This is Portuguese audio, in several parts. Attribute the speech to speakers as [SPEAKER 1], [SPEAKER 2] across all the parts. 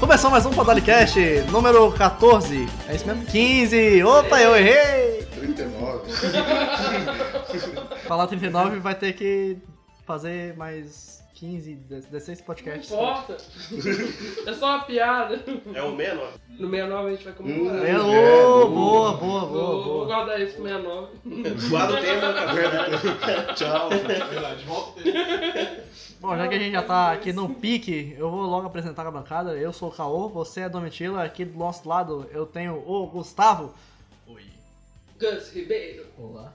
[SPEAKER 1] Começou mais um Podalicast, número 14. É isso mesmo? 15. Opa, eu errei!
[SPEAKER 2] 39.
[SPEAKER 1] Falar 39 vai ter que fazer mais 15, 16
[SPEAKER 3] Não
[SPEAKER 1] podcasts.
[SPEAKER 3] importa. É só uma piada.
[SPEAKER 4] É o menor.
[SPEAKER 3] No 69 a gente vai
[SPEAKER 1] Ô,
[SPEAKER 3] comemorar.
[SPEAKER 2] É,
[SPEAKER 1] boa, boa,
[SPEAKER 3] Vou,
[SPEAKER 1] boa,
[SPEAKER 3] vou
[SPEAKER 1] boa.
[SPEAKER 3] guardar isso pro 69.
[SPEAKER 4] Guarda o tema.
[SPEAKER 2] Tchau.
[SPEAKER 5] Verdade, volta o tempo.
[SPEAKER 1] Bom, já que a gente já tá aqui no pique, eu vou logo apresentar a bancada. Eu sou o Caô, você é a Domitila, aqui do nosso lado eu tenho o Gustavo. Oi.
[SPEAKER 3] Gus Ribeiro.
[SPEAKER 1] Olá.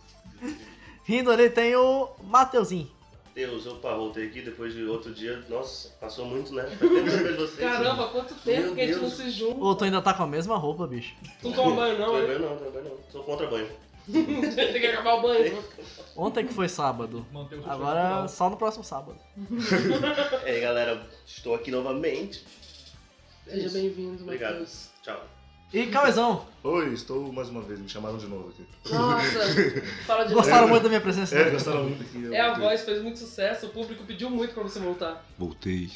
[SPEAKER 1] Rindo ali tem o Mateuzinho.
[SPEAKER 4] Deus, eu pá, voltei aqui depois de outro dia. Nossa, passou muito, né? Faz tempo que eu vejo vocês.
[SPEAKER 3] Caramba, quanto tempo
[SPEAKER 4] Meu
[SPEAKER 3] que a gente não
[SPEAKER 4] Deus.
[SPEAKER 3] se junta.
[SPEAKER 1] Ô, tu ainda tá com a mesma roupa, bicho.
[SPEAKER 3] Não toma banho não, né?
[SPEAKER 4] Trabalho não, trabalho não. Sou contra banho.
[SPEAKER 3] Tem que acabar o banho.
[SPEAKER 1] Ontem que foi sábado.
[SPEAKER 5] Manter o seu
[SPEAKER 1] Agora
[SPEAKER 5] jogo
[SPEAKER 1] só no próximo sábado.
[SPEAKER 4] É, E aí, galera, estou aqui novamente.
[SPEAKER 3] Seja bem-vindo,
[SPEAKER 4] É Obrigado.
[SPEAKER 3] Matheus.
[SPEAKER 4] Tchau.
[SPEAKER 1] E Cauezão,
[SPEAKER 2] Oi, estou mais uma vez, me chamaram de novo aqui.
[SPEAKER 3] Nossa, fala de
[SPEAKER 1] gostaram muito da minha presença?
[SPEAKER 2] É, gostaram muito aqui.
[SPEAKER 3] É a voz, fez muito sucesso, o público pediu muito pra você voltar.
[SPEAKER 2] Voltei.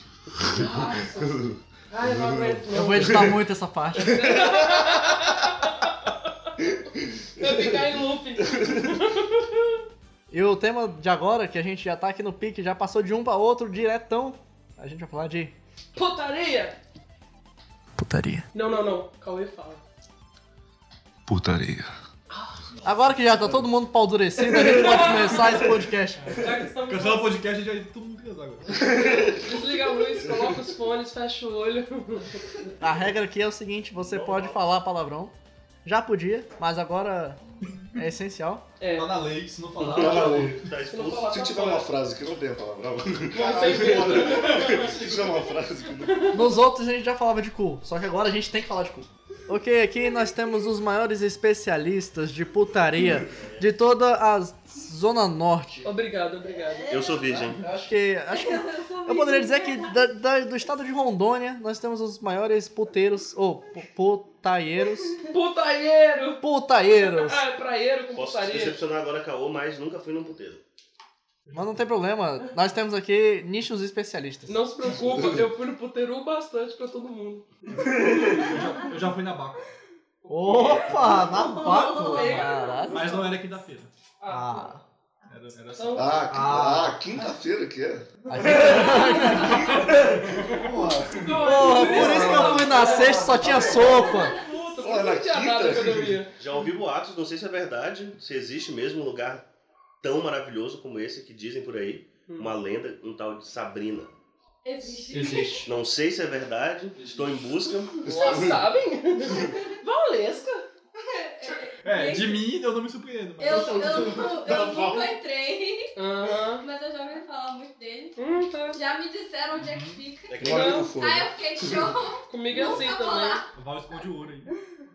[SPEAKER 3] Nossa. Ai, eu não aguento não.
[SPEAKER 1] Eu vou editar muito essa parte.
[SPEAKER 3] Eu vou ficar em loop.
[SPEAKER 1] E o tema de agora, que a gente já tá aqui no pique, já passou de um pra outro diretão. A gente vai falar de
[SPEAKER 3] Putaria!
[SPEAKER 1] putaria.
[SPEAKER 3] Não, não, não. Cauê fala.
[SPEAKER 5] Putaria.
[SPEAKER 1] Agora que já tá todo mundo pau durecido, a gente pode começar esse podcast.
[SPEAKER 3] Já que estamos...
[SPEAKER 5] Cancela o podcast, a gente vai todo mundo casar agora.
[SPEAKER 3] Desliga a luz, coloca os fones, fecha o olho.
[SPEAKER 1] A regra aqui é o seguinte, você pode falar palavrão. Já podia, mas agora é essencial.
[SPEAKER 3] É.
[SPEAKER 5] Tá na lei, se não falar.
[SPEAKER 4] Tá
[SPEAKER 3] Se não
[SPEAKER 4] expulso.
[SPEAKER 3] falar,
[SPEAKER 2] Se
[SPEAKER 3] tá
[SPEAKER 2] tiver
[SPEAKER 3] fora.
[SPEAKER 2] uma frase que não tem a palavra,
[SPEAKER 3] Vai ser feito.
[SPEAKER 2] se tiver uma frase que não
[SPEAKER 1] Nos outros a gente já falava de cu, só que agora a gente tem que falar de cu. Ok, aqui nós temos os maiores especialistas de putaria de toda a Zona Norte.
[SPEAKER 3] Obrigado, obrigado.
[SPEAKER 4] Eu sou virgem.
[SPEAKER 3] Ah,
[SPEAKER 1] Acho que. Acho que eu poderia dizer que da- da- do estado de Rondônia nós temos os maiores puteiros. Ou pu- putaieiros.
[SPEAKER 3] Putaieiro!
[SPEAKER 1] Putaieiros!
[SPEAKER 3] Ah, é praieiro com
[SPEAKER 4] Posso te
[SPEAKER 3] putaria.
[SPEAKER 4] decepcionar agora, Caô, mas nunca fui num puteiro.
[SPEAKER 1] Mas não tem problema, nós temos aqui nichos especialistas.
[SPEAKER 3] Não se preocupa, eu fui no puteiro o bastante pra todo mundo.
[SPEAKER 5] Eu já, eu já fui na Baco,
[SPEAKER 1] Opa, na Baco! Caralho!
[SPEAKER 5] mas não era quinta-feira.
[SPEAKER 1] Ah,
[SPEAKER 5] Era, era só.
[SPEAKER 3] Então,
[SPEAKER 2] Ah,
[SPEAKER 1] Ah.
[SPEAKER 2] ah, ah quinta-feira que é?
[SPEAKER 1] a gente-
[SPEAKER 2] Porra.
[SPEAKER 1] Porra, por isso que eu fui na sexta só tinha sopa.
[SPEAKER 3] Puta,
[SPEAKER 2] Olha,
[SPEAKER 3] por isso que não tinha
[SPEAKER 2] quinta.
[SPEAKER 3] nada quando eu ia.
[SPEAKER 4] Já ouvi boatos, não sei se é verdade, se existe mesmo um lugar tão maravilhoso como esse que dizem por aí.
[SPEAKER 3] Hum.
[SPEAKER 4] Uma lenda, um tal de Sabrina.
[SPEAKER 6] Existe.
[SPEAKER 5] Existe.
[SPEAKER 4] Não sei se é verdade, estou em busca.
[SPEAKER 3] Vocês sabem? Valesca.
[SPEAKER 5] É, de mim eu não me surpreendo. Mas
[SPEAKER 6] Eu, eu, eu, nunca entrei,
[SPEAKER 3] Aham.
[SPEAKER 6] mas eu já ouvi falar muito dele.
[SPEAKER 3] Hum, tá.
[SPEAKER 6] Já me disseram onde é que fica.
[SPEAKER 4] É que
[SPEAKER 2] Olha como Uhum. foi.
[SPEAKER 3] Ah,
[SPEAKER 6] Aí eu fiquei show.
[SPEAKER 3] Comigo é assim
[SPEAKER 6] Nunca vou
[SPEAKER 3] também.
[SPEAKER 6] lá.
[SPEAKER 5] O Val esconde o ouro aí.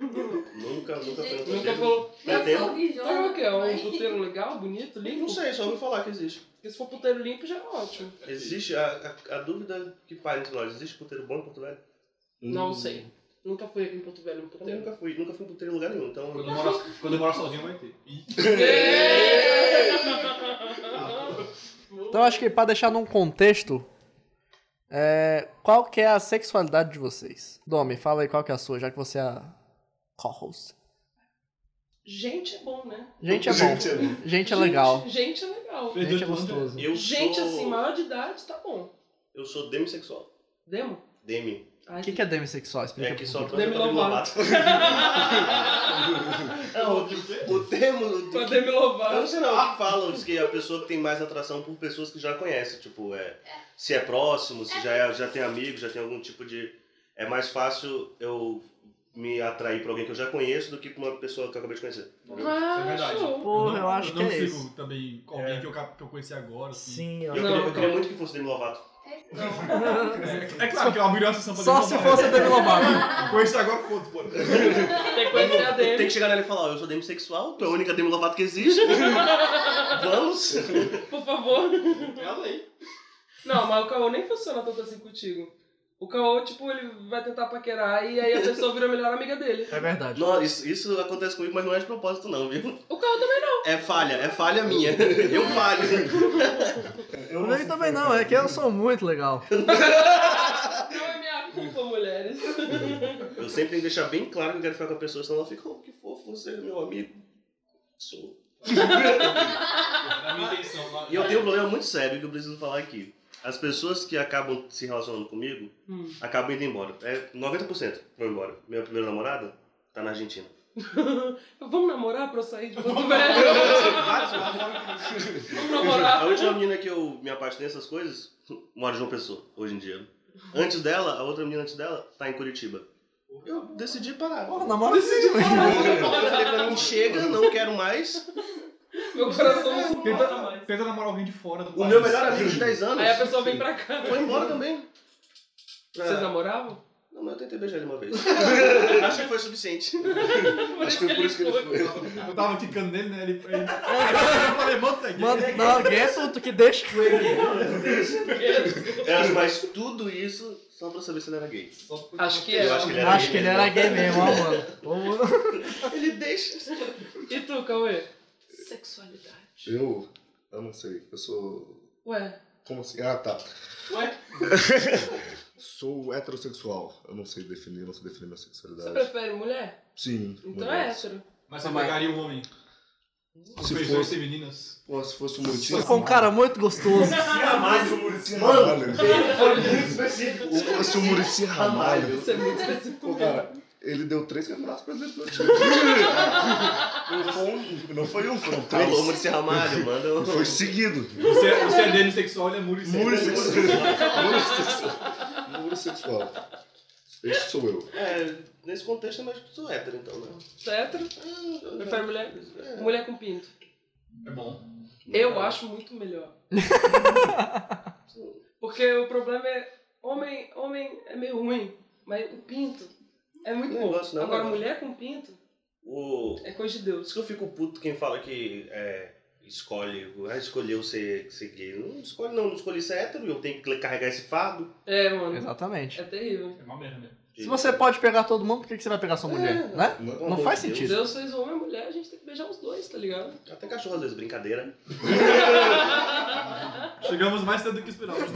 [SPEAKER 4] nunca, nunca fui num
[SPEAKER 3] Nunca
[SPEAKER 4] puteiro.
[SPEAKER 3] falou.
[SPEAKER 4] Dá
[SPEAKER 6] Eu
[SPEAKER 4] tempo?
[SPEAKER 6] sou
[SPEAKER 3] Sabe o
[SPEAKER 6] bijona.
[SPEAKER 3] que é? Um puteiro legal, bonito,
[SPEAKER 4] Não
[SPEAKER 3] limpo?
[SPEAKER 4] sei, só ouvi falar que existe.
[SPEAKER 3] Porque se for puteiro limpo já é ótimo.
[SPEAKER 4] Existe a, a, a dúvida que para entre nós, existe puteiro bom em Porto Velho?
[SPEAKER 2] Hum.
[SPEAKER 3] Não sei. Nunca fui aqui em Porto Velho no
[SPEAKER 4] Eu
[SPEAKER 3] puteiro.
[SPEAKER 4] nunca fui, nunca fui em puteiro em lugar nenhum, então.
[SPEAKER 5] Quando eu morar, quando eu morar sozinho vai ter. Ih,
[SPEAKER 1] Então acho que pra deixar num contexto, é, qual que é a sexualidade de vocês? Domi, fala aí qual que é a sua, já que você é a co-host.
[SPEAKER 3] Gente é bom, né?
[SPEAKER 1] Gente é bom,
[SPEAKER 2] Gente, é bom.
[SPEAKER 1] gente é legal,
[SPEAKER 3] Gente é legal.
[SPEAKER 5] Gente,
[SPEAKER 1] gente é
[SPEAKER 5] todo mundo
[SPEAKER 1] gostoso.
[SPEAKER 4] Eu
[SPEAKER 3] Gente
[SPEAKER 4] sou,
[SPEAKER 3] assim, maior de idade, tá bom.
[SPEAKER 4] Eu sou demissexual.
[SPEAKER 3] Demo?
[SPEAKER 4] Demi.
[SPEAKER 1] O que, é que é demissexual? Explica
[SPEAKER 4] É
[SPEAKER 1] pra
[SPEAKER 4] que
[SPEAKER 1] mim.
[SPEAKER 4] só pra
[SPEAKER 3] Demi
[SPEAKER 4] pra
[SPEAKER 3] Lovato.
[SPEAKER 4] Não, o que- o termo. o
[SPEAKER 3] Pra
[SPEAKER 4] que-
[SPEAKER 3] Demi
[SPEAKER 4] Eu não
[SPEAKER 3] Lovato.
[SPEAKER 4] sei não, o que falam diz que a pessoa tem mais atração por pessoas que já conhece, tipo, é, se é próximo, se já, é- já tem amigo, já tem algum tipo de... É mais fácil eu me atrair pra alguém que eu já conheço do que pra uma pessoa que eu acabei de conhecer. entendeu?
[SPEAKER 3] Ah,
[SPEAKER 5] é verdade.
[SPEAKER 3] show.
[SPEAKER 1] Porra, eu
[SPEAKER 5] não-
[SPEAKER 1] acho
[SPEAKER 5] não
[SPEAKER 1] que é
[SPEAKER 5] sigo
[SPEAKER 1] isso.
[SPEAKER 5] também com alguém
[SPEAKER 4] É.
[SPEAKER 5] que, eu, ca- que eu conheci agora. Assim.
[SPEAKER 1] Sim, eu...
[SPEAKER 4] Eu, queria, eu queria muito que fosse Demi Lovato.
[SPEAKER 5] É, é claro que é uma melhor sessão pra
[SPEAKER 1] Só
[SPEAKER 5] mim,
[SPEAKER 1] se
[SPEAKER 5] não,
[SPEAKER 1] fosse a
[SPEAKER 5] mas-
[SPEAKER 1] Demi Lovato.
[SPEAKER 5] Conheci agora, foda-se, pô. É
[SPEAKER 3] Tem que conhecer é a
[SPEAKER 4] Tem
[SPEAKER 3] Demi.
[SPEAKER 4] que chegar nela e falar, ó, eu sou demissexual, tu é a única Demi Lovato que existe. Vamos!
[SPEAKER 3] Por favor.
[SPEAKER 5] É a lei.
[SPEAKER 3] Não, mas o caô nem funciona tanto assim contigo. O caô, tipo, ele vai tentar paquerar e aí a pessoa vira a melhor amiga dele.
[SPEAKER 1] É verdade.
[SPEAKER 4] Não, isso, isso acontece comigo, mas não é de propósito não, viu?
[SPEAKER 3] O caô também
[SPEAKER 4] É falha, é falha minha. Eu falho.
[SPEAKER 1] Eu também não, é que eu sou muito legal.
[SPEAKER 3] não é minha Desculpa, mulheres.
[SPEAKER 4] Eu sempre tenho que deixar bem claro que eu quero ficar com a pessoa, senão ela fica, oh, que fofo, você é meu amigo. Sou.
[SPEAKER 5] Era a minha intenção. mas-
[SPEAKER 4] E eu tenho um problema muito sério que eu preciso falar aqui. As pessoas que acabam se relacionando comigo
[SPEAKER 3] Hum.
[SPEAKER 4] acabam indo embora. É 90% vão embora. Minha primeira namorada tá na Argentina.
[SPEAKER 3] Vamos namorar pra eu sair de Porto Velho? Vamos namorar.
[SPEAKER 4] A última menina que eu me apaixonei essas coisas mora em João Pessoa, hoje em dia. né? Antes dela, a outra menina antes dela tá em Curitiba. Eu decidi parar.
[SPEAKER 1] Porra, namora esse de
[SPEAKER 4] Eu falei pra mim, chega, não quero mais.
[SPEAKER 3] Meu coração não suporta
[SPEAKER 5] Tenta,
[SPEAKER 3] mais.
[SPEAKER 5] tenta namorar alguém de fora do
[SPEAKER 4] O
[SPEAKER 5] país.
[SPEAKER 4] meu melhor amigo de 10
[SPEAKER 3] Aí a
[SPEAKER 4] anos
[SPEAKER 3] pessoa vem pra cá.
[SPEAKER 4] foi embora também.
[SPEAKER 2] É.
[SPEAKER 3] Vocês
[SPEAKER 4] Ah,
[SPEAKER 3] namoravam?
[SPEAKER 4] Não, mas eu tentei beijar ele uma vez. Acho que foi suficiente.
[SPEAKER 2] Acho que foi por isso que ele foi.
[SPEAKER 5] Eu tava quicando nele, né? Ele, ele... Eu falei, manda aqui.
[SPEAKER 1] Mano, não, gueto, tu que deixa.
[SPEAKER 4] É, mas tudo isso só pra saber se ele era gay.
[SPEAKER 3] Acho que é.
[SPEAKER 4] Eu acho que ele era
[SPEAKER 1] Acho que ele era gay mesmo, ó, mano. Ô, mano.
[SPEAKER 4] Ele deixa.
[SPEAKER 3] E tu, Cauê?
[SPEAKER 2] Sexualidade. Eu. Eu não sei. Eu sou.
[SPEAKER 3] Ué.
[SPEAKER 2] Como assim? Ah, tá.
[SPEAKER 3] Ué?
[SPEAKER 2] Sou heterossexual. Eu não sei definir, não sei definir minha
[SPEAKER 3] Você
[SPEAKER 2] sexualidade.
[SPEAKER 3] prefere mulher?
[SPEAKER 2] Sim.
[SPEAKER 3] Então é
[SPEAKER 2] mulheres.
[SPEAKER 3] hétero.
[SPEAKER 5] Mas você pegaria um homem.
[SPEAKER 2] Se
[SPEAKER 5] Se
[SPEAKER 2] fosse-
[SPEAKER 5] fosse meninas.
[SPEAKER 2] Pô, se fosse um motivo.
[SPEAKER 1] Você foi um cara muito gostoso.
[SPEAKER 2] Mano,
[SPEAKER 4] Foi muito específico.
[SPEAKER 2] se fosse o Murici Ramalho.
[SPEAKER 3] Isso é muito específico.
[SPEAKER 2] Pô, cara, ele deu três campeonatos pra exemplo. Não foi um, não foi um,
[SPEAKER 3] Tá
[SPEAKER 2] foram três.
[SPEAKER 4] Alô, Muricy Ramalho, manda um...
[SPEAKER 2] Foi seguido.
[SPEAKER 5] Você, você é dele sexual, ele é muricel.
[SPEAKER 2] Murissexual. Murissexual. Murissexual. Esse sou eu.
[SPEAKER 4] É, nesse contexto eu acho que sou hétero, então, né?
[SPEAKER 3] Você é hétero? Prefere mulher? Mulher com pinto.
[SPEAKER 5] É bom.
[SPEAKER 4] Então.
[SPEAKER 3] Eu acho muito melhor. Porque o problema é. Homem, homem é meio ruim, mas o pinto é muito
[SPEAKER 4] Não
[SPEAKER 3] bom.
[SPEAKER 4] gosto não,
[SPEAKER 3] Agora,
[SPEAKER 4] não gosto.
[SPEAKER 3] mulher com pinto
[SPEAKER 4] O...
[SPEAKER 3] é coisa de
[SPEAKER 4] Por
[SPEAKER 3] Deus.
[SPEAKER 4] isso que eu fico puto quem fala que é, escolhe, ah, escolheu ser, ser gay. Não escolhe, não, não escolhi ser hétero, eu tenho que carregar esse fardo.
[SPEAKER 3] É, mano.
[SPEAKER 1] Exatamente.
[SPEAKER 3] É terrível.
[SPEAKER 5] É uma merda.
[SPEAKER 1] Se você pode pegar todo mundo, por que que você vai pegar sua mulher,
[SPEAKER 4] É.
[SPEAKER 1] né?
[SPEAKER 4] Pelo
[SPEAKER 1] não
[SPEAKER 4] amor
[SPEAKER 1] faz
[SPEAKER 4] de Deus.
[SPEAKER 1] sentido.
[SPEAKER 3] Deus fez homem e mulher, a gente tem que beijar os dois, tá ligado?
[SPEAKER 4] Até cachorro às vezes, brincadeira.
[SPEAKER 5] Chegamos mais cedo do que esperávamos.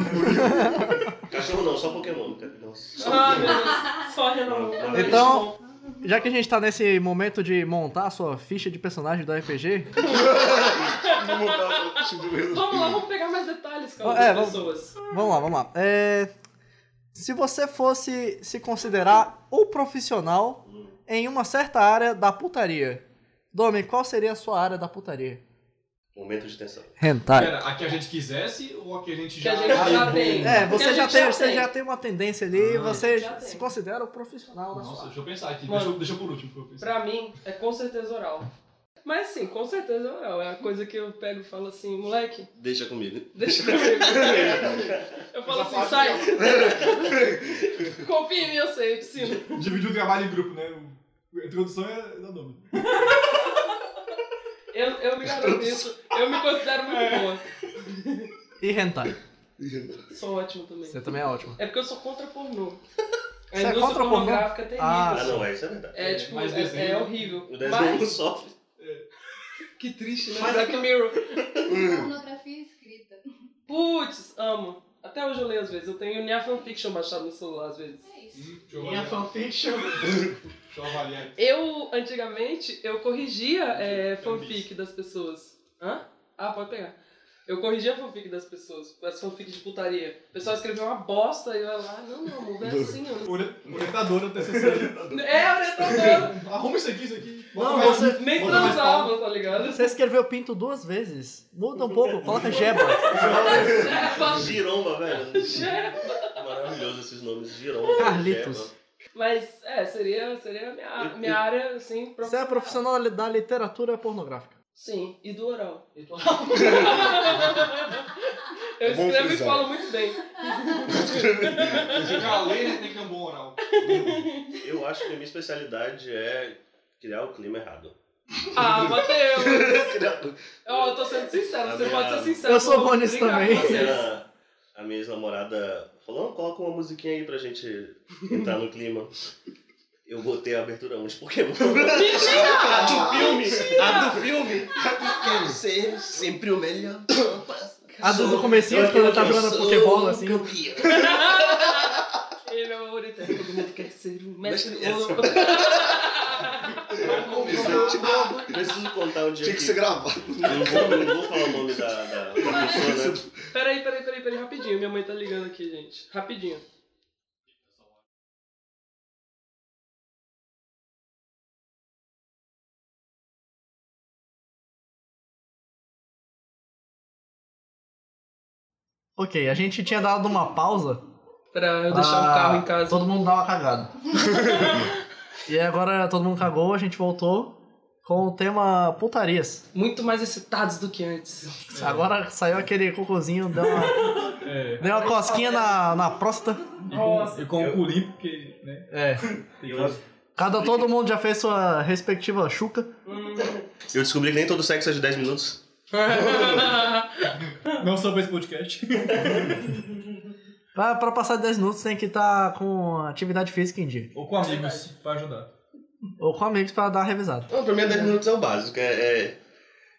[SPEAKER 4] Cachorro não, só Pokémon. cara. Nossa.
[SPEAKER 3] Ah,
[SPEAKER 1] né?
[SPEAKER 3] meu Deus. Só Renan.
[SPEAKER 1] Então, já que a gente tá nesse momento de montar a sua ficha de personagem do RPG,
[SPEAKER 3] Vamos lá, vamos pegar mais detalhes, cara.
[SPEAKER 1] É,
[SPEAKER 3] das
[SPEAKER 1] vamos-
[SPEAKER 3] pessoas.
[SPEAKER 1] Vamos lá, vamos lá. É, se você fosse se considerar o profissional em uma certa área da putaria, Domi, qual seria a sua área da putaria?
[SPEAKER 4] Momento de tensão.
[SPEAKER 1] Hentai.
[SPEAKER 5] Pera, a que a gente quisesse ou a que a gente
[SPEAKER 3] Que
[SPEAKER 5] já...
[SPEAKER 3] a gente já tem.
[SPEAKER 1] É,
[SPEAKER 3] Que a
[SPEAKER 1] você já
[SPEAKER 3] gente
[SPEAKER 1] tem,
[SPEAKER 3] já
[SPEAKER 1] você
[SPEAKER 3] tem.
[SPEAKER 1] já tem uma tendência ali,
[SPEAKER 5] Ah,
[SPEAKER 1] você
[SPEAKER 3] já
[SPEAKER 1] se
[SPEAKER 3] tem.
[SPEAKER 1] considera o profissional da sua
[SPEAKER 5] Nossa,
[SPEAKER 1] área.
[SPEAKER 5] deixa eu pensar aqui.
[SPEAKER 3] Mano.
[SPEAKER 5] Deixa, eu- deixa eu por último. Pra eu pensar.
[SPEAKER 3] Pra mim, é com certeza oral. Mas sim, com certeza oral. É a coisa que eu pego e falo assim, moleque,
[SPEAKER 4] Deixa comigo.
[SPEAKER 3] Deixa comigo. Eu falo assim, sai. Confia em mim, eu sei, eu te ensino.
[SPEAKER 5] Dividir o trabalho em grupo, né? O- A introdução é da nome.
[SPEAKER 3] Eu, eu me garanto isso. Eu me considero muito boa.
[SPEAKER 1] E hentai.
[SPEAKER 3] Sou ótimo também.
[SPEAKER 1] Você também é ótimo.
[SPEAKER 3] É porque eu sou contra pornô. A
[SPEAKER 1] Você é
[SPEAKER 3] indústria
[SPEAKER 1] contra pornô?
[SPEAKER 3] pornográfica é terrível.
[SPEAKER 1] Ah,
[SPEAKER 4] Ah, não, é, isso é verdade.
[SPEAKER 3] é tipo,
[SPEAKER 5] Mas
[SPEAKER 3] é,
[SPEAKER 5] desenho-
[SPEAKER 3] é horrível.
[SPEAKER 4] O 10 não
[SPEAKER 3] Mas,
[SPEAKER 4] sofre.
[SPEAKER 3] que triste, né?
[SPEAKER 4] Mas-
[SPEAKER 3] Black Mirror.
[SPEAKER 6] Pornografia escrita.
[SPEAKER 3] Putz, amo. Até hoje eu leio às vezes. Eu tenho Nia Fanfiction baixado no celular às vezes.
[SPEAKER 6] É
[SPEAKER 2] Uhum.
[SPEAKER 6] isso.
[SPEAKER 5] Hum, Deixa eu avaliar.
[SPEAKER 7] fanfiction.
[SPEAKER 5] Deixa eu avaliar.
[SPEAKER 3] Eu, antigamente, eu corrigia é,
[SPEAKER 1] um
[SPEAKER 3] fanfic das pessoas. Hã? Ah, pode pegar. Eu corrigia fanfic das pessoas, as fanfic de putaria. O pessoal escrevia uma bosta e eu ia lá, não, não, amor, não é assim, não.
[SPEAKER 5] Ori- Orientadora do TCC.
[SPEAKER 3] É, orientadora!
[SPEAKER 5] Arruma isso aqui, isso aqui.
[SPEAKER 1] Não,
[SPEAKER 5] mais- um.
[SPEAKER 1] você-
[SPEAKER 3] Nem
[SPEAKER 5] bota mais palma.
[SPEAKER 3] transava, tá ligado?
[SPEAKER 1] Você escreveu pinto duas vezes. Muda um pouco, coloca jeba.
[SPEAKER 4] Giromba, velho. Maravilhoso esses nomes. Giromba.
[SPEAKER 1] Carlitos.
[SPEAKER 4] Jeba.
[SPEAKER 3] Mas, é, seria, seria a minha, minha área, assim,
[SPEAKER 1] Você é profissional da literatura pornográfica.
[SPEAKER 3] Sim, e do oral.
[SPEAKER 1] É
[SPEAKER 5] Eu tô- Não,
[SPEAKER 3] Eu
[SPEAKER 2] É bom
[SPEAKER 3] escrevo e
[SPEAKER 2] frisar.
[SPEAKER 3] falo muito bem.
[SPEAKER 5] Você já lê, né? Tem que é um bom oral.
[SPEAKER 4] Eu acho que a minha especialidade é criar o clima errado.
[SPEAKER 3] Ah, Matheus! Ó, eu tô sendo sincero, você pode ser sincero.
[SPEAKER 1] Eu sou
[SPEAKER 3] vou
[SPEAKER 1] bom nisso
[SPEAKER 3] brigar com
[SPEAKER 1] também.
[SPEAKER 3] vocês.
[SPEAKER 4] Minha- a minha ex-namorada falou, "Não, coloca uma musiquinha aí pra gente entrar no clima. Eu botei a abertura é 1 de Pokémon.
[SPEAKER 3] Mentira!
[SPEAKER 4] a do filme! A do filme! Quero ser é sempre o melhor.
[SPEAKER 1] Ah, A do, do comecinho, quando ele tá jogando Pokébola, assim.
[SPEAKER 3] Ele é meu favorito é Ele quer ser o mestre.
[SPEAKER 4] Mestre-
[SPEAKER 3] Ouro.
[SPEAKER 4] Preciso, preciso contar um dia
[SPEAKER 2] Tinha que
[SPEAKER 4] que-
[SPEAKER 2] ser gravado.
[SPEAKER 4] Não vou, não vou falar o nome da, da, da pessoa, né?
[SPEAKER 3] Peraí, peraí, peraí, peraí, rapidinho. Minha mãe tá ligando aqui, gente. Rapidinho.
[SPEAKER 1] Ok, a gente tinha dado uma pausa.
[SPEAKER 3] Pra
[SPEAKER 1] Ah.
[SPEAKER 3] eu deixar o carro em casa.
[SPEAKER 1] Todo mundo dá uma cagada. e agora todo mundo cagou, a gente voltou com o tema putarias.
[SPEAKER 3] Muito mais excitados do que antes.
[SPEAKER 1] Agora saiu aquele cocôzinho, deu uma,
[SPEAKER 5] É.
[SPEAKER 1] deu uma cosquinha na, na próstata.
[SPEAKER 5] E
[SPEAKER 3] Nossa.
[SPEAKER 5] com, e com o culim, porque, né?
[SPEAKER 1] É. Cada todo mundo já fez sua respectiva chuca.
[SPEAKER 3] Hum.
[SPEAKER 4] Eu descobri que nem todo sexo é de 10 minutos.
[SPEAKER 5] Não só pra esse podcast.
[SPEAKER 1] Pra, pra passar de 10 minutos tem que estar com atividade física em dia.
[SPEAKER 5] Ou com amigos, pra ajudar.
[SPEAKER 1] Ou com amigos pra dar uma revisada.
[SPEAKER 4] Não, pra mim é 10 minutos é o básico. É, é,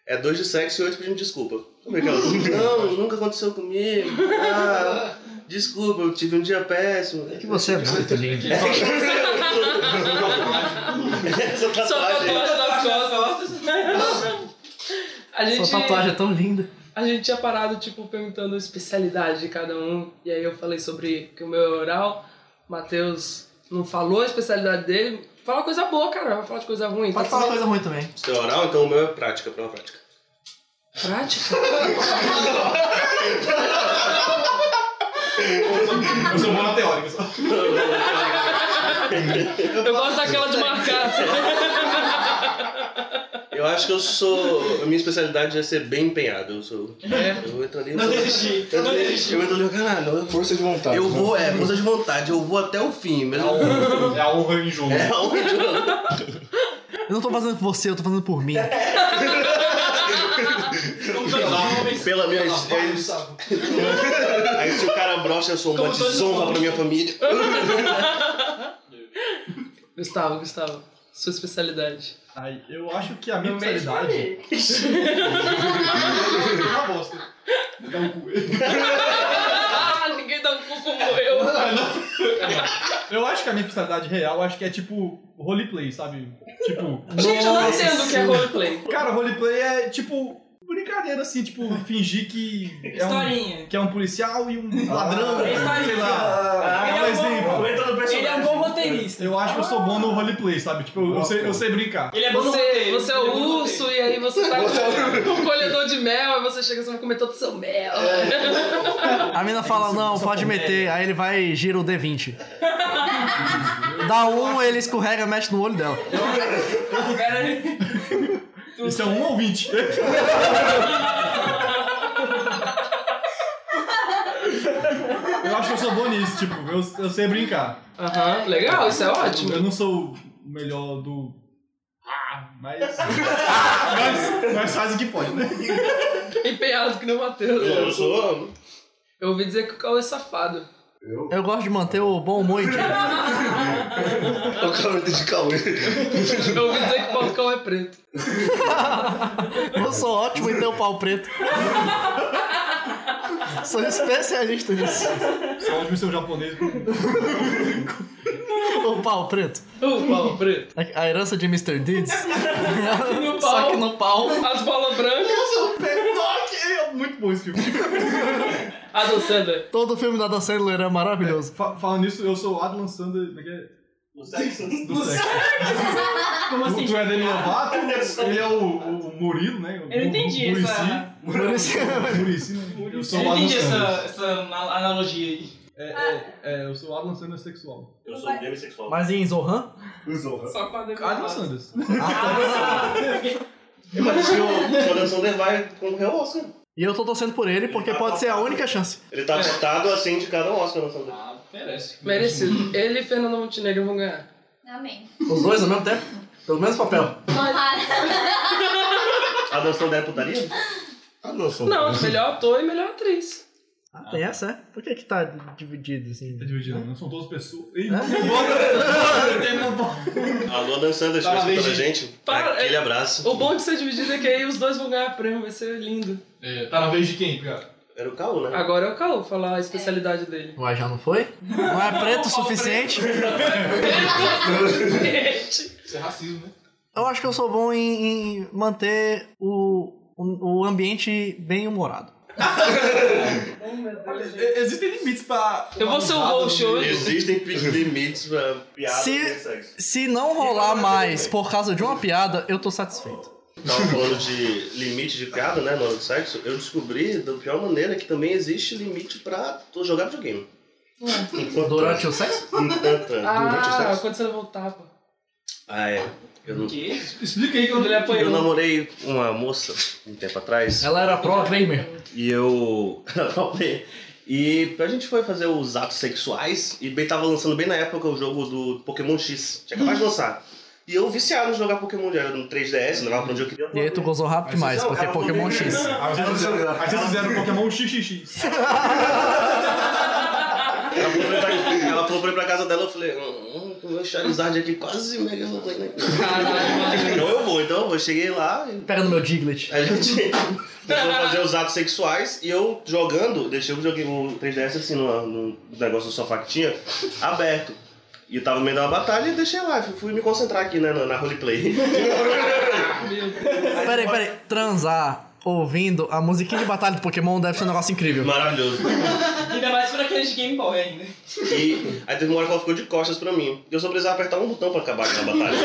[SPEAKER 4] é dois de sexo e oito pedindo desculpa. Como é que elas... Não, nunca aconteceu comigo. Ah, desculpa, eu tive um dia péssimo.
[SPEAKER 1] Que você é muito lindo.
[SPEAKER 4] Essa
[SPEAKER 3] Só
[SPEAKER 4] tatuagem.
[SPEAKER 3] tatuagem nas costas. tá. A gente,
[SPEAKER 1] Sua tatuagem é tão linda.
[SPEAKER 3] a gente tinha parado, tipo, perguntando a especialidade de cada um. E aí eu falei sobre que o meu é oral. Matheus não falou a especialidade dele. Fala coisa boa, cara. Vai falar de coisa ruim.
[SPEAKER 1] Pode
[SPEAKER 3] Tá
[SPEAKER 1] falar coisa ruim também.
[SPEAKER 4] Seu oral, então o meu é prática, prova prática.
[SPEAKER 3] Prática?
[SPEAKER 5] Eu sou bom na teórica, só.
[SPEAKER 3] Eu gosto daquela de marcar.
[SPEAKER 4] Eu acho que eu sou. A minha especialidade é ser bem empenhado. Eu sou.
[SPEAKER 3] É.
[SPEAKER 4] Eu entro ali. Não desisti. Eu
[SPEAKER 2] não
[SPEAKER 4] desisti. Eu entro ali, caralho. eu-
[SPEAKER 2] Força de vontade.
[SPEAKER 4] Eu vou, é, força de vontade, eu vou até o fim. Mas eu-
[SPEAKER 5] É a honra em jogo.
[SPEAKER 4] é onde eu-
[SPEAKER 1] Eu não tô fazendo por você, eu tô fazendo por mim.
[SPEAKER 4] Pela minha. Aí, aí se o cara brocha, eu sou uma
[SPEAKER 3] Como todos
[SPEAKER 4] desonra pra minha família.
[SPEAKER 3] Gustavo, Gustavo. Sua especialidade.
[SPEAKER 5] Aí, eu acho que a minha
[SPEAKER 3] No meio de
[SPEAKER 5] especialidade. É Uma bosta. Dá um cu.
[SPEAKER 3] Ah, ninguém
[SPEAKER 7] tá
[SPEAKER 3] dá um cu como eu.
[SPEAKER 5] Eu acho que a minha especialidade real, acho que é tipo roleplay, sabe? Tipo.
[SPEAKER 3] Gente, eu não
[SPEAKER 1] Nossa
[SPEAKER 3] entendo o que é roleplay.
[SPEAKER 5] Cara, roleplay é tipo. Brincadeira assim, tipo, fingir que. É um,
[SPEAKER 7] Historinha.
[SPEAKER 5] que é um policial e um ladrão.
[SPEAKER 7] é historinha.
[SPEAKER 5] sei lá. É um
[SPEAKER 7] Ele é um bom-
[SPEAKER 5] exemplo.
[SPEAKER 7] Ele é um bom roteirista. Ah.
[SPEAKER 5] Eu acho que eu sou bom no roleplay, sabe? Tipo, eu, eu sei, eu sei brincar.
[SPEAKER 7] Ele é bom no
[SPEAKER 3] Você,
[SPEAKER 7] roteiro.
[SPEAKER 3] você é o urso e aí você tá
[SPEAKER 1] é
[SPEAKER 3] com com o colhedor de mel, aí você chega e você vai comer todo o seu mel.
[SPEAKER 1] É. A mina fala, não, pode meter. Aí ele vai e gira o D20. Dá um, ele escorrega, mete no olho dela.
[SPEAKER 7] Pera aí.
[SPEAKER 5] Isso é um ou vinte. Eu acho que eu sou bom nisso, tipo, eu, eu sei brincar.
[SPEAKER 3] Aham, legal, isso é ótimo.
[SPEAKER 5] Eu não sou o melhor do. Ah, mas. mas, mas faz o que pode, né?
[SPEAKER 1] É.
[SPEAKER 3] Empenhado que nem o
[SPEAKER 4] Eu
[SPEAKER 3] Matheus.
[SPEAKER 4] sou.
[SPEAKER 3] Eu ouvi dizer que o Cauê é safado.
[SPEAKER 1] Eu gosto de manter o bom humor em dia.
[SPEAKER 2] O cara de Cauê.
[SPEAKER 3] Eu ouvi dizer que o pau do Cauê é preto.
[SPEAKER 1] Eu sou ótimo em ter o pau preto. Sou especialista nisso.
[SPEAKER 5] Só o seu japonês.
[SPEAKER 1] O pau preto.
[SPEAKER 3] O pau preto.
[SPEAKER 1] A a herança de Mr. Deeds.
[SPEAKER 3] No
[SPEAKER 1] Só
[SPEAKER 3] pau.
[SPEAKER 1] que no pau.
[SPEAKER 3] As bolas brancas.
[SPEAKER 5] Ele é muito bom esse filme.
[SPEAKER 3] A do Sander.
[SPEAKER 1] Todo filme da Dan Sandler é maravilhoso.
[SPEAKER 5] Fa- falando nisso, eu sou o Adam Sandler. Como é que é?
[SPEAKER 4] O sexo.
[SPEAKER 5] Do sexo.
[SPEAKER 7] Como assim?
[SPEAKER 5] Tu é Demi Lovato, ele é o, o Murilo, né? O
[SPEAKER 7] Eu não entendi
[SPEAKER 5] Muricy.
[SPEAKER 7] essa-
[SPEAKER 1] Muricy.
[SPEAKER 5] Muricy, né? Eu sou
[SPEAKER 7] Eu
[SPEAKER 5] o
[SPEAKER 7] não
[SPEAKER 5] Adam
[SPEAKER 7] entendi essa,
[SPEAKER 5] Sandler.
[SPEAKER 7] essa mal- analogia aí.
[SPEAKER 5] É, é, é, eu sou o Adam Sandler sexual.
[SPEAKER 4] Eu sou demissexual.
[SPEAKER 1] Mas em Zohan?
[SPEAKER 7] Só com
[SPEAKER 3] é
[SPEAKER 7] a Demi
[SPEAKER 5] Adam Tá
[SPEAKER 7] Lovato.
[SPEAKER 5] Sanders.
[SPEAKER 4] Mas que o Coração vai com o Oscar.
[SPEAKER 1] E eu tô torcendo por ele porque pode ser a única chance.
[SPEAKER 4] Ele tá cotado a ser indicado ao Oscar no Sandler.
[SPEAKER 7] Ah, merece.
[SPEAKER 3] Merecido. Ele e Fernando Montenegro vão ganhar.
[SPEAKER 6] Amém.
[SPEAKER 1] Os dois ao mesmo tempo? Pelo mesmo papel.
[SPEAKER 6] Tomara.
[SPEAKER 4] Adam Sandler é putaria?
[SPEAKER 2] Ah, não, sou.
[SPEAKER 3] Não, melhor ator e melhor atriz.
[SPEAKER 1] Ah, tem essa, é? Por que que tá dividido assim?
[SPEAKER 5] Tá dividido, não são todos pessoas. Ih,
[SPEAKER 1] É?
[SPEAKER 4] Alô, Adam Sandler, se estiver
[SPEAKER 5] Parabéns,
[SPEAKER 4] escutando a gente,
[SPEAKER 3] Para-
[SPEAKER 4] aquele abraço.
[SPEAKER 3] O bom de ser dividido é que aí os dois vão ganhar prêmio, vai ser lindo.
[SPEAKER 5] Tá na vez de quem, cara?
[SPEAKER 4] Era o Caô, né?
[SPEAKER 3] Agora é o Caô falar a especialidade dele.
[SPEAKER 1] Ué, já não foi? Não é preto o suficiente?
[SPEAKER 5] Isso é racismo, né?
[SPEAKER 1] Eu acho que eu sou bom em, em manter o, o, o ambiente bem humorado.
[SPEAKER 3] Oh, meu Deus, gente.
[SPEAKER 5] E- Existem limites pra.
[SPEAKER 3] Eu vou ser o host hoje.
[SPEAKER 4] Existem pi- limites pra piada
[SPEAKER 1] Se-
[SPEAKER 4] e sexo.
[SPEAKER 1] Se não rolar mais por causa de uma piada, eu tô satisfeito.
[SPEAKER 4] Tava falando de limite de piada, né, na hora do sexo. Eu descobri, da pior maneira, que também existe limite pra tu jogar videogame. Enquanto
[SPEAKER 1] Durante o sexo?
[SPEAKER 4] Enquanto, durante o
[SPEAKER 3] Ah,
[SPEAKER 4] sexo.
[SPEAKER 3] quando você voltava.
[SPEAKER 4] Ah, é. Eu, não-
[SPEAKER 7] Que? Explica aí
[SPEAKER 3] Quando
[SPEAKER 7] quando
[SPEAKER 3] ele
[SPEAKER 4] eu
[SPEAKER 3] apanhou.
[SPEAKER 4] namorei uma moça um tempo atrás.
[SPEAKER 1] Ela era pro gamer.
[SPEAKER 4] E eu. e a gente foi fazer os atos sexuais. E bem tava lançando bem na época o jogo do Pokémon X. Tinha acabado de lançar. E eu viciado em jogar Pokémon, já era no 3DS, não dava pra onde eu queria.
[SPEAKER 1] E aí tu gozou rápido demais, porque é Pokémon X.
[SPEAKER 5] Aí vocês fizeram- aí vocês fizeram Pokémon XXX.
[SPEAKER 4] Ela falou, pra ir pra, ela falou pra ir pra casa dela, eu falei, hum, hum, o meu Charizard aqui quase mega rodando aqui. Então eu vou, então eu vou. Cheguei lá,
[SPEAKER 1] Pega no meu Diglett.
[SPEAKER 4] a gente começou a fazer os atos sexuais e eu jogando, deixei o joguinho o 3DS assim no, no negócio do sofá que tinha, aberto. E eu tava no meio da uma batalha e deixei lá, fui, fui me concentrar aqui né, na, na roleplay.
[SPEAKER 3] Meu Deus.
[SPEAKER 1] Peraí, peraí. Transar ouvindo a musiquinha de batalha do Pokémon deve ser um negócio incrível.
[SPEAKER 4] Maravilhoso.
[SPEAKER 7] Ainda mais por aqueles de Game Boy ainda.
[SPEAKER 4] E aí teve uma hora que ela ficou de costas pra mim. E eu só precisava apertar um botão pra acabar aquela batalha.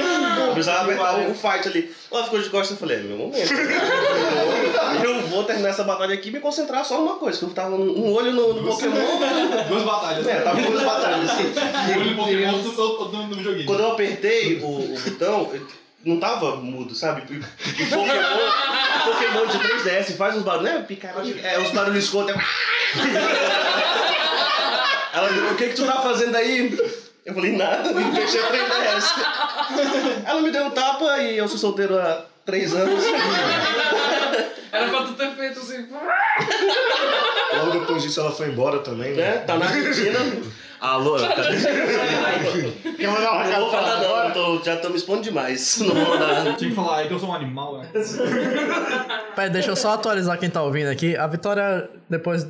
[SPEAKER 4] Eu precisava apertar o fight ali. Ela ficou de costas eu falei, é meu momento. Eu vou terminar essa batalha aqui e me concentrar só numa coisa, que eu tava um olho no, no Pokémon.
[SPEAKER 5] Duas batalhas.
[SPEAKER 4] É, tava com duas batalhas.
[SPEAKER 5] Olho no Pokémon do, do, do, do joguinho.
[SPEAKER 4] Quando eu apertei o, o botão, eu não tava mudo, sabe? E e um Pokémon, Pokémon um de 3DS faz uns barulhos, né? Picarote, é, uns barulhos escuros. é- Ela disse, o que que tu tá fazendo aí? Eu falei, nada, me deixei a 3DS. Ela me deu um tapa e eu sou solteiro há 3 anos.
[SPEAKER 3] Era pra tu ter feito assim.
[SPEAKER 2] Logo depois disso ela foi embora também,
[SPEAKER 4] Né?
[SPEAKER 2] né?
[SPEAKER 4] Tá na Argentina. Alô,
[SPEAKER 3] né?
[SPEAKER 4] cadê?
[SPEAKER 2] Quer mandar uma
[SPEAKER 4] Não vou falar
[SPEAKER 2] pra
[SPEAKER 4] não, tô- já tô me expondo demais. Não vou mandar.
[SPEAKER 5] Tinha que falar, é que eu sou um animal, né?
[SPEAKER 1] Peraí, deixa eu só atualizar quem tá ouvindo aqui. A Vitória, depois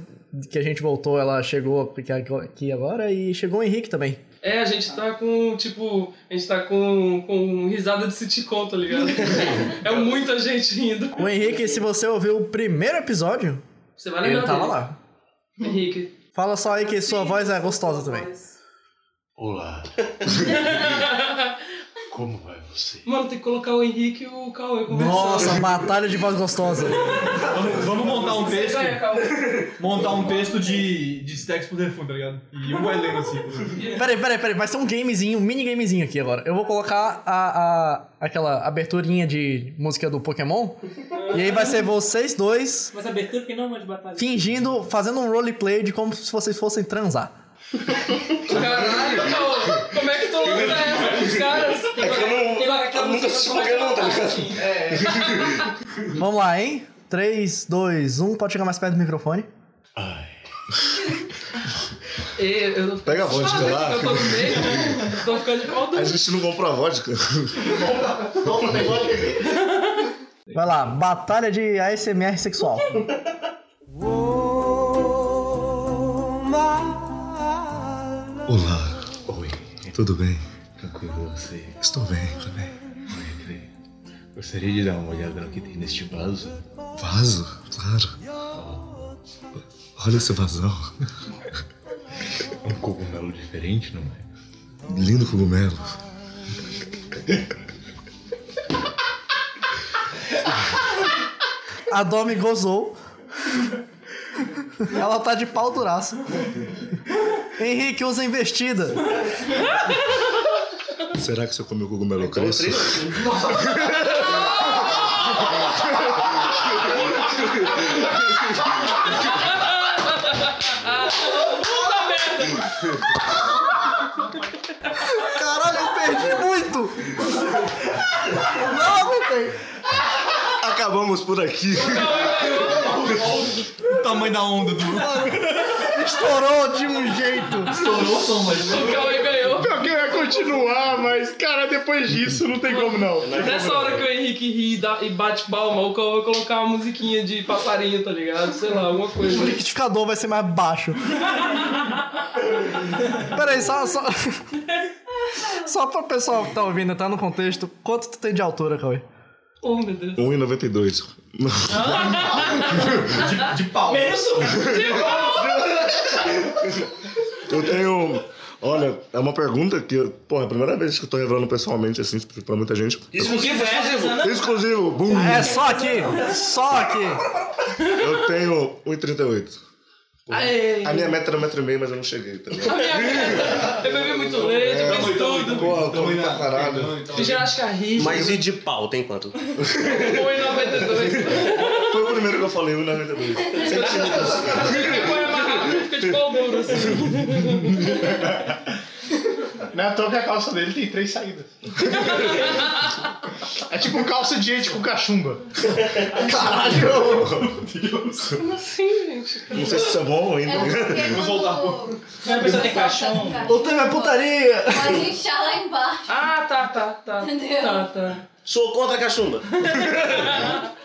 [SPEAKER 1] que a gente voltou, ela chegou aqui agora e chegou o Henrique também.
[SPEAKER 3] É, a gente tá com, tipo, a gente tá com, com risada de sitcom, tá ligado? É muita gente rindo.
[SPEAKER 1] O Henrique, se você ouviu o primeiro episódio,
[SPEAKER 3] Você vai lembrar
[SPEAKER 1] ele tava
[SPEAKER 3] dele.
[SPEAKER 1] lá.
[SPEAKER 3] Henrique.
[SPEAKER 1] Fala só aí que sua voz é gostosa também.
[SPEAKER 8] Olá, como vai você?
[SPEAKER 3] Mano, tem que colocar o Henrique e o Cauê conversando.
[SPEAKER 1] Nossa, batalha de voz gostosa.
[SPEAKER 5] Vamos, vamos montar um texto.
[SPEAKER 3] Vai, Cauê.
[SPEAKER 5] Montar um texto de, de stacks pro Defun, tá ligado? E um vai lendo assim.
[SPEAKER 1] Peraí, peraí, peraí. Vai ser um gamezinho, um mini gamezinho aqui agora. Eu vou colocar a, a- aquela aberturinha de música do Pokémon. E aí vai ser vocês dois
[SPEAKER 7] Mas abertura que não é uma de batalha.
[SPEAKER 1] fingindo, fazendo um roleplay de como se vocês fossem transar.
[SPEAKER 3] Caralho, Cauê. Como é que tu lança essa pros caras?
[SPEAKER 8] É
[SPEAKER 7] Tem logo aquela música
[SPEAKER 8] assisti
[SPEAKER 7] quando começa a
[SPEAKER 8] Pokémon, tá
[SPEAKER 7] batalha, assim. É.
[SPEAKER 1] Vamos lá, hein? 3, 2, 1. Pode chegar mais perto do microfone.
[SPEAKER 3] E, É, eu não...
[SPEAKER 2] Pega a vodka
[SPEAKER 3] Ah,
[SPEAKER 2] lá.
[SPEAKER 3] Eu tô no meio, né? Tô ficando de pau
[SPEAKER 2] A
[SPEAKER 3] duro.
[SPEAKER 2] gente não compra vodka.
[SPEAKER 1] Vai lá, batalha de ASMR sexual.
[SPEAKER 2] Olá, oi, tudo bem?
[SPEAKER 8] Tranquilo com você?
[SPEAKER 2] Estou bem, estou bem.
[SPEAKER 8] Pode crer. Gostaria de dar uma olhada no que tem neste vaso.
[SPEAKER 2] Vaso, claro.
[SPEAKER 8] Oh.
[SPEAKER 2] Olha esse vazão.
[SPEAKER 8] É um cogumelo diferente, não é?
[SPEAKER 2] Lindo cogumelo.
[SPEAKER 1] A Domi gozou. Ela tá de pau duraço. Henrique, usa investida.
[SPEAKER 2] Será que se eu comer o cogumelo eu
[SPEAKER 4] Então,
[SPEAKER 2] cresço?
[SPEAKER 4] três-
[SPEAKER 1] Caralho, eu perdi muito! Não aguentei!
[SPEAKER 2] Acabamos por aqui.
[SPEAKER 5] O tamanho da onda do.
[SPEAKER 1] Estourou de um jeito!
[SPEAKER 5] Estourou o som, mas.
[SPEAKER 3] O Cauê ganhou.
[SPEAKER 2] Alguém vai
[SPEAKER 9] continuar, mas, cara, depois disso não tem como não.
[SPEAKER 3] Nessa hora que o Henrique ri e dá- e bate palma, eu vou colocar uma musiquinha de passarinho, tá ligado? Sei lá, alguma coisa.
[SPEAKER 1] O liquidificador vai ser mais baixo. Peraí, só. Só, só pro pessoal que tá ouvindo entrar no contexto, quanto tu tem de altura, Cauê?
[SPEAKER 3] Oh, meu Deus.
[SPEAKER 2] 1,92.
[SPEAKER 5] De, de pau.
[SPEAKER 3] É
[SPEAKER 7] Menos um.
[SPEAKER 2] Eu tenho. Olha, é uma pergunta que, eu- porra, é a primeira vez que eu tô revelando pessoalmente, assim, pra muita gente.
[SPEAKER 7] Inclusive,
[SPEAKER 4] né?
[SPEAKER 8] né?
[SPEAKER 2] Exclusivo! Bum!
[SPEAKER 1] É só aqui! Só aqui!
[SPEAKER 2] Eu tenho 1,38.
[SPEAKER 3] Aê.
[SPEAKER 2] A minha meta era 1,5m, mas eu não cheguei, tá ligado?
[SPEAKER 3] A minha meta. Eu bebi muito leite,
[SPEAKER 9] É,
[SPEAKER 3] eu fiz tudo.
[SPEAKER 2] Porra, eu comi pra caralho.
[SPEAKER 3] Fiz ginástica rítmica.
[SPEAKER 4] Mas e de pau, tem quanto?
[SPEAKER 3] 1,92.
[SPEAKER 2] Foi o primeiro que eu falei, 1,92.
[SPEAKER 4] assim?
[SPEAKER 2] Centímetros.
[SPEAKER 3] Fica com a amarrado, fica de pau duro assim.
[SPEAKER 9] Não é à toa que a calça dele tem três saídas. É tipo calça de gente com cachumba.
[SPEAKER 2] Caralho!
[SPEAKER 3] Como assim, gente?
[SPEAKER 2] Não sei se isso é bom ainda.
[SPEAKER 7] Uma pessoa
[SPEAKER 3] é
[SPEAKER 7] tem caixão.
[SPEAKER 1] O tema é putaria!
[SPEAKER 6] Pode inchar lá embaixo.
[SPEAKER 3] Ah, tá, tá, tá.
[SPEAKER 6] Entendeu?
[SPEAKER 3] Tá, tá.
[SPEAKER 4] Sou contra a cachumba.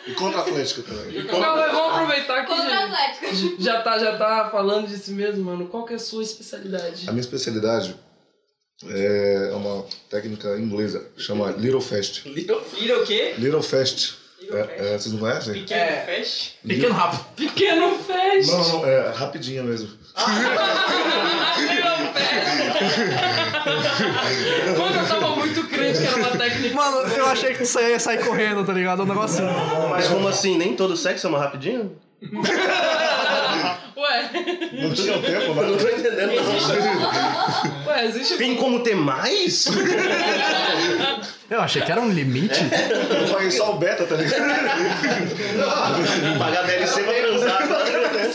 [SPEAKER 2] E contra a Atlética também.
[SPEAKER 3] Calma, vamos aproveitar que
[SPEAKER 6] Contra
[SPEAKER 3] já,
[SPEAKER 6] Atlético.
[SPEAKER 3] já tá, já tá falando de si mesmo, mano. Qual que é a sua especialidade?
[SPEAKER 2] A minha especialidade é uma técnica inglesa, chama Little Fast.
[SPEAKER 7] Filho, o quê?
[SPEAKER 2] Little Fast. É, é, vocês não conhecem?
[SPEAKER 7] Pequeno fest?
[SPEAKER 5] Pequeno rápido.
[SPEAKER 3] É. Pequeno fest!
[SPEAKER 2] Não, não, é rapidinha mesmo.
[SPEAKER 3] Pequeno fest! Mano, eu tava muito crente que era uma técnica.
[SPEAKER 1] Mano, eu achei que você ia sair correndo, tá ligado? O negócio.
[SPEAKER 4] Mas como assim? Nem todo sexo é uma rapidinha?
[SPEAKER 3] Ué,
[SPEAKER 2] Não tinha tempo,
[SPEAKER 4] Eu não
[SPEAKER 2] mas.
[SPEAKER 4] tô entendendo. não.
[SPEAKER 3] ué, existe.
[SPEAKER 4] Tem como ter mais?
[SPEAKER 1] Eu achei que era um limite.
[SPEAKER 2] Eu paguei só o beta, tá ligado?
[SPEAKER 4] Pagar DLC pra transar.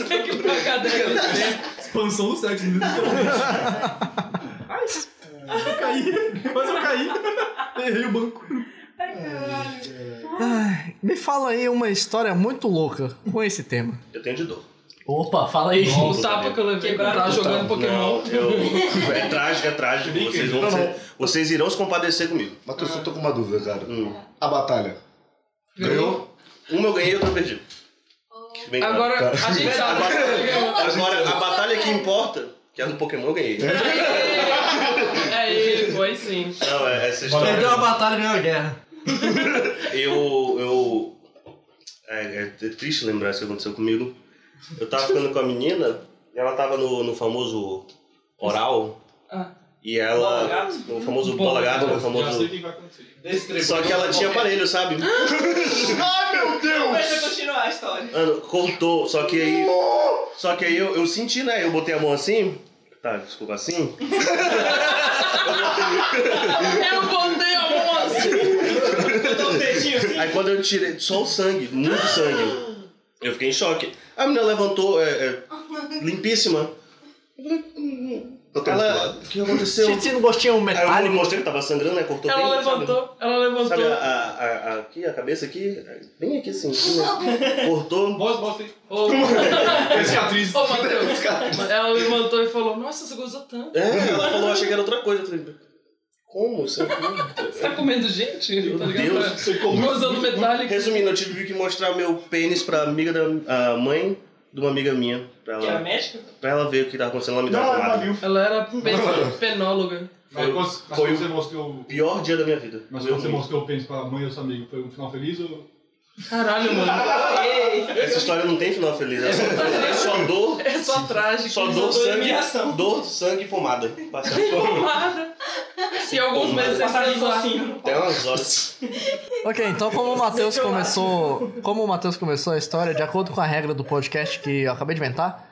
[SPEAKER 3] Tem que pagar dela.
[SPEAKER 5] Expansão do sexo. né? Ai, eu caí. Quase eu caí. Errei o banco.
[SPEAKER 1] Ai, me fala aí uma história muito louca com esse tema.
[SPEAKER 4] Eu tenho de dor.
[SPEAKER 1] Opa, fala aí.
[SPEAKER 3] O tapa que eu levei quando tava jogando É Pokémon.
[SPEAKER 4] Não, eu... É trágico, é trágico. Vocês, vão,
[SPEAKER 2] Não, não.
[SPEAKER 4] vocês irão se compadecer comigo.
[SPEAKER 2] Mas eu só tô com uma dúvida, cara.
[SPEAKER 4] Hum.
[SPEAKER 2] A batalha.
[SPEAKER 4] Ganhou? Uma eu ganhei e outra eu perdi. Bem claro.
[SPEAKER 3] Agora a gente sabe. um-
[SPEAKER 4] Agora, a batalha que importa, que é do Pokémon, eu ganhei.
[SPEAKER 3] É ele, foi sim.
[SPEAKER 4] Não, é essa história.
[SPEAKER 1] Perdeu a batalha, ganhou a guerra.
[SPEAKER 4] Eu. eu é, é triste lembrar isso que aconteceu comigo. Eu tava ficando com a menina, ela tava no, no famoso oral.
[SPEAKER 3] Ah.
[SPEAKER 4] E ela. No famoso bola gata, no famoso.
[SPEAKER 7] que vai acontecer.
[SPEAKER 4] Só que ela tinha aparelho, sabe?
[SPEAKER 7] Deixa eu continuar a história.
[SPEAKER 4] Mano, contou, só que aí. Só que aí eu, eu senti, né? Eu botei a mão assim. Tá, desculpa, assim.
[SPEAKER 3] Eu botei a mão assim.
[SPEAKER 7] Eu dou um dedinho assim.
[SPEAKER 4] Aí quando eu tirei, só o sangue, muito sangue. Eu fiquei em choque. A menina levantou, é, é, limpíssima.
[SPEAKER 2] Tô tendo
[SPEAKER 4] Ela. O que aconteceu?
[SPEAKER 1] Sentindo gostinho
[SPEAKER 4] Aí eu
[SPEAKER 1] é um metálico.
[SPEAKER 4] mostrei que tava sangrando, né? Cortou bem.
[SPEAKER 3] Ela
[SPEAKER 4] sabe?
[SPEAKER 3] levantou, ela
[SPEAKER 4] Sabe, a,
[SPEAKER 3] levantou.
[SPEAKER 4] a- a- aqui, a cabeça aqui, bem aqui assim, assim, né? cortou.
[SPEAKER 7] Bosta, bosta.
[SPEAKER 3] Ô,
[SPEAKER 5] Cicatriz.
[SPEAKER 3] ô, Matheus. Ela levantou e falou: Nossa, você gozou tanto.
[SPEAKER 4] É, ela falou, achei que era outra coisa. Eu falei, como isso aqui?
[SPEAKER 3] Você tá comendo gente?
[SPEAKER 4] Meu
[SPEAKER 3] tá ligado?
[SPEAKER 4] Deus.
[SPEAKER 3] Gozando metálico.
[SPEAKER 4] Resumindo, eu tive que mostrar meu pênis pra amiga da a mãe de uma amiga minha, pra
[SPEAKER 7] Que era
[SPEAKER 4] ela,
[SPEAKER 7] médica?
[SPEAKER 4] pra ela ver o que tava acontecendo, ela me deu uma
[SPEAKER 9] Não, ela
[SPEAKER 4] porrada.
[SPEAKER 9] viu.
[SPEAKER 3] Ela era pen- penóloga.
[SPEAKER 5] Mas quando, mas
[SPEAKER 4] foi
[SPEAKER 5] quando
[SPEAKER 4] o-
[SPEAKER 5] você mostrou.
[SPEAKER 4] Pior dia da minha vida.
[SPEAKER 5] Mas
[SPEAKER 4] Eu
[SPEAKER 5] quando você
[SPEAKER 4] vi.
[SPEAKER 5] mostrou o pênis pra mãe ou seu amigo, foi um final feliz ou.
[SPEAKER 3] Caralho, mano.
[SPEAKER 4] Essa história não tem final feliz, é só, é só dor,
[SPEAKER 3] É só trágico.
[SPEAKER 4] só dor,
[SPEAKER 7] dor e
[SPEAKER 4] sangue,
[SPEAKER 7] humilhação.
[SPEAKER 4] dor, sangue e pomada. Passando por
[SPEAKER 3] Nada. E alguns meses sem
[SPEAKER 7] Passarinho
[SPEAKER 3] transar.
[SPEAKER 7] fofinho.
[SPEAKER 4] até umas horas.
[SPEAKER 1] Ok, então como o Matheus começou. Como o Matheus começou a história, de acordo com a regra do podcast que eu acabei de inventar,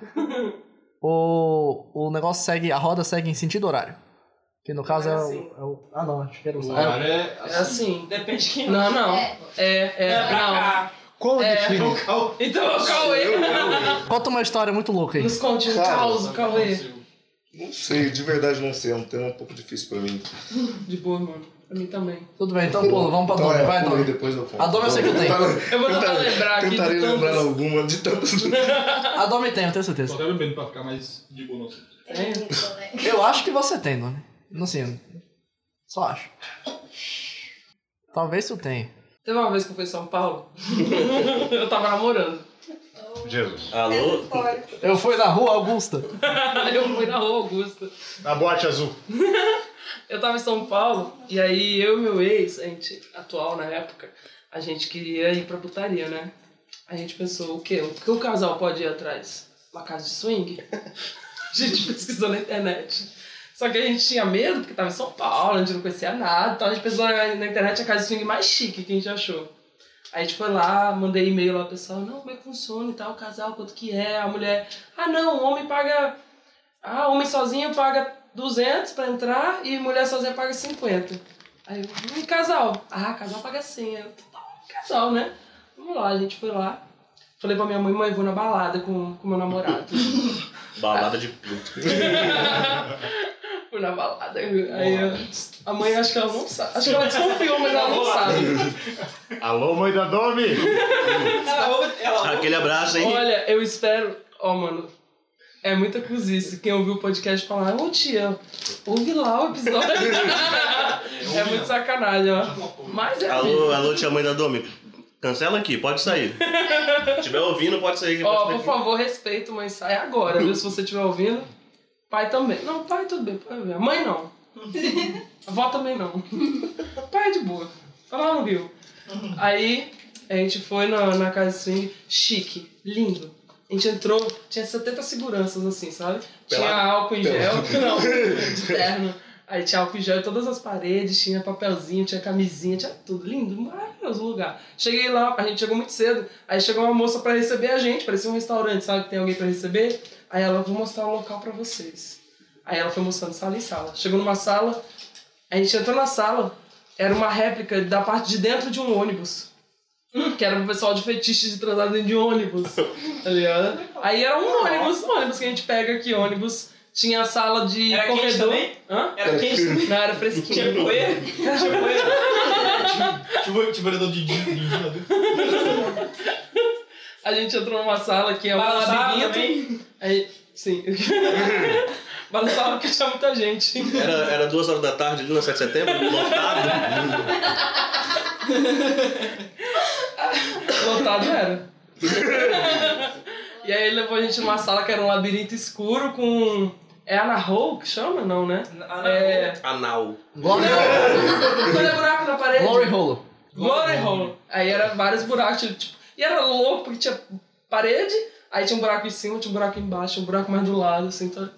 [SPEAKER 1] o, o negócio segue. A roda segue em sentido horário. Que no caso é o. é o- ah não, acho que era o. É,
[SPEAKER 5] Cara, é.
[SPEAKER 3] É assim.
[SPEAKER 7] Depende de quem.
[SPEAKER 3] Não, não.
[SPEAKER 6] É.
[SPEAKER 3] É, é,
[SPEAKER 7] É pra
[SPEAKER 3] não.
[SPEAKER 7] cá.
[SPEAKER 9] Qual
[SPEAKER 3] É.
[SPEAKER 9] define?
[SPEAKER 3] Então, Cauê.
[SPEAKER 1] conta uma história muito louca aí.
[SPEAKER 3] Nos conte um
[SPEAKER 2] Cara,
[SPEAKER 3] caos, Cauê.
[SPEAKER 2] Não sei, de verdade não sei. É um tema um pouco difícil pra mim.
[SPEAKER 3] De boa, mano. Pra mim também.
[SPEAKER 1] Tudo bem, então pula, vamos pra
[SPEAKER 2] Então
[SPEAKER 1] Domi,
[SPEAKER 2] é,
[SPEAKER 1] vai
[SPEAKER 2] pula aí,
[SPEAKER 1] Domi.
[SPEAKER 2] depois eu conto.
[SPEAKER 1] A Domi eu sei que eu tenho.
[SPEAKER 3] Eu vou tentar lembrar aqui de
[SPEAKER 2] Tentarei lembrar
[SPEAKER 3] tantas.
[SPEAKER 2] alguma de tantas.
[SPEAKER 1] A Domi tem, eu tenho certeza.
[SPEAKER 5] Só até bebendo pra ficar mais de boa nossa.
[SPEAKER 3] É.
[SPEAKER 1] Eu acho que você tem, Domi. Não sei. Só acho. Talvez tu tenha.
[SPEAKER 3] Teve uma vez que eu fui em São Paulo. eu tava namorando.
[SPEAKER 9] Jesus.
[SPEAKER 4] Alô?
[SPEAKER 6] né?
[SPEAKER 1] Eu fui na rua Augusta.
[SPEAKER 3] Eu fui na rua Augusta.
[SPEAKER 9] Na boate azul.
[SPEAKER 3] Eu tava em São Paulo, e aí eu e meu ex, a gente, atual na época, a gente queria ir pra putaria, né? A gente pensou, o quê? O que o casal pode ir atrás? Uma casa de swing? A gente pesquisou na internet. Só que a gente tinha medo, porque tava em São Paulo, a gente não conhecia nada. Então a gente pesquisou na, na internet a casa de swing mais chique que a gente achou. Aí a gente foi lá, mandei e-mail lá pro pessoal, não, como é que funciona e tal, o casal, quanto que é, a mulher, ah não, o homem paga, ah, homem sozinho paga 200 pra entrar e mulher sozinha paga 50. Aí eu, e casal? Ah, casal paga 100. Aí eu, tá bom, casal, né? Vamos lá, a gente foi lá. Falei pra minha mãe, mãe, vou na balada com, com meu namorado.
[SPEAKER 4] Balada de pinto.
[SPEAKER 3] Fui na balada. Aí eu- a mãe, acho que ela não sabe. Acho que ela desconfiou, mas ela não sabe.
[SPEAKER 9] Alô, mãe da Domi!
[SPEAKER 3] é
[SPEAKER 4] Aquele abraço, hein?
[SPEAKER 3] Olha, eu espero. Ó, mano. É muita cozice. Quem ouviu o podcast falar, ô tia, ouve lá o episódio. é muito sacanagem, ó. Mas é.
[SPEAKER 4] Alô, alô, tia mãe da Domi. Cancela aqui, pode sair. Se tiver ouvindo, pode sair. que
[SPEAKER 3] Ó,
[SPEAKER 4] pode
[SPEAKER 3] por favor, respeita o mãe, sai agora, viu? Se você estiver ouvindo. Pai também. Não, pai tudo bem, pai bem. Mãe não. Avó também não. Pai é de boa. Tá lá no Rio. Aí a gente foi na, na casa de swing, chique, lindo. A gente entrou, tinha 70 seguranças assim, sabe? Tinha álcool em gel, não, de terno. Aí tinha álcool em gel em todas as paredes, tinha papelzinho, tinha camisinha, tinha tudo. Lindo, maravilhoso lugar. Cheguei lá, a gente chegou muito cedo. Aí chegou uma moça pra receber a gente, parecia um restaurante, sabe? que Tem alguém pra receber. Aí ela, vou mostrar o local pra vocês. Aí ela foi mostrando sala em sala. Chegou numa sala, a gente entrou na sala, era uma réplica da parte de dentro de um ônibus. Hum, Que era pro pessoal de fetiche de transar dentro de ônibus. Tá ligado? Aí era um ônibus, um ônibus que a gente pega aqui, ônibus. Tinha a sala de
[SPEAKER 7] Era quente
[SPEAKER 3] corredor.
[SPEAKER 7] também?
[SPEAKER 3] Hã?
[SPEAKER 1] É,
[SPEAKER 7] Era quente também?
[SPEAKER 3] Não, era
[SPEAKER 7] Tinha
[SPEAKER 3] fresquinho.
[SPEAKER 7] poeira? Tinha poeira?
[SPEAKER 5] Tipo, tipo, vereador de dívida.
[SPEAKER 3] A gente entrou numa sala que é um
[SPEAKER 7] Balançava
[SPEAKER 3] labirinto.
[SPEAKER 7] também?
[SPEAKER 3] Aí, sim. Balançava porque tinha muita gente.
[SPEAKER 4] Era, era duas horas da tarde ali na 7 de setembro, lotado.
[SPEAKER 3] Lotado era. e aí ele levou a gente numa sala que era um labirinto escuro com. É Ana Hall que chama? Não, né?
[SPEAKER 7] Ah, não.
[SPEAKER 3] É.
[SPEAKER 4] Anal.
[SPEAKER 1] Glory
[SPEAKER 3] Quando é buraco na parede?
[SPEAKER 1] Glory Hole.
[SPEAKER 3] Glory Hole. Aí era vários buracos, tipo, tipo, E era louco, porque tinha parede, aí tinha um buraco em cima, tinha um buraco embaixo, um buraco mais do lado, assim, então,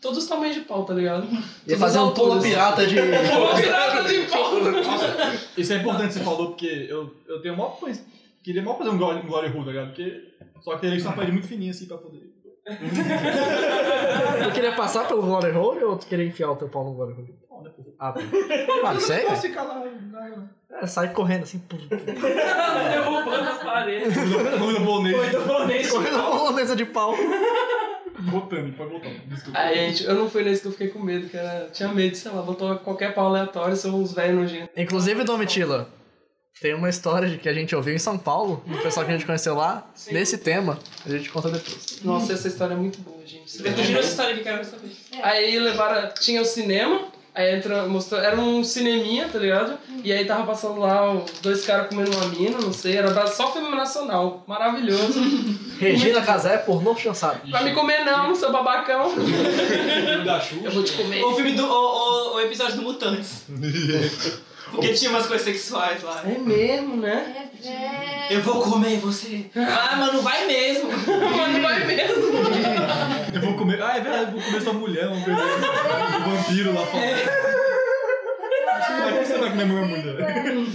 [SPEAKER 3] todos os tamanhos de pau, tá ligado?
[SPEAKER 1] Ia fazer um pula pirata de.
[SPEAKER 3] Pula pirata de pau.
[SPEAKER 5] Isso é importante que você falou, porque eu, eu tenho mó coisa. Queria mó fazer um Glory, um glory Hole, tá ligado? Porque só que ele tem uma parede muito fininha assim pra poder.
[SPEAKER 1] Tu queria passar pelo Glory Hole ou tu queria enfiar o teu pau no Glory Hole?
[SPEAKER 5] Não, né, pô?
[SPEAKER 1] Ah, tá. Ah, não sei,
[SPEAKER 5] Posso
[SPEAKER 1] velho.
[SPEAKER 5] ficar lá na.
[SPEAKER 1] É, sai correndo assim. pum, pum.
[SPEAKER 7] Derrubando as paredes.
[SPEAKER 5] Manda
[SPEAKER 7] Foi
[SPEAKER 3] então
[SPEAKER 5] bonete.
[SPEAKER 7] do Bonês.
[SPEAKER 1] Correndo uma polonesa de pau.
[SPEAKER 5] Voltando, pode voltar. Desculpa.
[SPEAKER 3] Aí, gente, eu não fui nesse que eu fiquei com medo, que era. Tinha medo, sei lá, botou qualquer pau aleatório, são uns velhos nojentos.
[SPEAKER 1] Inclusive, Domitila, tem uma história de que a gente ouviu em São Paulo, do pessoal que a gente conheceu lá,
[SPEAKER 7] Sim.
[SPEAKER 1] nesse tema. A gente conta depois.
[SPEAKER 3] Nossa, essa história é muito boa, gente. É.
[SPEAKER 7] Continua essa história que eu quero saber.
[SPEAKER 3] Aí levaram. Tinha o cinema, aí entra, mostrou. Era um cineminha, tá ligado? E aí tava passando lá os dois caras comendo uma mina, não sei. Era pra- só filme nacional. Maravilhoso.
[SPEAKER 1] Regina Casé, pornô chançado.
[SPEAKER 3] pra me comer, não, seu babacão.
[SPEAKER 5] da chuva.
[SPEAKER 3] Eu vou te comer.
[SPEAKER 7] O filme do. O, o, o episódio do Mutantes. Porque tinha umas coisas sexuais lá.
[SPEAKER 3] É mesmo, né?
[SPEAKER 6] É velho.
[SPEAKER 7] Eu vou comer você. Ah, mano, vai mesmo.
[SPEAKER 3] Mano, vai mesmo.
[SPEAKER 5] Eu vou comer. Ah, é verdade, eu vou comer sua mulher, uma coisa assim. O vampiro lá fora. Mas Como é você vai comer minha mulher?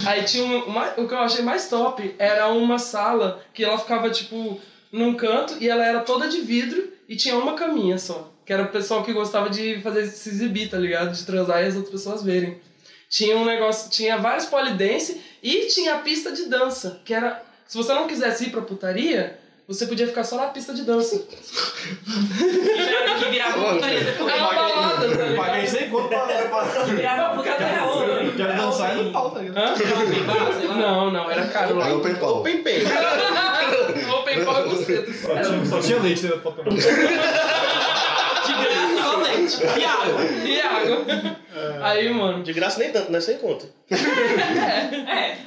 [SPEAKER 3] Aí tinha um- uma, o que eu achei mais top era uma sala que ela ficava tipo num canto e ela era toda de vidro e tinha uma caminha só. Que era o pessoal que gostava de fazer se exibir, tá ligado? De transar e as outras pessoas verem. Tinha um negócio, tinha vários polidense e tinha a pista de dança, que era. Se você não quisesse ir pra putaria, você podia ficar só na pista de dança.
[SPEAKER 7] Que já era que virava putaria depois.
[SPEAKER 3] Era uma balada, tá
[SPEAKER 5] Eu
[SPEAKER 3] ligado?
[SPEAKER 5] Paguei sem conta pra. pra-
[SPEAKER 7] Que virava putaria na outra.
[SPEAKER 5] Quero dançar e no pau, tá ligado?
[SPEAKER 3] Hã?
[SPEAKER 7] Sei lá.
[SPEAKER 3] Não, não, era caro.
[SPEAKER 2] Aí eu pau.
[SPEAKER 4] Open pay.
[SPEAKER 3] Open Call é você.
[SPEAKER 5] Só tinha leite, né? pra tomar.
[SPEAKER 7] De graça, só leite. Iago!
[SPEAKER 3] E água. Aí, mano.
[SPEAKER 4] De graça nem tanto, né? Sem conta.
[SPEAKER 3] É.
[SPEAKER 7] É.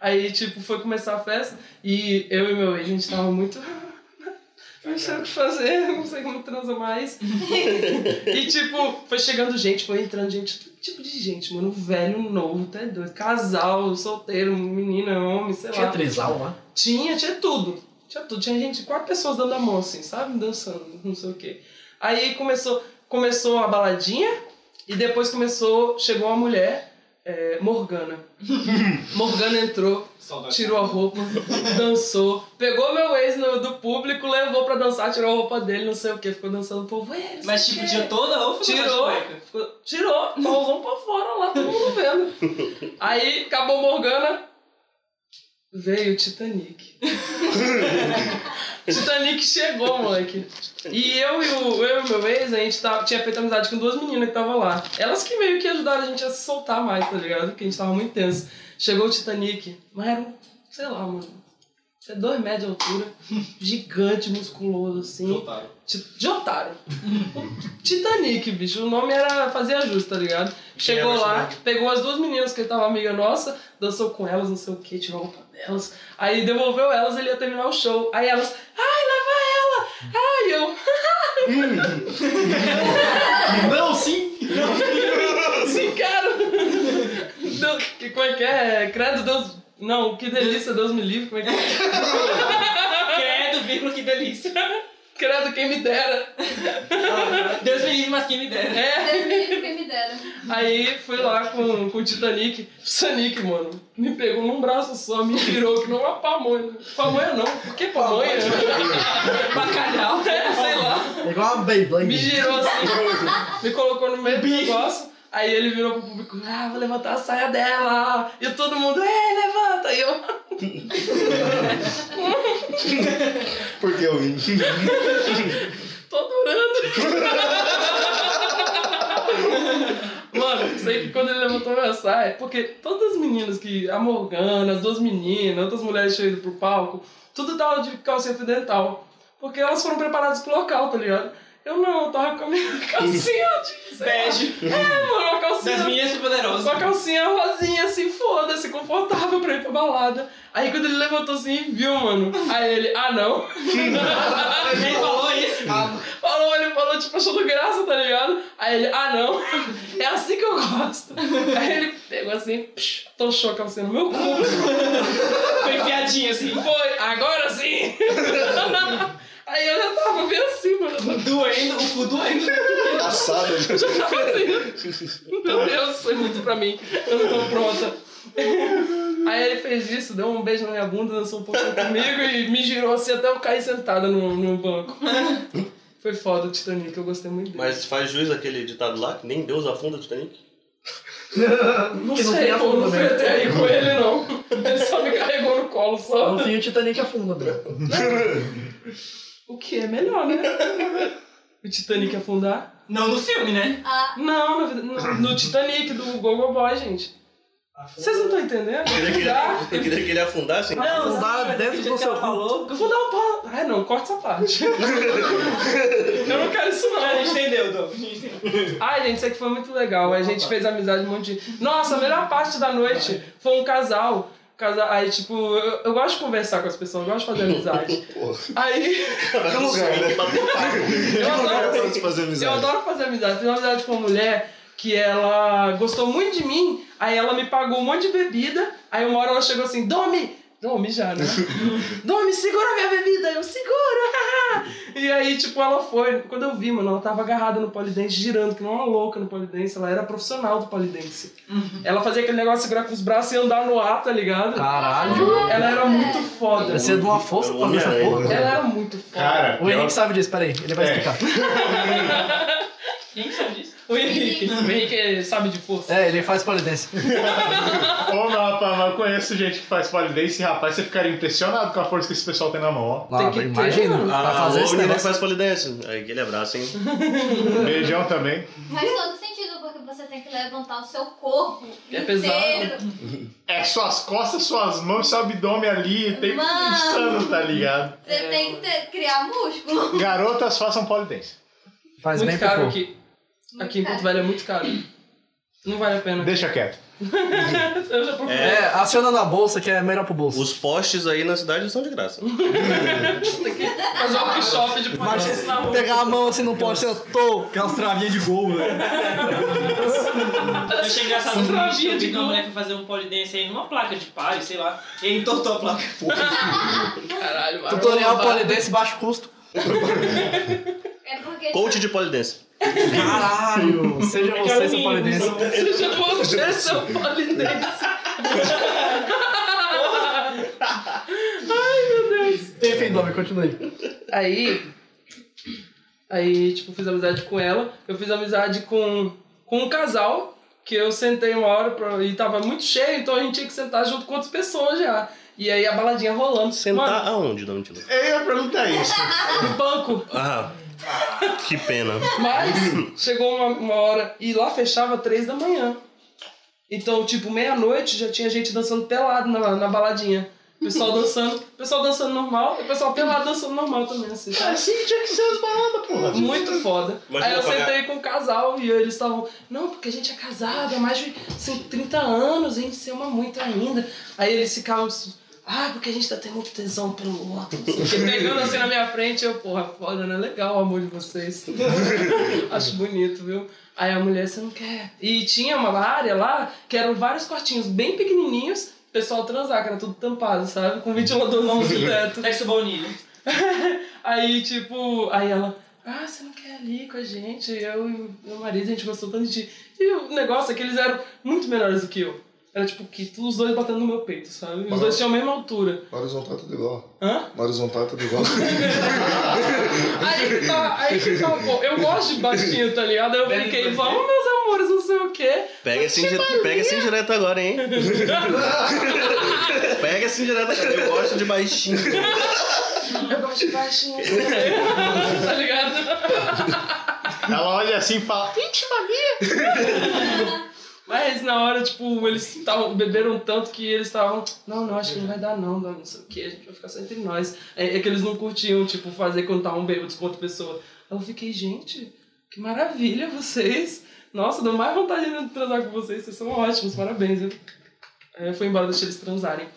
[SPEAKER 3] Aí, tipo, foi começar a festa e eu e meu ex, a gente tava muito. Não sei o que fazer, não sei como transar mais. e, tipo, foi chegando gente, foi entrando gente, todo tipo de gente, mano. Velho, novo, até doido. Casal, solteiro, menina, homem, sei lá.
[SPEAKER 10] trisal lá?
[SPEAKER 3] Tinha, tinha tudo. Tinha tudo. Tinha gente, quatro pessoas dando a mão, assim, sabe? Dançando, não sei o quê. Aí começou, começou a baladinha e depois começou. Chegou uma mulher, é, Morgana. Morgana entrou,
[SPEAKER 5] Saudade.
[SPEAKER 3] tirou a roupa, dançou, pegou meu ex no- do público, levou pra dançar, tirou a roupa dele, não sei o que, ficou dançando o povo. "Ué, não sei
[SPEAKER 7] Mas
[SPEAKER 3] o
[SPEAKER 7] tipo, o
[SPEAKER 3] quê".
[SPEAKER 7] dia todo ou ficou
[SPEAKER 3] Tirou,
[SPEAKER 7] mais de cueca?
[SPEAKER 3] ficou- tirou, pausou pra fora lá, todo mundo vendo. Aí acabou Morgana, veio o Titanic. Titanic chegou, moleque. E eu e o eu e o meu ex, a gente tava, tinha feito amizade com duas meninas que estavam lá. Elas que meio que ajudaram a gente a se soltar mais, tá ligado? Porque a gente tava muito tenso. Chegou o Titanic, mas era um, sei lá, mano. Você é dois metros de altura, gigante, musculoso, assim.
[SPEAKER 5] Otário.
[SPEAKER 3] Ti- De otário. Titanic, bicho. O nome era fazia justo, tá ligado? Chegou
[SPEAKER 4] era
[SPEAKER 3] lá, pegou as duas meninas que ele tava amiga nossa, dançou com elas, não sei o que, tirou a roupa delas. Aí devolveu elas, ele ia terminar o show. Aí elas, ai, leva ela! Ai, eu.
[SPEAKER 10] Não, sim!
[SPEAKER 3] Sim, quero! Deus, que, como é que é? Credo, Deus. Não, que delícia, Deus me livre, como é que é?
[SPEAKER 7] Credo, vírgula, que delícia.
[SPEAKER 3] Credo, quem me dera.
[SPEAKER 9] Ah.
[SPEAKER 7] Deus me livre, mas quem me né? dera.
[SPEAKER 3] É.
[SPEAKER 6] Deus me livre, quem me dera.
[SPEAKER 3] Aí fui lá com, com o Titanic. Titanic, mano, me pegou num braço só, me virou que não é uma pamonha. Pamonha não, por que pamonha? Bacalhau, né? Sei lá.
[SPEAKER 10] É igual uma Beyblade.
[SPEAKER 3] Me girou assim, me colocou no meio do negócio. Aí ele virou pro público, ah, vou levantar a saia dela. E todo mundo, é, levanta. E eu,
[SPEAKER 2] Porque eu vim.
[SPEAKER 3] tô adorando. Mano, sei que quando ele levantou minha saia, porque todas as meninas que. A Morgana, as duas meninas, outras mulheres tinham ido pro palco, tudo tava de calcinha fidental. Porque elas foram preparadas pro local, tá ligado? Eu não, eu tava com a minha calcinha de. sei lá.
[SPEAKER 7] Bege.
[SPEAKER 3] É, mano, uma calcinha.
[SPEAKER 7] Das minhas
[SPEAKER 3] Só
[SPEAKER 7] superpoderosas.
[SPEAKER 3] a calcinha rosinha, assim, foda-se, confortável pra ir pra balada. Aí quando ele levantou assim e viu, mano. Aí ele, ah não.
[SPEAKER 7] Ele falou isso.
[SPEAKER 3] Falou, ele falou, tipo, achando graça, tá ligado? Aí ele, ah não, é assim que eu gosto. Aí ele pegou assim, psh, tochou a calcinha no meu cu.
[SPEAKER 7] Foi piadinha assim.
[SPEAKER 3] Foi, agora sim! Aí eu já tava meio assim, mano. Eu
[SPEAKER 7] Doendo, o cu doendo.
[SPEAKER 2] Assado.
[SPEAKER 3] já tava assim. Meu Deus, foi muito pra mim. Eu não tô pronta. Aí ele fez isso, deu um beijo na minha bunda, dançou um pouquinho comigo e me girou assim até eu cair sentada no, no banco. Foi foda o Titanic, eu gostei muito dele.
[SPEAKER 4] Mas faz juiz aquele ditado lá, que nem Deus afunda o Titanic.
[SPEAKER 10] não
[SPEAKER 3] Não
[SPEAKER 10] que não
[SPEAKER 3] sei,
[SPEAKER 10] tem né?
[SPEAKER 3] eu não
[SPEAKER 10] afunda
[SPEAKER 3] fui até aí
[SPEAKER 10] mesmo.
[SPEAKER 3] com ele, não. Ele só me carregou no colo, só.
[SPEAKER 10] No fim o Titanic afunda mesmo.
[SPEAKER 3] O que é melhor, né? O Titanic afundar?
[SPEAKER 7] Não no filme, né?
[SPEAKER 6] Ah,
[SPEAKER 3] Não, na vida- no, no Titanic do Gogo Boy, gente. Vocês não estão entendendo?
[SPEAKER 4] Eu queria que
[SPEAKER 3] Afundar.
[SPEAKER 4] ele, eu queria que ele afundasse. hein?
[SPEAKER 10] Afundar dentro do seu cu.
[SPEAKER 7] falou.
[SPEAKER 3] Afundar o um pau. Ai, não, corta essa parte. Eu não quero isso,
[SPEAKER 7] A gente
[SPEAKER 3] não.
[SPEAKER 7] entendeu, Dom. A gente entendeu.
[SPEAKER 3] Ai, gente, isso aqui foi muito legal. A gente fez amizade um monte de. Nossa, a melhor parte da noite foi um casal. Casal, aí, tipo, eu, eu gosto de conversar com as pessoas, eu gosto de fazer amizade. Aí.
[SPEAKER 2] Que lugar, né?
[SPEAKER 4] é
[SPEAKER 2] Que
[SPEAKER 3] Eu
[SPEAKER 2] lugar
[SPEAKER 3] adoro-
[SPEAKER 2] pra te fazer
[SPEAKER 1] é.
[SPEAKER 3] Eu
[SPEAKER 2] amizade.
[SPEAKER 3] adoro fazer amizade. Fiz uma amizade com uma mulher que ela gostou muito de mim, aí ela me pagou um monte de bebida, aí uma hora ela chegou assim, Domi! Domi já, né? Domi, segura minha bebida! Eu, segura! e aí, tipo, ela foi. Quando eu vi, mano, ela tava agarrada no polidense, girando, que não uma louca no polidense. Ela era profissional do polidense. Ela fazia aquele negócio de segurar com os braços e andar no ar, tá ligado?
[SPEAKER 10] Caralho.
[SPEAKER 6] Ah,
[SPEAKER 3] Ela
[SPEAKER 6] é.
[SPEAKER 3] era muito foda.
[SPEAKER 1] é
[SPEAKER 10] Vai ser de uma força pra fazer essa porra.
[SPEAKER 5] né?
[SPEAKER 3] Ela era muito foda.
[SPEAKER 9] Cara,
[SPEAKER 10] O
[SPEAKER 9] pior-
[SPEAKER 10] Henrique sabe disso, peraí, ele vai
[SPEAKER 9] É.
[SPEAKER 10] explicar.
[SPEAKER 7] Quem sabe disso?
[SPEAKER 3] O Henrique, o Henrique sabe de força.
[SPEAKER 10] É, ele faz polidense.
[SPEAKER 9] Ô, meu rapaz, mas eu conheço gente que faz pole dance e, rapaz, você ficaria impressionado com a força que esse pessoal tem na mão,
[SPEAKER 1] Lá,
[SPEAKER 3] Tem que ter, um
[SPEAKER 1] imagina,
[SPEAKER 3] mano.
[SPEAKER 1] pra
[SPEAKER 4] Ah,
[SPEAKER 1] fazer
[SPEAKER 5] um
[SPEAKER 1] esse
[SPEAKER 4] o menino que
[SPEAKER 1] negócio.
[SPEAKER 4] faz polidense. Aí aquele abraço, hein?
[SPEAKER 9] ó. Beijão também.
[SPEAKER 6] faz todo sentido, porque você tem que levantar o seu corpo
[SPEAKER 3] É pesado.
[SPEAKER 6] inteiro.
[SPEAKER 9] É suas costas, suas mãos, seu abdômen ali, tem
[SPEAKER 6] Mano.
[SPEAKER 9] insano, tá ligado?
[SPEAKER 6] Você tem que ter- criar músculo.
[SPEAKER 9] Garotas façam pole dance.
[SPEAKER 1] Faz bem
[SPEAKER 3] Muito
[SPEAKER 1] pro
[SPEAKER 3] caro
[SPEAKER 1] corpo.
[SPEAKER 3] aqui. Aqui em Porto Velho é muito caro. Não vale a pena.
[SPEAKER 9] Deixa quieto.
[SPEAKER 3] Eu já procurei.
[SPEAKER 1] É, aciona na bolsa que é melhor pro bolso.
[SPEAKER 4] Os postes aí na cidade são de graça.
[SPEAKER 3] Tem que fazer um workshop
[SPEAKER 1] Mas
[SPEAKER 3] de palhaço na rua.
[SPEAKER 1] pegar a mão assim no poste, eu tô.
[SPEAKER 5] Aquelas travinhas de gol, né?
[SPEAKER 7] Eu achei engraçado
[SPEAKER 3] Essa
[SPEAKER 7] um vídeo, eu
[SPEAKER 3] travinha de
[SPEAKER 7] vi uma
[SPEAKER 3] gol.
[SPEAKER 7] moleque fazer um polidense aí numa placa de palha, sei lá. E ele entortou a placa.
[SPEAKER 3] Caralho, vai
[SPEAKER 1] Tutorial
[SPEAKER 3] roubar.
[SPEAKER 1] polidense baixo custo.
[SPEAKER 6] É porque.
[SPEAKER 4] Coach de polidense.
[SPEAKER 1] Caralho, seja
[SPEAKER 7] É que
[SPEAKER 1] você
[SPEAKER 7] era
[SPEAKER 1] seu
[SPEAKER 7] um
[SPEAKER 1] polidense.
[SPEAKER 7] mínimo, só-
[SPEAKER 3] Seja você é seu polidense.
[SPEAKER 1] Enfim, Domi, continue.
[SPEAKER 3] Aí. Aí, tipo, fiz amizade com ela. Eu fiz amizade com, com um casal, que eu sentei uma hora pra, e tava muito cheio, então a gente tinha que sentar junto com outras pessoas já. E aí a baladinha rolando.
[SPEAKER 4] Sentar aonde, não, mentira.
[SPEAKER 9] Eu ia perguntar isso.
[SPEAKER 3] Mano, no banco.
[SPEAKER 4] Ah, que pena.
[SPEAKER 3] Mas chegou uma, uma hora e lá fechava três da manhã. Então, tipo, meia-noite já tinha gente dançando pelado na, na baladinha. Pessoal dançando, pessoal dançando normal e pessoal pelado dançando normal também, assim. sabe?
[SPEAKER 9] Assim tinha que ser as baladas, porra.
[SPEAKER 3] Muito foda.
[SPEAKER 4] Imagina
[SPEAKER 3] aí eu
[SPEAKER 4] pagar.
[SPEAKER 3] sentei com o casal e eles estavam, não, porque a gente é casado há mais de assim, 30 anos, a gente se ama muito ainda. Aí eles ficavam, assim, ah, porque a gente tá tendo muito tesão pelo outro. não sei o quê. Pegando assim na minha frente, eu, porra, foda, né? Legal o amor de vocês. Acho bonito, viu? Aí a mulher, você não quer. E tinha uma área lá que eram vários quartinhos bem pequenininhos, o pessoal transar, que era tudo tampado, sabe? Com ventilador não direto.
[SPEAKER 7] Texto baunilha.
[SPEAKER 3] Aí, tipo, aí ela, ah, você não quer ali com a gente? Eu e meu marido, a gente gostou tanto de. ti." E o negócio é que eles eram muito menores do que eu. Era tipo que tu- os dois batendo no meu peito, sabe? Os
[SPEAKER 2] Mas-
[SPEAKER 3] dois tinham a mesma altura.
[SPEAKER 2] Na horizontal é tudo igual.
[SPEAKER 3] Hã?
[SPEAKER 2] Na horizontal é tudo igual.
[SPEAKER 3] Aí que tá, aí que tá, pô. Eu gosto de baixinho, tá ligado? Aí Eu fiquei, vamos, meus amores, não sei o quê.
[SPEAKER 4] Pega esse, indireta, pega esse indireto agora, hein? Pega esse indireto agora. Eu gosto de baixinho.
[SPEAKER 3] Eu gosto de baixinho, tá ligado?
[SPEAKER 9] Ela olha assim e fala.
[SPEAKER 3] Mas na hora, tipo, eles tavam, beberam tanto que eles estavam, não, não, acho que não vai dar não, não, não sei o que, a gente vai ficar só entre nós. É, é que eles não curtiam, tipo, fazer quando tava um bêbado com outra pessoa. Aí eu fiquei, gente, que maravilha vocês. Nossa, deu mais vontade de transar com vocês, vocês são ótimos, parabéns. viu?" Aí eu fui embora, deixei eles transarem.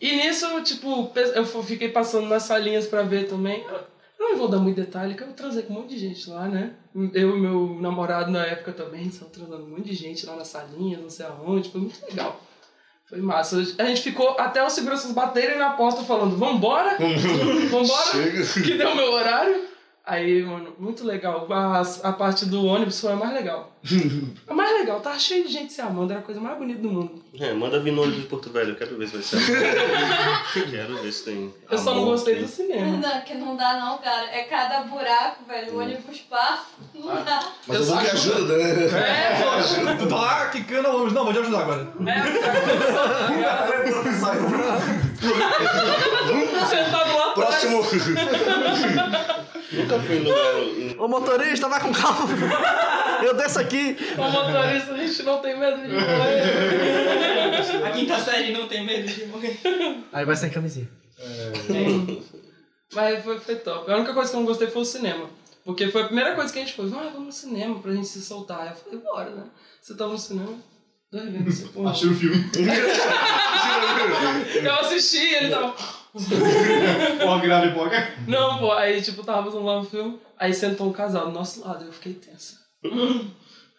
[SPEAKER 3] E nisso, tipo, pe- eu fo- fiquei passando nas salinhas pra ver também. Eu Não vou dar muito detalhe, que eu transei com um monte de gente lá, né? Eu e meu namorado na época também, estamos transando com um monte de gente lá nas salinhas, não sei aonde, foi muito legal. Foi massa. A gente ficou até os seguranças baterem na porta falando, vambora, vambora,
[SPEAKER 2] Chega.
[SPEAKER 3] que deu meu horário. Aí, mano, muito legal. A, a parte do ônibus foi a mais legal. A mais legal, tava cheio de gente se amando, era a coisa mais bonita do mundo.
[SPEAKER 4] É, manda vir no olho de Porto Velho. eu Quero ver se vai ser. assim." Quero ver se tem.
[SPEAKER 3] Eu só não
[SPEAKER 4] amor
[SPEAKER 3] gostei
[SPEAKER 4] aqui.
[SPEAKER 3] do cinema.
[SPEAKER 6] Não, que não dá não, cara. É cada buraco, velho. O ônibus passa. Não dá.
[SPEAKER 2] Mas eu vou que ajuda, né?
[SPEAKER 3] É, poxa.
[SPEAKER 5] Tu tá ah, quicando o ônibus. Não, vou te ajudar agora.
[SPEAKER 3] Sentado lá atrás.
[SPEAKER 2] Próximo.
[SPEAKER 4] Nunca fui em lugar. em-
[SPEAKER 1] Ô motorista, vai com calma. Eu desço aqui.
[SPEAKER 3] O motorista, a gente não tem medo de morrer.
[SPEAKER 7] A quinta série não tem medo de morrer.
[SPEAKER 1] Aí vai sem camisinha.
[SPEAKER 3] Mas foi, foi top. A única coisa que eu não gostei foi o cinema. Porque foi a primeira coisa que a gente foi. Ah, vamos no cinema pra gente se soltar. Eu falei, bora, né? Você tava no cinema? Dois vezes, você porra.
[SPEAKER 5] Achei o filme.
[SPEAKER 3] Eu assisti e ele tava.
[SPEAKER 5] Porra, grave pipoca.
[SPEAKER 3] Não, pô. Aí, tipo, tava passando lá no filme. Aí sentou um casal do nosso lado. Eu fiquei tensa. Ai,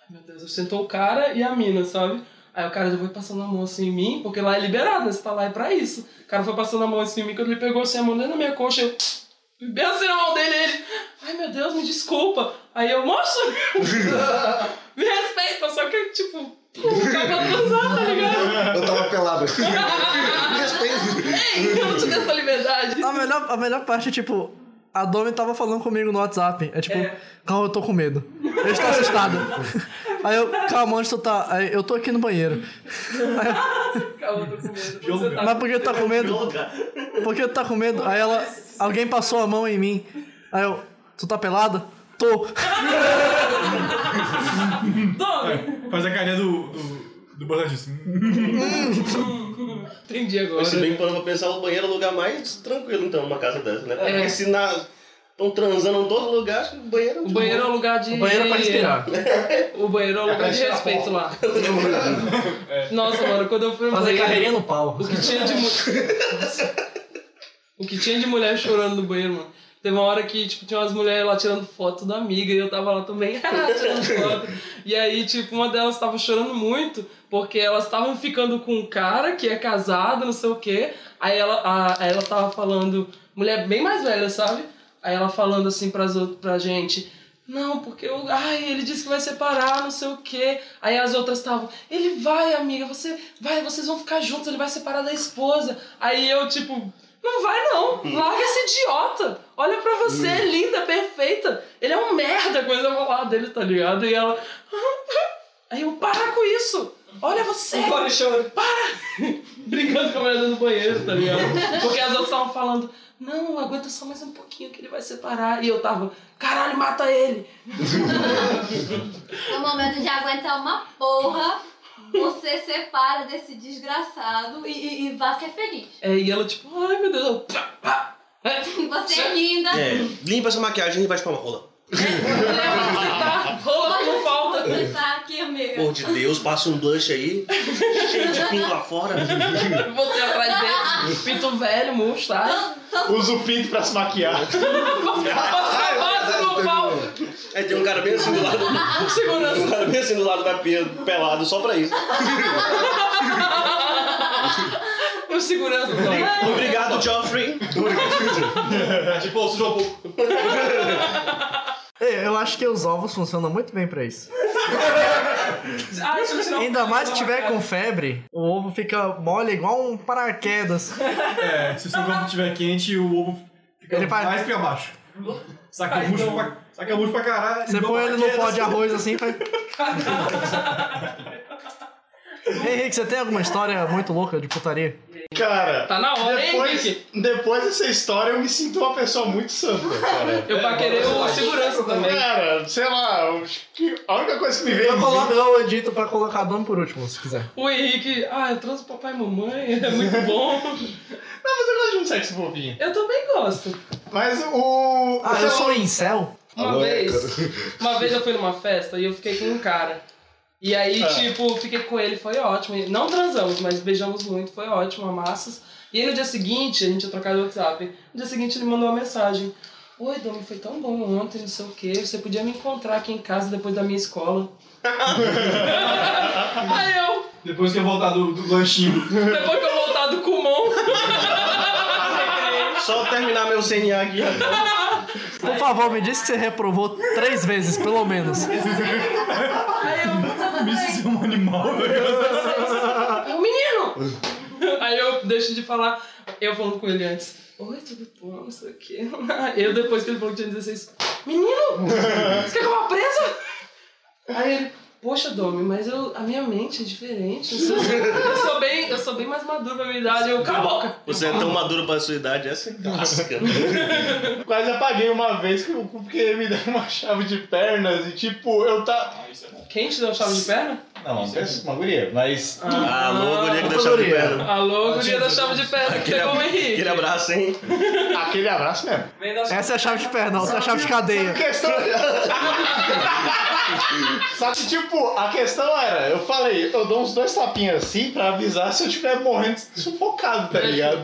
[SPEAKER 3] meu Deus. Eu sentou o cara e a mina, sabe? Aí o cara já foi passando a mão assim em mim, porque lá é liberado, né? Você tá lá é pra isso. O cara foi passando a mão assim em mim, quando ele pegou assim a mão dentro da minha coxa, eu. Bem assim na mão dele, ele. Ai meu Deus, me desculpa. Aí eu, moço! me respeita, só que, tipo, o cara tá transando, tá ligado?
[SPEAKER 2] Eu tava pelado. Me respeita.
[SPEAKER 3] Ei, eu não te dei essa liberdade.
[SPEAKER 1] A melhor, a melhor parte é tipo. A Domi tava falando comigo no WhatsApp. É tipo, calma, eu tô com medo. Eu estou assustada. Aí eu, calma, onde tu tá? Aí eu tô aqui no banheiro.
[SPEAKER 3] Calma, eu tô com medo.
[SPEAKER 5] Jogo,
[SPEAKER 3] Você tá-
[SPEAKER 1] Mas por que tu tá com medo? Por que tu tá com medo? Aí ela. Alguém passou a mão em mim. Aí eu, tu tá pelada? Tô.
[SPEAKER 3] Tome!
[SPEAKER 5] Faz a carinha do... Do, assim. do borrachista.
[SPEAKER 3] Entendi agora. É.
[SPEAKER 4] Mas se bem que parando pra pensar, o banheiro é o lugar mais tranquilo, então, numa casa dessa, né? Porque se na. Estão transando em todo lugar, acho que o banheiro.
[SPEAKER 3] O banheiro é um lugar de.
[SPEAKER 10] O banheiro é pra respirar.
[SPEAKER 3] O banheiro é um lugar de respeito lá. Nossa, mano, quando eu fui no
[SPEAKER 10] Fazer
[SPEAKER 3] banheiro,
[SPEAKER 10] carreirinha no pau.
[SPEAKER 3] O que tinha de mulher. o que tinha de mulher chorando no banheiro, mano. Teve uma hora que, tipo, tinha umas mulheres lá tirando foto da amiga e eu tava lá também tirando foto. E aí, tipo, uma delas tava chorando muito porque elas estavam ficando com um cara que é casado, não sei o quê. Aí ela, a, aí ela tava falando, mulher bem mais velha, sabe? Aí ela falando assim pras, out- pra gente. Não, porque eu, ai, ele disse que vai separar, não sei o quê. Aí as outras estavam, ele vai, amiga, você vai, vocês vão ficar juntos, ele vai separar da esposa. Aí eu, tipo, não vai não, larga esse idiota. Olha pra você, linda, perfeita. Ele é um merda, coisa eu vou lá dele, tá ligado? E ela, aí eu, para com isso. Olha você,
[SPEAKER 7] Para o choro.
[SPEAKER 3] brincando com a mulher dentro do banheiro, tá ligado? Porque as outras estavam falando, não, aguenta só mais um pouquinho que ele vai separar. E eu tava, caralho, mata ele.
[SPEAKER 6] No É momento de aguentar uma porra, você separa desse desgraçado e, e, e vá ser feliz.
[SPEAKER 3] É, e ela, tipo, ai meu Deus, eu, pá, pá. É,
[SPEAKER 6] Você é linda.
[SPEAKER 3] um
[SPEAKER 4] É, limpa essa maquiagem e vai chupar uma rola.
[SPEAKER 3] leva você tá, rola que não falta.
[SPEAKER 6] Você tá aqui, amiga.
[SPEAKER 4] Por de Deus, passa um blush aí, cheio de pinto lá fora.
[SPEAKER 3] Você atrás desse pinto velho, murcho, tá?
[SPEAKER 9] Usa o pinto pra se maquiar.
[SPEAKER 3] Passar base no pau,
[SPEAKER 4] Aí tem um cara bem assim do lado,
[SPEAKER 3] com segurança.
[SPEAKER 4] um cara bem assim do lado da pia, pelado, só pra isso.
[SPEAKER 3] Com segurança, só.
[SPEAKER 4] Obrigado, Geoffrey.
[SPEAKER 5] Tipo, ô, sujou um pouco.
[SPEAKER 1] É, Eu acho que os ovos funcionam muito bem pra isso.
[SPEAKER 3] Ah, deixa eu tirar um-
[SPEAKER 1] Ainda mais se tiver com febre, o ovo fica mole igual um paraquedas.
[SPEAKER 5] É, se o seu corpo estiver quente, o ovo fica
[SPEAKER 1] Ele vai-
[SPEAKER 5] mais pra baixo. Saca murcho pra, saca murcho pra caralho.
[SPEAKER 1] Você põe ele no pó de arroz assim, faz. Henrique, você tem alguma história muito louca de putaria?
[SPEAKER 9] Cara,
[SPEAKER 3] Tá na hora, hein,
[SPEAKER 9] depois,
[SPEAKER 3] Henrique?
[SPEAKER 9] depois dessa história eu me sinto uma pessoa muito santa, cara.
[SPEAKER 3] Eu pra querer o segurança também.
[SPEAKER 9] Cara, sei lá, eu acho que a única coisa que me veio. é
[SPEAKER 1] Eu coloco eu edito pra colocar nome por último, se quiser.
[SPEAKER 3] O Henrique, ah, eu trouxe papai e mamãe, é muito bom.
[SPEAKER 9] Não, mas eu gosto de um sexo fofinho.
[SPEAKER 3] Eu também gosto.
[SPEAKER 9] Mas o.
[SPEAKER 1] Ah,
[SPEAKER 9] sei
[SPEAKER 1] eu
[SPEAKER 9] lá,
[SPEAKER 1] sou incel?
[SPEAKER 3] Uma
[SPEAKER 2] Alô, é,
[SPEAKER 3] vez, uma vez eu fui numa festa e eu fiquei com um cara. E aí, tipo, fiquei com ele, foi ótimo. E Não transamos, mas beijamos muito, foi ótimo, amassas. E aí no dia seguinte, a gente ia trocar o WhatsApp. No dia seguinte ele mandou uma mensagem. Oi, Domi, foi tão bom ontem, não sei o quê. Você podia me encontrar aqui em casa depois da minha escola. aí eu,
[SPEAKER 5] Depois que eu voltar do, do lanchinho.
[SPEAKER 3] depois que eu voltar do Kumon,
[SPEAKER 4] Só terminar meu CNA aqui.
[SPEAKER 1] Por favor, me diz que você reprovou três vezes, pelo menos.
[SPEAKER 3] aí eu,
[SPEAKER 5] Isso é um animal, velho.
[SPEAKER 3] Um menino! Aí eu deixo de falar, eu falando com ele antes. Oi, tudo bom? Não sei o quê. Eu depois que ele falou que tinha 16. Menino! Você quer que eu vá presa? Aí ele, poxa, Domi, mas eu, a minha mente é diferente. Eu sou, eu sou bem, eu sou bem mais maduro pra minha idade. Eu, cala a boca!
[SPEAKER 4] Você é tão maduro pra sua idade, essa é clássica.
[SPEAKER 9] Quase apaguei uma vez que eu- porque me deram uma chave de pernas e tipo, eu
[SPEAKER 5] Ah,
[SPEAKER 9] tá.
[SPEAKER 5] é
[SPEAKER 3] Quem te deu chave de perna?
[SPEAKER 9] Não, não pensa uma guria, mas.
[SPEAKER 3] Ah,
[SPEAKER 4] Alô, guria
[SPEAKER 1] Ah,
[SPEAKER 4] que tá deixava de
[SPEAKER 1] Maria.
[SPEAKER 4] perna.
[SPEAKER 3] Alô, guria da chave de perna é que pegou o Henrique.
[SPEAKER 4] Aquele abraço, hein?
[SPEAKER 9] Ah, Aquele abraço mesmo.
[SPEAKER 7] Vem da
[SPEAKER 1] Essa é a chave de perna, a outra é a chave de cadeia.
[SPEAKER 9] A questão. Só que, tipo, a questão era, eu falei, eu dou uns dois tapinhas assim pra avisar se eu estiver morrendo sufocado, tá ligado?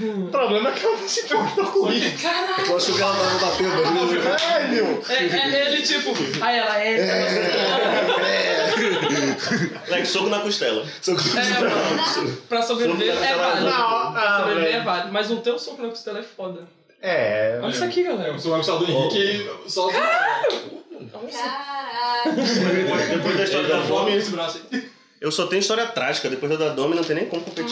[SPEAKER 9] O problema é que eu não se importou com isso.
[SPEAKER 2] Eu acho que o
[SPEAKER 4] tá
[SPEAKER 2] cara tava
[SPEAKER 4] um
[SPEAKER 2] batendo ali.
[SPEAKER 9] Velho!
[SPEAKER 3] É, é ele, tipo, aí ela é. é.
[SPEAKER 4] Like, soco na costela.
[SPEAKER 2] Só que-
[SPEAKER 3] mano, pra sobreviver é válido.
[SPEAKER 9] Não, ah,
[SPEAKER 3] Sobreviver é
[SPEAKER 9] velho.
[SPEAKER 3] válido, mas não ter um soco na costela é foda.
[SPEAKER 9] É.
[SPEAKER 3] Olha isso aqui, galera.
[SPEAKER 5] Eu sou o Marcelo do Henrique só
[SPEAKER 6] Caralho.
[SPEAKER 4] Depois, depois da história da
[SPEAKER 5] Fome
[SPEAKER 4] fome,
[SPEAKER 5] esse braço aí.
[SPEAKER 4] eu só tenho história trágica. Depois da da Domi, não tem nem como competir.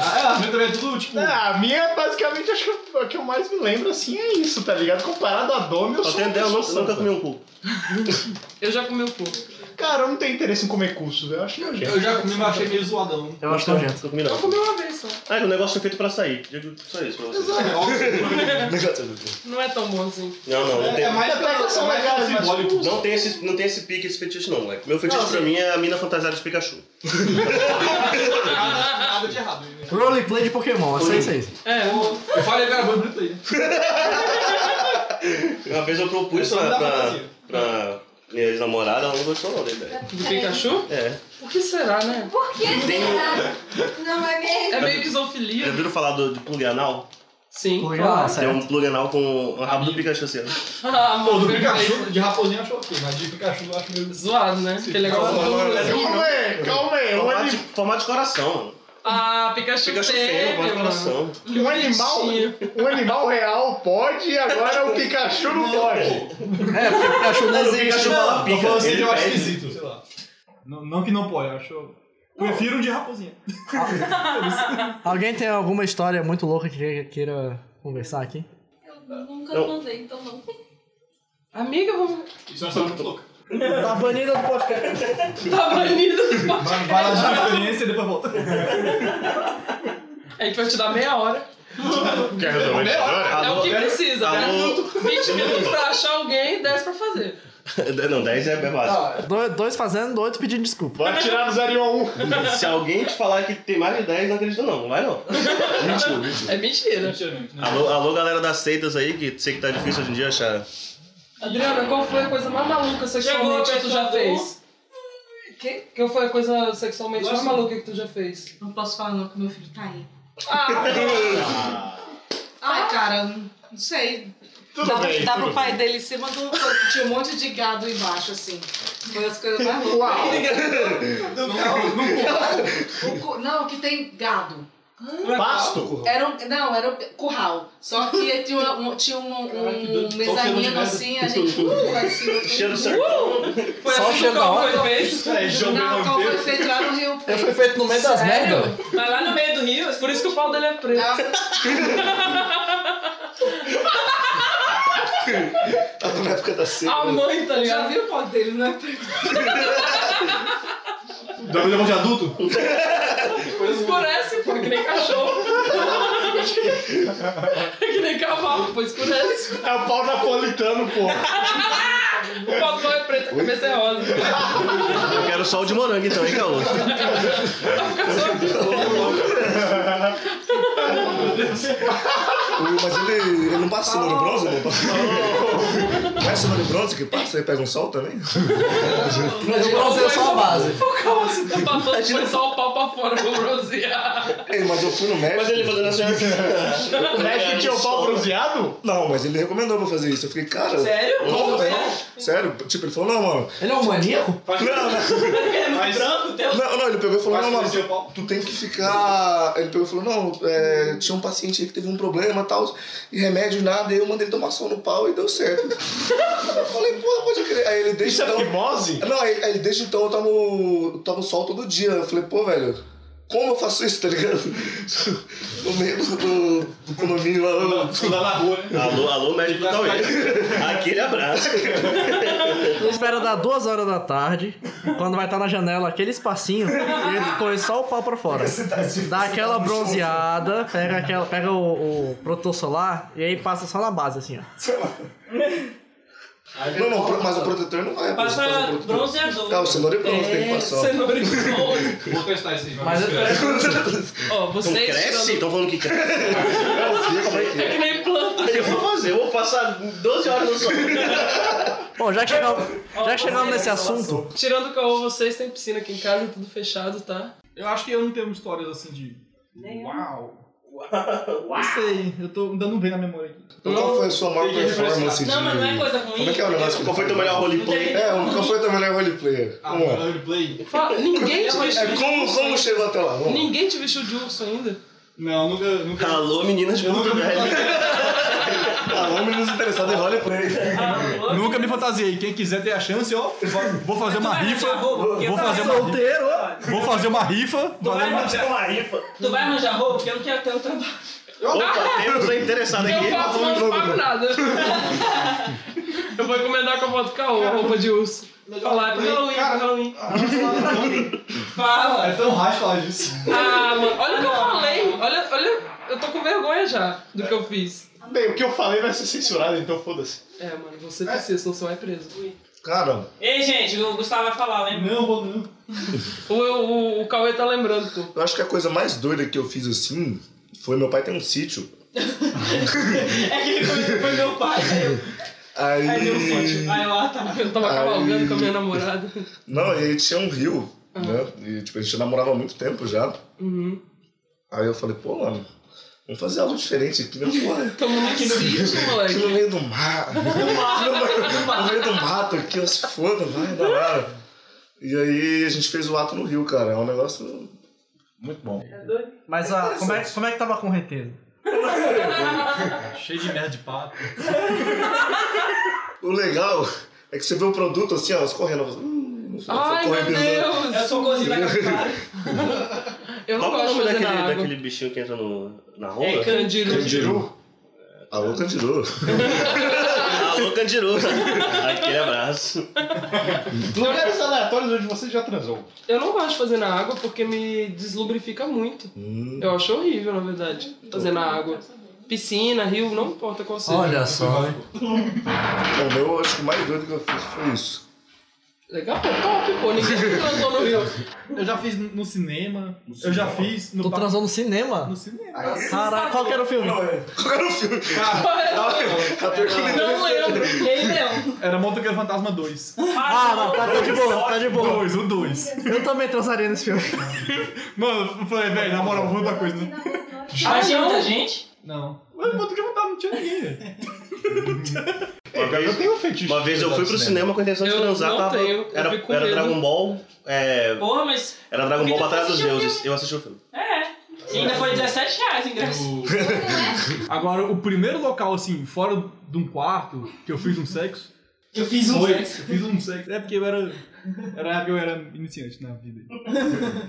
[SPEAKER 5] Ah, a minha também é tudo, tipo...
[SPEAKER 9] É, a minha, basicamente, acho que o que eu mais me lembro, assim, é isso, tá ligado? Comparado a Dome, eu
[SPEAKER 4] Só
[SPEAKER 9] sou
[SPEAKER 4] tenho
[SPEAKER 9] uma
[SPEAKER 4] ideia, eu
[SPEAKER 9] pessoa
[SPEAKER 4] nunca, nunca comi
[SPEAKER 9] santa.
[SPEAKER 4] um cu.
[SPEAKER 3] Eu já comi um o cu.
[SPEAKER 9] Cara, eu não tenho interesse em comer curso, velho. Eu acho nojento.
[SPEAKER 5] Eu já comi, mas achei meio zoadão.
[SPEAKER 1] Eu acho é nojento.
[SPEAKER 4] Nunca comi, não.
[SPEAKER 3] Eu comi uma vez só.
[SPEAKER 4] Ah, o negócio foi feito pra sair. Digo só isso pra vocês.
[SPEAKER 3] Não é tão bom assim.
[SPEAKER 4] Não, não,
[SPEAKER 9] É,
[SPEAKER 4] não tem.
[SPEAKER 5] É, mais
[SPEAKER 9] Até que são legais, mas-
[SPEAKER 5] simbólico.
[SPEAKER 4] Não tem, esse, não tem esse pique, esse fetiche, não, moleque. Meu fetiche pra mim é a mina fantasiada de Pikachu.
[SPEAKER 5] né? Nada nada de errado. né?
[SPEAKER 1] Roleplay de Pokémon, é só isso aí.
[SPEAKER 3] É,
[SPEAKER 5] Eu falei, cara, vou abrir o play.
[SPEAKER 4] Uma vez eu propus
[SPEAKER 7] Só não
[SPEAKER 4] pra,
[SPEAKER 7] dá pra
[SPEAKER 4] pra,
[SPEAKER 7] fazer.
[SPEAKER 4] pra minha ex-namorada, ela não gostou não da ideia.
[SPEAKER 3] Do Pikachu?
[SPEAKER 4] É.
[SPEAKER 3] Por que será, né?
[SPEAKER 6] Por que será? Não é mesmo?
[SPEAKER 3] É meio
[SPEAKER 4] Já
[SPEAKER 3] isofilia.
[SPEAKER 4] viram falar do, de plug anal?
[SPEAKER 3] Sim.
[SPEAKER 1] Plug
[SPEAKER 3] claro.
[SPEAKER 1] anal.
[SPEAKER 4] Tem um plug anal com o rabo do Pikachu assim. ó.
[SPEAKER 3] Ah,
[SPEAKER 5] Pô,
[SPEAKER 3] mano,
[SPEAKER 5] do
[SPEAKER 3] perfeito.
[SPEAKER 5] Pikachu, de raposinha eu acho ok, mas de Pikachu eu acho meio...
[SPEAKER 3] Zoado, né? Aquele
[SPEAKER 2] então.
[SPEAKER 3] negócio
[SPEAKER 5] Calma,
[SPEAKER 3] todo-
[SPEAKER 2] né?
[SPEAKER 5] mano.
[SPEAKER 9] Calma aí, calma aí. Um,
[SPEAKER 4] Formato de,
[SPEAKER 9] anim-
[SPEAKER 4] formato de coração, mano.
[SPEAKER 3] Ah, Pikachu,
[SPEAKER 4] Pikachu feio,
[SPEAKER 3] feio,
[SPEAKER 4] formato de
[SPEAKER 3] mano.
[SPEAKER 4] coração.
[SPEAKER 9] um animal, um animal real pode e agora o Pikachu não pode.
[SPEAKER 1] É, porque o Pikachu não existe.
[SPEAKER 4] Pikachu fala
[SPEAKER 5] Eu falo
[SPEAKER 4] pica.
[SPEAKER 5] assim,
[SPEAKER 4] ele
[SPEAKER 5] eu acho
[SPEAKER 4] pede.
[SPEAKER 5] esquisito, sei lá. Não, não que não pode, eu acho... Prefiro um de raposinha.
[SPEAKER 1] Alguém tem alguma história muito louca que que- queira conversar aqui?
[SPEAKER 6] Eu nunca
[SPEAKER 4] Não.
[SPEAKER 6] transei, então não.
[SPEAKER 3] Amiga, vamos...
[SPEAKER 5] Isso é uma história muito louca.
[SPEAKER 10] Tá banido do podcast.
[SPEAKER 3] Tá banido.
[SPEAKER 5] Vai vai lá de experiência e depois volta.
[SPEAKER 3] A gente vai te dar meia hora.
[SPEAKER 2] Quer resolver isso agora?
[SPEAKER 3] é o
[SPEAKER 4] Alô,
[SPEAKER 3] que precisa, né?
[SPEAKER 4] alô.
[SPEAKER 3] 20 minutos pra achar alguém, 10 pra fazer.
[SPEAKER 4] Não, 10 é bem fácil.
[SPEAKER 1] Do- Dois fazendo, oito pedindo desculpa.
[SPEAKER 9] Bora tirar do 0 e 1.
[SPEAKER 4] Se alguém te falar que tem mais de 10, não acredito não. Não vai não. Mentira, mentira.
[SPEAKER 3] É mentira.
[SPEAKER 4] Alô, alô, galera das seitas aí, que sei que tá difícil hoje em dia achar.
[SPEAKER 3] Adriana, qual foi a coisa mais maluca sexualmente que tu já fez? Que? Qual foi a coisa sexualmente mais maluca que tu já fez?
[SPEAKER 7] Não posso falar não, que meu filho tá aí.
[SPEAKER 11] Ai, cara, não sei.
[SPEAKER 9] Tudo
[SPEAKER 11] dá
[SPEAKER 9] bem,
[SPEAKER 11] dá
[SPEAKER 9] tudo
[SPEAKER 11] pro pai dele em cima do. Tinha um monte de gado embaixo, assim. Foi as coisas mais loucas.
[SPEAKER 9] Uau.
[SPEAKER 11] O cu- Não, que tem gado.
[SPEAKER 9] Pasto?
[SPEAKER 11] Era um, não, era um curral. Só que tinha um, tinha um, um mezanino assim, a gente. Uh, lá em cima.
[SPEAKER 4] Cheiro de sertão.
[SPEAKER 3] Foi
[SPEAKER 1] Só o
[SPEAKER 3] assim que
[SPEAKER 1] cheiro
[SPEAKER 3] o
[SPEAKER 1] da
[SPEAKER 3] carro
[SPEAKER 1] hora.
[SPEAKER 3] foi feito.
[SPEAKER 5] É, jogo
[SPEAKER 11] Não, qual foi feito lá no Rio
[SPEAKER 1] Eu fui
[SPEAKER 11] Preto.
[SPEAKER 1] feito no meio das
[SPEAKER 3] Sério?
[SPEAKER 1] merdas.
[SPEAKER 7] Vai lá no meio do rio,
[SPEAKER 3] Por isso que o pau dele é preto.
[SPEAKER 11] Ah,
[SPEAKER 2] Tava na época da seca.
[SPEAKER 3] A mãe, tá
[SPEAKER 11] Já
[SPEAKER 3] ligado?
[SPEAKER 11] viu o pau dele, né?
[SPEAKER 5] Dá pra levar de adulto?
[SPEAKER 3] Escurece, pô, que nem cachorro. que nem cavalo, pô, escurece.
[SPEAKER 9] É o pau napolitano, pô.
[SPEAKER 3] O pau do pau é preto, a cabeça é rosa.
[SPEAKER 4] Eu quero sol de morango então, hein, Caô?
[SPEAKER 2] Ui, Mas ele, ele não passa semana bronze, não passa. Não é semana bronze que passa e pega um sol também?
[SPEAKER 1] Eu bronzeio só a base.
[SPEAKER 3] O carro se tá passando, foi só o pau pra fora pra bronzear.
[SPEAKER 2] Ei, mas eu fui no
[SPEAKER 4] Mas ele
[SPEAKER 2] médico.
[SPEAKER 4] fazendo assim, ó.
[SPEAKER 9] O México tinha o pau bronzeado?
[SPEAKER 2] Não, mas ele recomendou pra eu fazer isso. Eu fiquei, cara.
[SPEAKER 7] Sério?
[SPEAKER 2] Como, velho? Sério? Tipo, ele falou, não, mano.
[SPEAKER 1] Ele é um maníaco?
[SPEAKER 5] Faz
[SPEAKER 2] Não, não.
[SPEAKER 5] Mas-
[SPEAKER 7] branco, teu.
[SPEAKER 2] Não, não, ele pegou e falou,
[SPEAKER 5] faz
[SPEAKER 2] não, mano.
[SPEAKER 5] crescer é o pau.
[SPEAKER 2] Tu tem que ficar. Ele pegou e falou: não, é, tinha um paciente aí que teve um problema e tal, e remédio, nada, e eu mandei ele tomar sol no pau e deu certo. eu falei, pô, pode crer. Aí ele
[SPEAKER 9] Isso
[SPEAKER 2] deixa
[SPEAKER 9] é
[SPEAKER 2] então.
[SPEAKER 9] fimose?
[SPEAKER 2] Não, aí, aí desde então eu tomo, eu tomo sol todo dia. Eu falei, pô, velho, como eu faço isso, tá ligado? No meio do, do condomínio lá. eu-
[SPEAKER 5] Andar na rua, né?
[SPEAKER 4] Alô, alô, médico do Cauê. Aquele abraço.
[SPEAKER 1] Espera dar duas horas da tarde, quando vai estar na janela aquele espacinho, e ele põe só o pau pra fora.
[SPEAKER 10] tá
[SPEAKER 1] Dá aquela bronzeada, pega, aquela, pega o, o protetor solar e aí passa só na base, assim, ó.
[SPEAKER 2] Não, não, pro- mas o protetor não vai. passa o
[SPEAKER 7] Passa
[SPEAKER 2] protetor.
[SPEAKER 3] é
[SPEAKER 7] bronzeador.
[SPEAKER 2] Tá, o cenoura e pronto, tem que passar.
[SPEAKER 3] Cenoura e bronze.
[SPEAKER 5] Vou testar isso aí. vai.
[SPEAKER 1] Mas eu-
[SPEAKER 3] Ó,
[SPEAKER 4] Então
[SPEAKER 3] vocês
[SPEAKER 4] cresce?
[SPEAKER 3] tirando...
[SPEAKER 4] Estão falando que cresce. Como é que
[SPEAKER 3] É
[SPEAKER 4] é?
[SPEAKER 3] que nem planta.
[SPEAKER 4] O que eu vou fazer? Eu vou passar 12 horas no sol.
[SPEAKER 1] Bom, já que chegamos, já que chegamos nesse assunto,
[SPEAKER 3] Tirando o caô, vocês têm piscina aqui em casa, tudo fechado, tá?
[SPEAKER 5] Eu acho que eu não tenho histórias assim de. Uau! Não sei, eu tô me dando um bem na memória aqui.
[SPEAKER 2] Então, qual foi a sua maior
[SPEAKER 5] Tem que
[SPEAKER 2] performance de.
[SPEAKER 7] Não, mas não é coisa ruim.
[SPEAKER 2] Como é que é o negócio?
[SPEAKER 4] Qual foi teu melhor roleplay?
[SPEAKER 2] É, o- qual foi teu melhor roleplayer?
[SPEAKER 5] Ah,
[SPEAKER 2] Vamos lá.
[SPEAKER 5] roleplay?
[SPEAKER 3] Fala, ninguém te
[SPEAKER 2] É,
[SPEAKER 3] vestiu.
[SPEAKER 2] como, como chegou até lá? Vamos lá.
[SPEAKER 3] Ninguém te vestiu de urso ainda?
[SPEAKER 5] Não, nunca. nunca...
[SPEAKER 4] Alô, meninas de
[SPEAKER 5] Eu
[SPEAKER 4] Porto
[SPEAKER 5] nunca me
[SPEAKER 4] Velho.
[SPEAKER 5] fantasiei.
[SPEAKER 2] Alô, meninos interessados em roleplay.
[SPEAKER 5] Nunca me fantasiei. Quem quiser ter a chance, ó, vou- vou fazer uma rifa. Vou fazer uma,
[SPEAKER 1] solteiro,
[SPEAKER 5] vou fazer uma rifa.
[SPEAKER 7] Tu vai,
[SPEAKER 5] valendo-
[SPEAKER 7] manjar,
[SPEAKER 4] Uma rifa.
[SPEAKER 7] tu vai manjar roupa? Porque eu não quero ter o trabalho.
[SPEAKER 4] Opa, temos a interessada
[SPEAKER 3] Eu
[SPEAKER 2] tá
[SPEAKER 4] aqui.
[SPEAKER 3] faço, mas não pago nada. Eu vou encomendar com a foto do caô, a roupa de urso. Falar, é pro Halloween, é pro Halloween.
[SPEAKER 7] Fala.
[SPEAKER 5] É tão raso falar disso.
[SPEAKER 3] Ah, mano, olha o que eu falei. Olha, olha, eu tô com vergonha já do que eu fiz.
[SPEAKER 9] Bem, o que eu falei vai ser censurado, então foda-se.
[SPEAKER 3] É, mano, você precisa, senão você vai preso.
[SPEAKER 2] Cara,
[SPEAKER 7] Ei, gente, o Gustavo vai falar, lembra?
[SPEAKER 5] Não, vou não.
[SPEAKER 3] O, o, o Cauê tá lembrando, pô.
[SPEAKER 2] eu acho que a coisa mais doida que eu fiz assim Foi, meu pai tem um sítio.
[SPEAKER 7] É que ele comentou, foi meu pai. Aí eu,
[SPEAKER 2] Aí.
[SPEAKER 7] aí deu um sítio. Aí eu, ah, tá.
[SPEAKER 3] Eu tava
[SPEAKER 2] Aí-
[SPEAKER 3] cavalgando com a minha namorada.
[SPEAKER 2] Não, ele tinha um rio, né? E tipo, a gente namorava há muito tempo já.
[SPEAKER 3] Uhum.
[SPEAKER 2] Aí eu falei, pô, mano, vamos fazer algo diferente aqui, né? Pô,
[SPEAKER 3] Tamo no sítio,
[SPEAKER 2] aqui
[SPEAKER 3] moleque.
[SPEAKER 2] no meio do mar. no meio do mato aqui, eu se foda, vai, dá lá. E aí a gente fez o ato no rio, cara. É um negócio muito bom.
[SPEAKER 1] Mas ah, como, é, como é que tava com o reteiro?
[SPEAKER 5] Cheio de merda de pato.
[SPEAKER 2] O legal é que você vê o produto assim, ó, escorrendo. Hum,
[SPEAKER 3] Ai, meu
[SPEAKER 2] correndo.
[SPEAKER 3] Deus.
[SPEAKER 7] Eu sou cozinha da capivara.
[SPEAKER 3] Eu não
[SPEAKER 4] Qual que é o
[SPEAKER 3] gosto de
[SPEAKER 4] nome
[SPEAKER 3] fazer na
[SPEAKER 4] daquele,
[SPEAKER 3] água.
[SPEAKER 4] daquele bichinho que entra no, na rola?
[SPEAKER 7] É candiru.
[SPEAKER 2] Candiru. Alô, Candiru.
[SPEAKER 4] Alô, Candiru. Aquele abraço.
[SPEAKER 9] Lugares aleatórios onde você já transou.
[SPEAKER 3] Eu não gosto de fazer na água porque me deslubrifica muito.
[SPEAKER 2] Hum.
[SPEAKER 3] Eu acho horrível, na verdade, fazer na água. Piscina, rio, não importa qual seja.
[SPEAKER 1] Olha só.
[SPEAKER 2] O meu, acho que o mais doido que eu fiz foi isso.
[SPEAKER 3] Legal, pô, top, pô. Ninguém transou no rio.
[SPEAKER 5] Eu já fiz no cinema. Eu já fiz no
[SPEAKER 1] Tu
[SPEAKER 5] pa-
[SPEAKER 1] transou no cinema?
[SPEAKER 5] no cinema.
[SPEAKER 1] Caraca, qual que era o filme?
[SPEAKER 2] Qual era o filme? A perculidade.
[SPEAKER 3] Não lembro.
[SPEAKER 7] Rei Leão.
[SPEAKER 5] Era Motoqueiro Fantasma 2.
[SPEAKER 1] Ah, não, tá, tá de boa, tá de boa.
[SPEAKER 5] Dois, o 2.
[SPEAKER 1] Eu também transaria nesse filme.
[SPEAKER 5] Mano, eu falei, velho, na moral, vou outra coisa. né?
[SPEAKER 7] Mas tinha
[SPEAKER 1] Ah,
[SPEAKER 3] não.
[SPEAKER 7] muita gente.
[SPEAKER 5] Não. Mas Motoqueiro Fantasma não tinha ninguém, velho.
[SPEAKER 4] Uma vez,
[SPEAKER 9] Eu tenho um fetiche.
[SPEAKER 4] uma vez eu fui pro cinema com a intenção de
[SPEAKER 3] Eu
[SPEAKER 4] transar.
[SPEAKER 3] não
[SPEAKER 4] Tava,
[SPEAKER 3] tenho, eu
[SPEAKER 4] era,
[SPEAKER 3] fico com
[SPEAKER 4] era
[SPEAKER 3] medo.
[SPEAKER 4] Dragon Ball. é,
[SPEAKER 7] Porra, mas.
[SPEAKER 4] era Dragon
[SPEAKER 7] Por
[SPEAKER 4] Ball
[SPEAKER 7] que tu
[SPEAKER 4] Batalha dos
[SPEAKER 7] assistiu o
[SPEAKER 4] Deuses. Eu assisti o filme.
[SPEAKER 7] É. E ainda foi 17 reais o ingresso.
[SPEAKER 5] Agora, o primeiro local, assim, fora de um quarto, que eu fiz um sexo.
[SPEAKER 7] Eu fiz um
[SPEAKER 5] Foi, eu
[SPEAKER 7] sexo.
[SPEAKER 5] fiz um sexo. É porque eu era. Era a época que eu era iniciante na vida.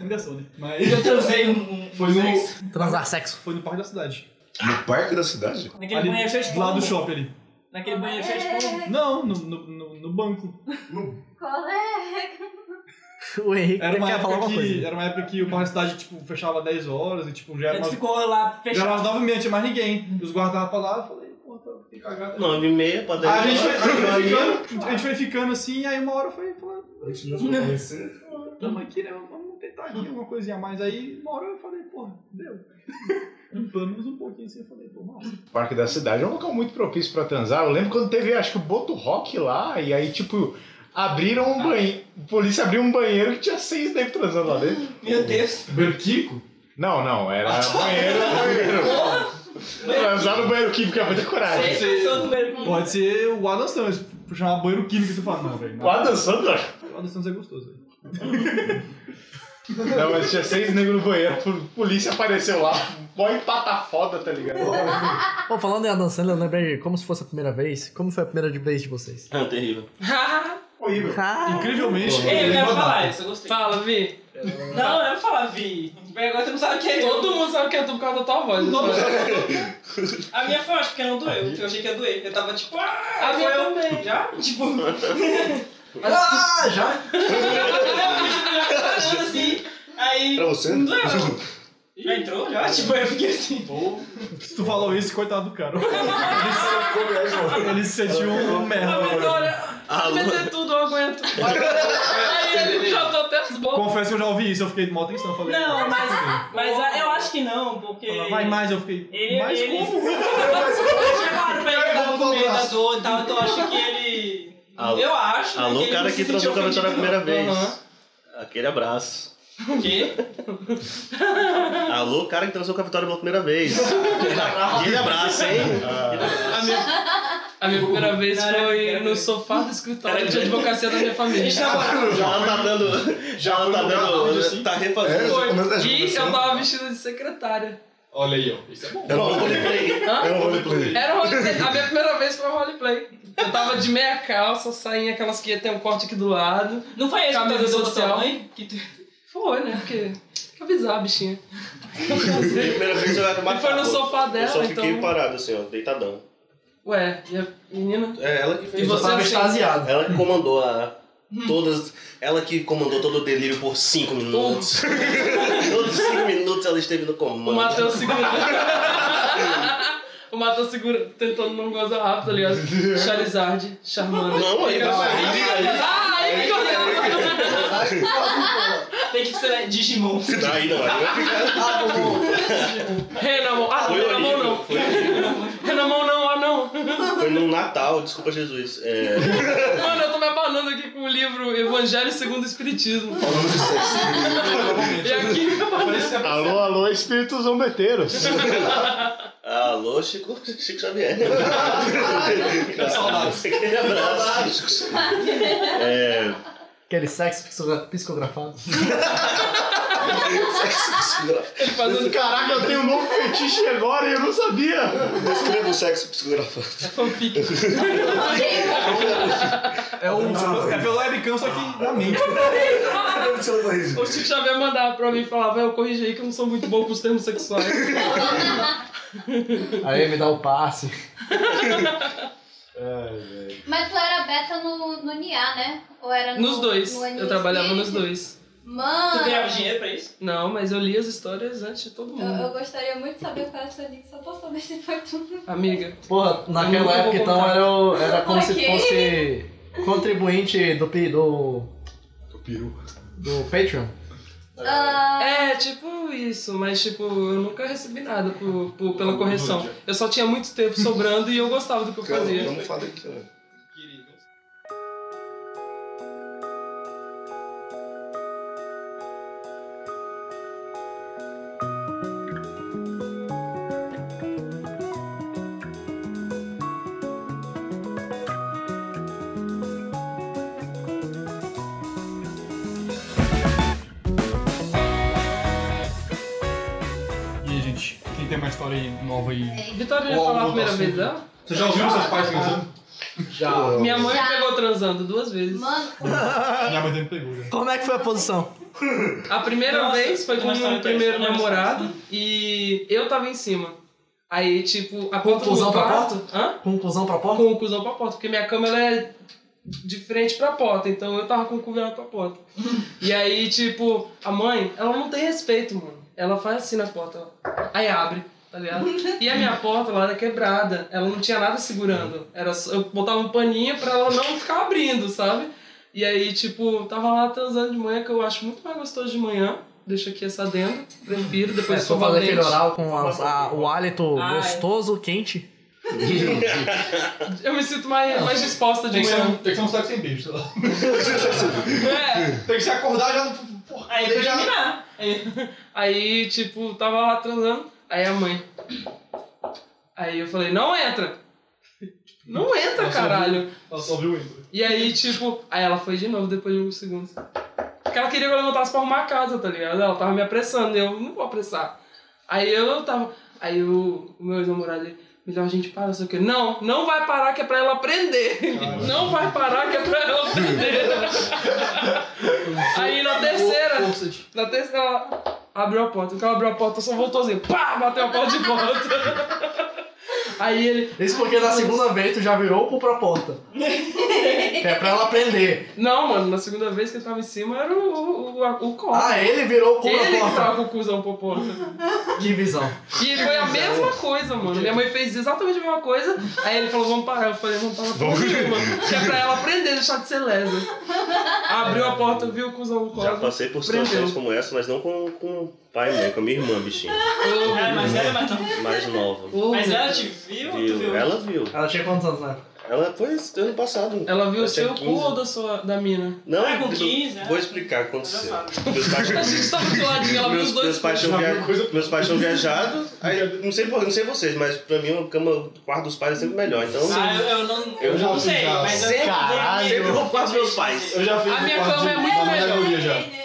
[SPEAKER 5] Ainda sou, né? Mas.
[SPEAKER 7] Eu transei um, um
[SPEAKER 5] Foi
[SPEAKER 7] um
[SPEAKER 5] no-
[SPEAKER 7] sexo.
[SPEAKER 1] Transar sexo.
[SPEAKER 5] Foi no parque da cidade.
[SPEAKER 2] No parque da cidade?
[SPEAKER 7] Naquele
[SPEAKER 5] Ali,
[SPEAKER 7] banheiro cheio de
[SPEAKER 5] do lado do
[SPEAKER 7] pombo.
[SPEAKER 5] shopping ali.
[SPEAKER 7] Naquele banheiro cheio de
[SPEAKER 6] é,
[SPEAKER 7] pombo.
[SPEAKER 5] Não, no, no, no- no banco.
[SPEAKER 6] Qual é?
[SPEAKER 1] O Henrique
[SPEAKER 5] Era uma,
[SPEAKER 1] quer falar uma
[SPEAKER 5] época que,
[SPEAKER 1] coisa.
[SPEAKER 5] era uma época que o parque da cidade, tipo, fechava 10 horas e, tipo, já
[SPEAKER 7] A
[SPEAKER 5] era
[SPEAKER 7] gente
[SPEAKER 5] umas,
[SPEAKER 7] ficou lá
[SPEAKER 5] já era
[SPEAKER 7] fechado.
[SPEAKER 5] umas 9 e meia, não tinha mais ninguém. E os guardas estavam pra lá, eu falei, pô, tá, tem cagada.
[SPEAKER 4] Nove e meia, pode
[SPEAKER 5] Aí Ah, a gente, foi, a, gente né? foi ficando, a gente foi ficando assim, aí uma hora eu falei, pô, tamo aqui, né? Vamos tentar aqui alguma coisinha a mais. Aí uma hora eu falei, pô, deu. Pelo menos um pouquinho assim, eu falei, pô, massa.
[SPEAKER 9] Parque da Cidade é um local muito propício pra transar. Eu lembro quando teve, acho que o Boto Rock lá, e aí, tipo, abriram um banheiro. Polícia abriu um banheiro que tinha seis negros transando lá dentro.
[SPEAKER 7] Meu Deus.
[SPEAKER 5] Bertico?
[SPEAKER 9] Não, não, era um banheiro, banheiro. Transar no banheiro químico é muita coragem.
[SPEAKER 7] Seis pessoas no banheiro.
[SPEAKER 5] Pode ser o Adam Sanders, por chamar banheiro químico, você fala, não, velho. não. é."
[SPEAKER 9] Lá Tá dançando, eu acho.
[SPEAKER 5] O Adam Sanders é gostoso, velho.
[SPEAKER 9] Não, mas tinha seis negros no banheiro, a polícia apareceu lá, mó empata foda, tá ligado?
[SPEAKER 1] Pô, falando em Adam Sandler, eu lembrei como se fosse a primeira vez. Como foi a primeira de- vez de vocês?
[SPEAKER 4] Ah, terrível.
[SPEAKER 9] Horrível.
[SPEAKER 5] Incrivelmente,
[SPEAKER 7] Ei, eu
[SPEAKER 1] é
[SPEAKER 5] ele
[SPEAKER 7] quero
[SPEAKER 5] mandava.
[SPEAKER 7] falar isso, eu gostei.
[SPEAKER 3] Fala, Vi.
[SPEAKER 7] Não, eu não falar Vi. Agora você não sabe o que é eu.
[SPEAKER 3] Todo mundo sabe que é tu por causa da tua voz. né?
[SPEAKER 7] A minha foi, acho que não doeu. Eu achei que ia doer. Eu tava tipo, ah,
[SPEAKER 3] A minha
[SPEAKER 7] doeu.
[SPEAKER 3] também.
[SPEAKER 7] Já? Tipo,
[SPEAKER 1] Ah, já?
[SPEAKER 7] parando assim. Aí.
[SPEAKER 2] Pra você?
[SPEAKER 7] Não doeu. Já entrou? Já? Tipo, eu fiquei assim.
[SPEAKER 5] Se tu falou isso, coitado do cara. Ele se sentiu um
[SPEAKER 3] Ah, mas
[SPEAKER 5] merda.
[SPEAKER 3] olha,
[SPEAKER 4] Alô.
[SPEAKER 3] meter tudo, eu aguento. Aí ele já tô até as bolas.
[SPEAKER 5] Confesso que eu já ouvi isso, eu fiquei de mal atenção. Falei,
[SPEAKER 7] Não, mas-
[SPEAKER 5] "Ah,
[SPEAKER 7] Mas ah, eu acho que não, porque.
[SPEAKER 5] Vai mais, eu fiquei.
[SPEAKER 7] Ele-
[SPEAKER 5] mas
[SPEAKER 7] ele-
[SPEAKER 5] como?
[SPEAKER 7] Eles chegaram pra ele que
[SPEAKER 2] um
[SPEAKER 7] tava com medo da dor e tal, então eu acho que ele.
[SPEAKER 4] Alô.
[SPEAKER 7] Eu acho. né,
[SPEAKER 4] Alô,
[SPEAKER 7] ele
[SPEAKER 4] cara que
[SPEAKER 7] não se
[SPEAKER 4] transou
[SPEAKER 7] sentiu
[SPEAKER 4] com a Vitória a
[SPEAKER 7] ofendido,
[SPEAKER 4] primeira
[SPEAKER 7] não.
[SPEAKER 4] vez.
[SPEAKER 7] Aham.
[SPEAKER 4] Aquele abraço.
[SPEAKER 7] O quê?
[SPEAKER 4] Alô, cara que transou com a Vitória pela primeira vez. Aquele abraço, hein?
[SPEAKER 3] A minha primeira vez
[SPEAKER 7] Cara,
[SPEAKER 3] foi
[SPEAKER 7] cara,
[SPEAKER 3] no sofá do escritório de advocacia da minha família.
[SPEAKER 7] é
[SPEAKER 4] Ela tá dando. Já ela tá dando. Tá
[SPEAKER 2] É,
[SPEAKER 4] refazendo.
[SPEAKER 2] já começa- já
[SPEAKER 3] E eu
[SPEAKER 2] começou.
[SPEAKER 3] tava vestida de secretária.
[SPEAKER 5] Olha aí, ó. Isso é bom.
[SPEAKER 2] Era um
[SPEAKER 4] Roleplay.
[SPEAKER 2] Era
[SPEAKER 3] Hã?
[SPEAKER 2] um roleplay.
[SPEAKER 3] Era roleplay. A minha primeira vez foi roleplay. Eu tava de meia calça, sainha aquelas que tem um corte aqui do lado.
[SPEAKER 7] Não foi esse que
[SPEAKER 3] Camisa
[SPEAKER 7] teve dor da sua
[SPEAKER 3] social.
[SPEAKER 7] mãe? Que tu-
[SPEAKER 3] Foi, né? Porque. Que avisar a bichinha.
[SPEAKER 4] Primeira vez eu era
[SPEAKER 3] E foi no
[SPEAKER 4] macaco.
[SPEAKER 3] sofá
[SPEAKER 4] Eu
[SPEAKER 3] dela,
[SPEAKER 4] só fiquei
[SPEAKER 3] então.
[SPEAKER 4] parado assim, ó, deitadão.
[SPEAKER 3] Ué, e a menina?
[SPEAKER 4] É, ela que fez.
[SPEAKER 3] E você
[SPEAKER 1] tava
[SPEAKER 3] assim,
[SPEAKER 1] extasiado.
[SPEAKER 4] Ela que comandou a. Todas. Ela que comandou todo o delírio por 5 minutos. Todos 5 minutos ela esteve no
[SPEAKER 3] O
[SPEAKER 4] comando.
[SPEAKER 3] Matheus segurando. o Matheus segura, tentando não gozar rápido, tá ligado? Charizard, Charmander.
[SPEAKER 4] Não, aí vai.
[SPEAKER 3] Ah, aí que eu lembro.
[SPEAKER 7] Tem que ser Digimon.
[SPEAKER 4] Daí não, aí vai ficar.
[SPEAKER 3] Renamon. Ah, não,
[SPEAKER 4] Foi
[SPEAKER 3] Renamon
[SPEAKER 4] horrível,
[SPEAKER 3] não.
[SPEAKER 4] foi
[SPEAKER 3] Renamon não, ah não.
[SPEAKER 4] Foi no Natal, desculpa Jesus. É...
[SPEAKER 3] Mano, eu tô me abanando aqui com o livro Evangelho segundo o Espiritismo. Falando de sexo. e aqui me abanando.
[SPEAKER 9] Alô, alô, espíritos zombeteiros.
[SPEAKER 4] Alô, Chico, Chico Xavier.
[SPEAKER 7] Saudades.
[SPEAKER 4] Aquele abraço. É...
[SPEAKER 1] Aquele sexo psicogra- psicografado.
[SPEAKER 9] Caraca, eu tenho um novo fetiche agora e eu não sabia.
[SPEAKER 2] Descreva o sexo psicografado.
[SPEAKER 5] É, o, é pelo webcam, só que na mente.
[SPEAKER 3] O Chico Xavier mandava pra mim e falava, "Vai, eu corrigi aí que eu não sou muito bom com os termos sexuais.
[SPEAKER 1] Aí me dá o passe.
[SPEAKER 6] Mas tu era beta no, no NIA, né? Ou era no,
[SPEAKER 3] Nos dois.
[SPEAKER 6] no Ah. NIA
[SPEAKER 3] Eu trabalhava nos
[SPEAKER 6] Espírito?
[SPEAKER 3] dois.
[SPEAKER 6] Mano,
[SPEAKER 7] pra isso?
[SPEAKER 3] Não, mas eu li as histórias antes de todo
[SPEAKER 6] eu, eu
[SPEAKER 3] mundo.
[SPEAKER 6] gostaria muito de saber qual é a sua link, só pra saber se foi tudo.
[SPEAKER 3] Amiga.
[SPEAKER 1] Porra,
[SPEAKER 3] Eu
[SPEAKER 1] naquela
[SPEAKER 3] nunca
[SPEAKER 1] época
[SPEAKER 3] vou
[SPEAKER 1] então
[SPEAKER 3] contar.
[SPEAKER 1] era, o- era como se
[SPEAKER 6] Ok.
[SPEAKER 1] fosse contribuinte do pi- do. Do peru. Do Patreon.
[SPEAKER 6] Ah,
[SPEAKER 3] É, tipo isso, mas tipo, eu nunca recebi nada por, por- pela correção. Eu só tinha muito tempo sobrando e eu gostava do que eu fazia.
[SPEAKER 2] Não fala aqui, né?
[SPEAKER 5] E aí, gente, quem tem uma história aí nova aí?
[SPEAKER 3] Vitória já
[SPEAKER 5] Ou
[SPEAKER 3] falar a
[SPEAKER 5] algum
[SPEAKER 3] primeira
[SPEAKER 5] assunto?
[SPEAKER 3] vez é? dela?
[SPEAKER 5] Você já ouviu seus pais assim? transando?
[SPEAKER 1] Já.
[SPEAKER 3] Minha mãe
[SPEAKER 6] Já.
[SPEAKER 3] pegou transando duas vezes.
[SPEAKER 6] Mano,
[SPEAKER 5] Minha mãe também pegou, né? já.
[SPEAKER 1] Como é que foi a posição?
[SPEAKER 3] A primeira
[SPEAKER 7] Nossa,
[SPEAKER 3] vez foi
[SPEAKER 7] uma
[SPEAKER 3] com o
[SPEAKER 7] história
[SPEAKER 3] meu primeiro
[SPEAKER 7] dessa, né?
[SPEAKER 3] namorado e eu tava em cima. Aí, tipo, a porta do
[SPEAKER 1] cuzão
[SPEAKER 3] meu
[SPEAKER 1] pra
[SPEAKER 3] quarto... Hã?
[SPEAKER 1] Conclusão pra porta?
[SPEAKER 3] Com o cuzão pra porta, porque minha cama ela é de frente pra porta, então eu tava com o cu virado pra porta. e aí, tipo, a mãe, ela não tem respeito, mano. Ela faz assim na porta, ó. aí abre, tá ligado? E a minha porta, ela era quebrada, ela não tinha nada segurando. Era só- eu botava um paninho pra ela não ficar abrindo, sabe? E aí, tipo, tava lá transando de manhã, que eu acho muito mais gostoso de manhã. Deixa aqui essa adendo, prefiro,
[SPEAKER 1] É,
[SPEAKER 3] depois um
[SPEAKER 1] só
[SPEAKER 3] escovar o
[SPEAKER 1] fazer aquele
[SPEAKER 3] dente.
[SPEAKER 1] oral com as- a- o hálito
[SPEAKER 7] Ai.
[SPEAKER 1] gostoso, quente.
[SPEAKER 3] Eu me sinto mais, mais disposta de
[SPEAKER 5] Tem que, ser um,
[SPEAKER 3] manhã.
[SPEAKER 5] tem que ser um sexo sem beijo, sei lá.
[SPEAKER 1] um-
[SPEAKER 3] É,
[SPEAKER 5] Tem que se acordar já. tipo, Porra,
[SPEAKER 7] Aí
[SPEAKER 5] eu
[SPEAKER 7] tem que
[SPEAKER 5] já.
[SPEAKER 7] mirar.
[SPEAKER 3] Aí, tipo, tava lá transando, aí a mãe. Aí eu falei, não entra! Tipo, Não entra,
[SPEAKER 5] Nossa,
[SPEAKER 3] caralho!
[SPEAKER 5] Ela só viu ainda.
[SPEAKER 3] E aí, tipo, aí ela foi de novo depois de alguns segundos. Porque ela queria que eu levantasse pra arrumar a casa, tá ligado? Ela tava me apressando, e eu não vou apressar. Aí eu tava. Aí o, o meu ex-namorado, ele, melhor a gente para, sei o quê. Não, não vai parar que é pra ela aprender! Não vai parar que é pra ela aprender! aí na terceira. Na terça ela abriu a porta. Quando ela abriu a porta, só voltou assim, pá, bateu a porta de volta. Aí ele,
[SPEAKER 1] Isso porque na segunda vez tu já virou o cu pra porta. Que é pra ela aprender.
[SPEAKER 3] não, mano, na segunda vez que ele tava em cima era o, o, o, a- o copo.
[SPEAKER 1] Ah, ele virou o cu
[SPEAKER 3] ele
[SPEAKER 1] pra
[SPEAKER 3] que
[SPEAKER 1] porta.
[SPEAKER 3] tava com o cuzão pra porta.
[SPEAKER 1] Que visão.
[SPEAKER 3] E foi a mesma coisa, mano. Minha mãe fez exatamente a mesma coisa. Aí ele falou, vamos parar. Eu falei, vamos parar porra nenhuma. Que é pra ela aprender, deixar de ser lesa. Abriu a porta, viu o cuzão no
[SPEAKER 4] Já
[SPEAKER 3] colo.
[SPEAKER 4] passei por situações
[SPEAKER 3] Prendeu.
[SPEAKER 4] como essa, mas não com, com o pai e mãe, com a minha irmã, bichinha.
[SPEAKER 7] É, mas ela, mas não.
[SPEAKER 4] Mais nova.
[SPEAKER 3] Oh,
[SPEAKER 7] Mas
[SPEAKER 3] meu
[SPEAKER 7] ela
[SPEAKER 3] Deus.
[SPEAKER 7] te viu, tu
[SPEAKER 4] né? Viu?
[SPEAKER 7] viu?
[SPEAKER 4] Ela viu.
[SPEAKER 1] Ela tinha quantos anos na época?
[SPEAKER 4] Ela foi esse ano passado.
[SPEAKER 3] Ela viu o
[SPEAKER 4] Ela tinha
[SPEAKER 3] seu cu
[SPEAKER 4] 15.
[SPEAKER 3] ou da, sua, da mina?
[SPEAKER 4] Não,
[SPEAKER 7] Ah, com 15,
[SPEAKER 4] vou
[SPEAKER 7] é.
[SPEAKER 4] explicar o que aconteceu.
[SPEAKER 7] Já
[SPEAKER 4] Meus pais
[SPEAKER 3] A gente tava do ladinho, ela viu
[SPEAKER 4] meus,
[SPEAKER 3] os dois.
[SPEAKER 4] meus pais tinham via- meus pais tinham viajado, aí, não, sei, por- não sei vocês, mas pra mim a cama, o quarto dos pais é sempre melhor, então...
[SPEAKER 7] Ah, eu, eu não.
[SPEAKER 4] Eu já
[SPEAKER 7] não
[SPEAKER 5] vi,
[SPEAKER 7] sei,
[SPEAKER 5] já.
[SPEAKER 7] mas eu
[SPEAKER 4] Sempre,
[SPEAKER 7] Caralho.
[SPEAKER 4] sempre vou pro quarto dos meus pais.
[SPEAKER 5] Eu já fiz
[SPEAKER 3] A
[SPEAKER 5] no
[SPEAKER 3] minha
[SPEAKER 5] quarto
[SPEAKER 3] cama
[SPEAKER 5] de-
[SPEAKER 3] é muito
[SPEAKER 5] da mulher
[SPEAKER 3] melhor.
[SPEAKER 5] que eu via já.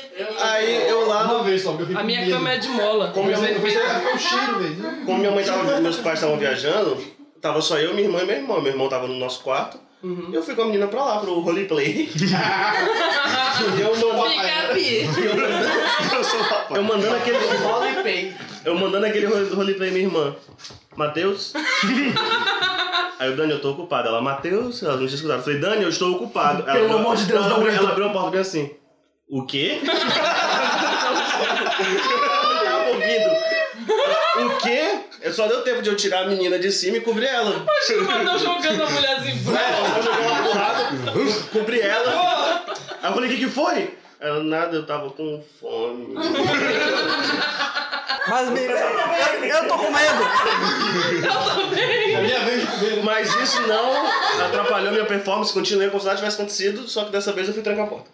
[SPEAKER 4] Aí eu lá,
[SPEAKER 5] Uma vez só, meu filho.
[SPEAKER 3] A minha cama é de mola.
[SPEAKER 5] Como eu
[SPEAKER 3] Minha mãe fez-
[SPEAKER 5] comecei a
[SPEAKER 9] um
[SPEAKER 5] ficar o cheiro, velho.
[SPEAKER 4] como minha mãe tava, meus pais estavam viajando, tava só eu, minha irmã e meu irmão. Meu irmão tava no nosso quarto,
[SPEAKER 3] Uhum.
[SPEAKER 4] e eu fui com a menina pra lá, pro roleplay. e eu mandando...
[SPEAKER 3] Picape.
[SPEAKER 4] Eu mandando aquele roleplay. Eu mandando aquele ro- roleplay minha irmã. Matheus. Aí o Dani, eu tô ocupado. Ela, Matheus, ela não tinha escutado. Eu falei, Dani, eu estou ocupado. Ela,
[SPEAKER 1] Pelo amor de Deus, um
[SPEAKER 4] ela,
[SPEAKER 1] não
[SPEAKER 4] abriu-
[SPEAKER 1] aguento.
[SPEAKER 4] Ela abriu uma porta bem assim. O quê? Eu tava tá ouvindo. O quê? É Só deu tempo de eu tirar a menina de cima e cobrir ela. É,
[SPEAKER 3] O Matheus jogando a mulherzinha.
[SPEAKER 4] Eu joguei uma porrada, cobri ela. Aí eu falei, o que, que foi? Aí Ela nada, eu tava com fome.
[SPEAKER 1] Mas me... eu, eu tô com medo.
[SPEAKER 4] Eu também. Mas isso não atrapalhou minha performance. Continuei como se nada tivesse acontecido, só que dessa vez eu fui trancar a porta.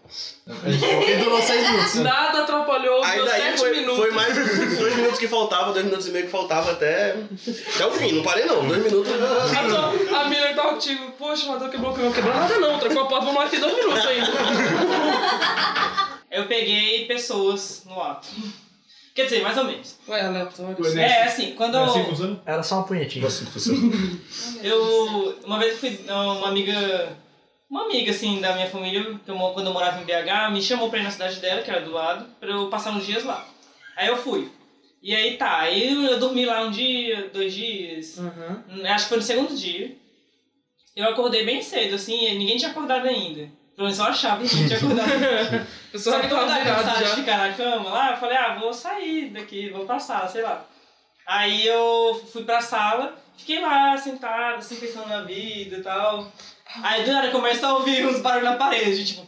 [SPEAKER 1] E durou seis minutos.
[SPEAKER 3] Nada atrapalhou os
[SPEAKER 4] Aí
[SPEAKER 3] meus
[SPEAKER 4] daí
[SPEAKER 3] sete
[SPEAKER 4] foi,
[SPEAKER 3] minutos.
[SPEAKER 4] foi mais dois minutos que faltava, dois minutos e meio que faltava até, até o fim. Não parei não, dois minutos.
[SPEAKER 3] A, to- a Miller tava tipo, poxa, mas eu quebrou o caminhão. Quebrou nada não, trancou a porta, vamos lá, tem dois minutos ainda.
[SPEAKER 7] Eu peguei pessoas no ato. Quer dizer, mais ou menos.
[SPEAKER 3] Ué, aleatório.
[SPEAKER 7] É, assim, quando
[SPEAKER 1] Não é
[SPEAKER 7] eu-
[SPEAKER 1] Era só uma punhetinha.
[SPEAKER 7] Eu. Uma vez eu fui. é, Uma amiga. Uma amiga, assim, da minha família, que eu mo- quando eu morava em BH, me chamou pra ir na cidade dela, que era do lado, pra eu passar uns dias lá. Aí eu fui. E aí tá, aí eu dormi lá um dia, dois dias. hum, Acho que foi no segundo dia. Eu acordei bem cedo, assim, e ninguém tinha acordado ainda. Pelo menos eu achava que ninguém tinha acordado.
[SPEAKER 3] Pessoal
[SPEAKER 7] Só que
[SPEAKER 3] tava
[SPEAKER 7] quando eu
[SPEAKER 3] tá virado
[SPEAKER 7] cansada
[SPEAKER 3] já.
[SPEAKER 7] de ficar na cama lá, eu falei, ah, vou sair daqui, vou passar, sei lá. Aí eu fui pra sala, fiquei lá sentada, assim, pensando na vida e tal. Aí do nada começa a ouvir uns barulhos na parede, tipo.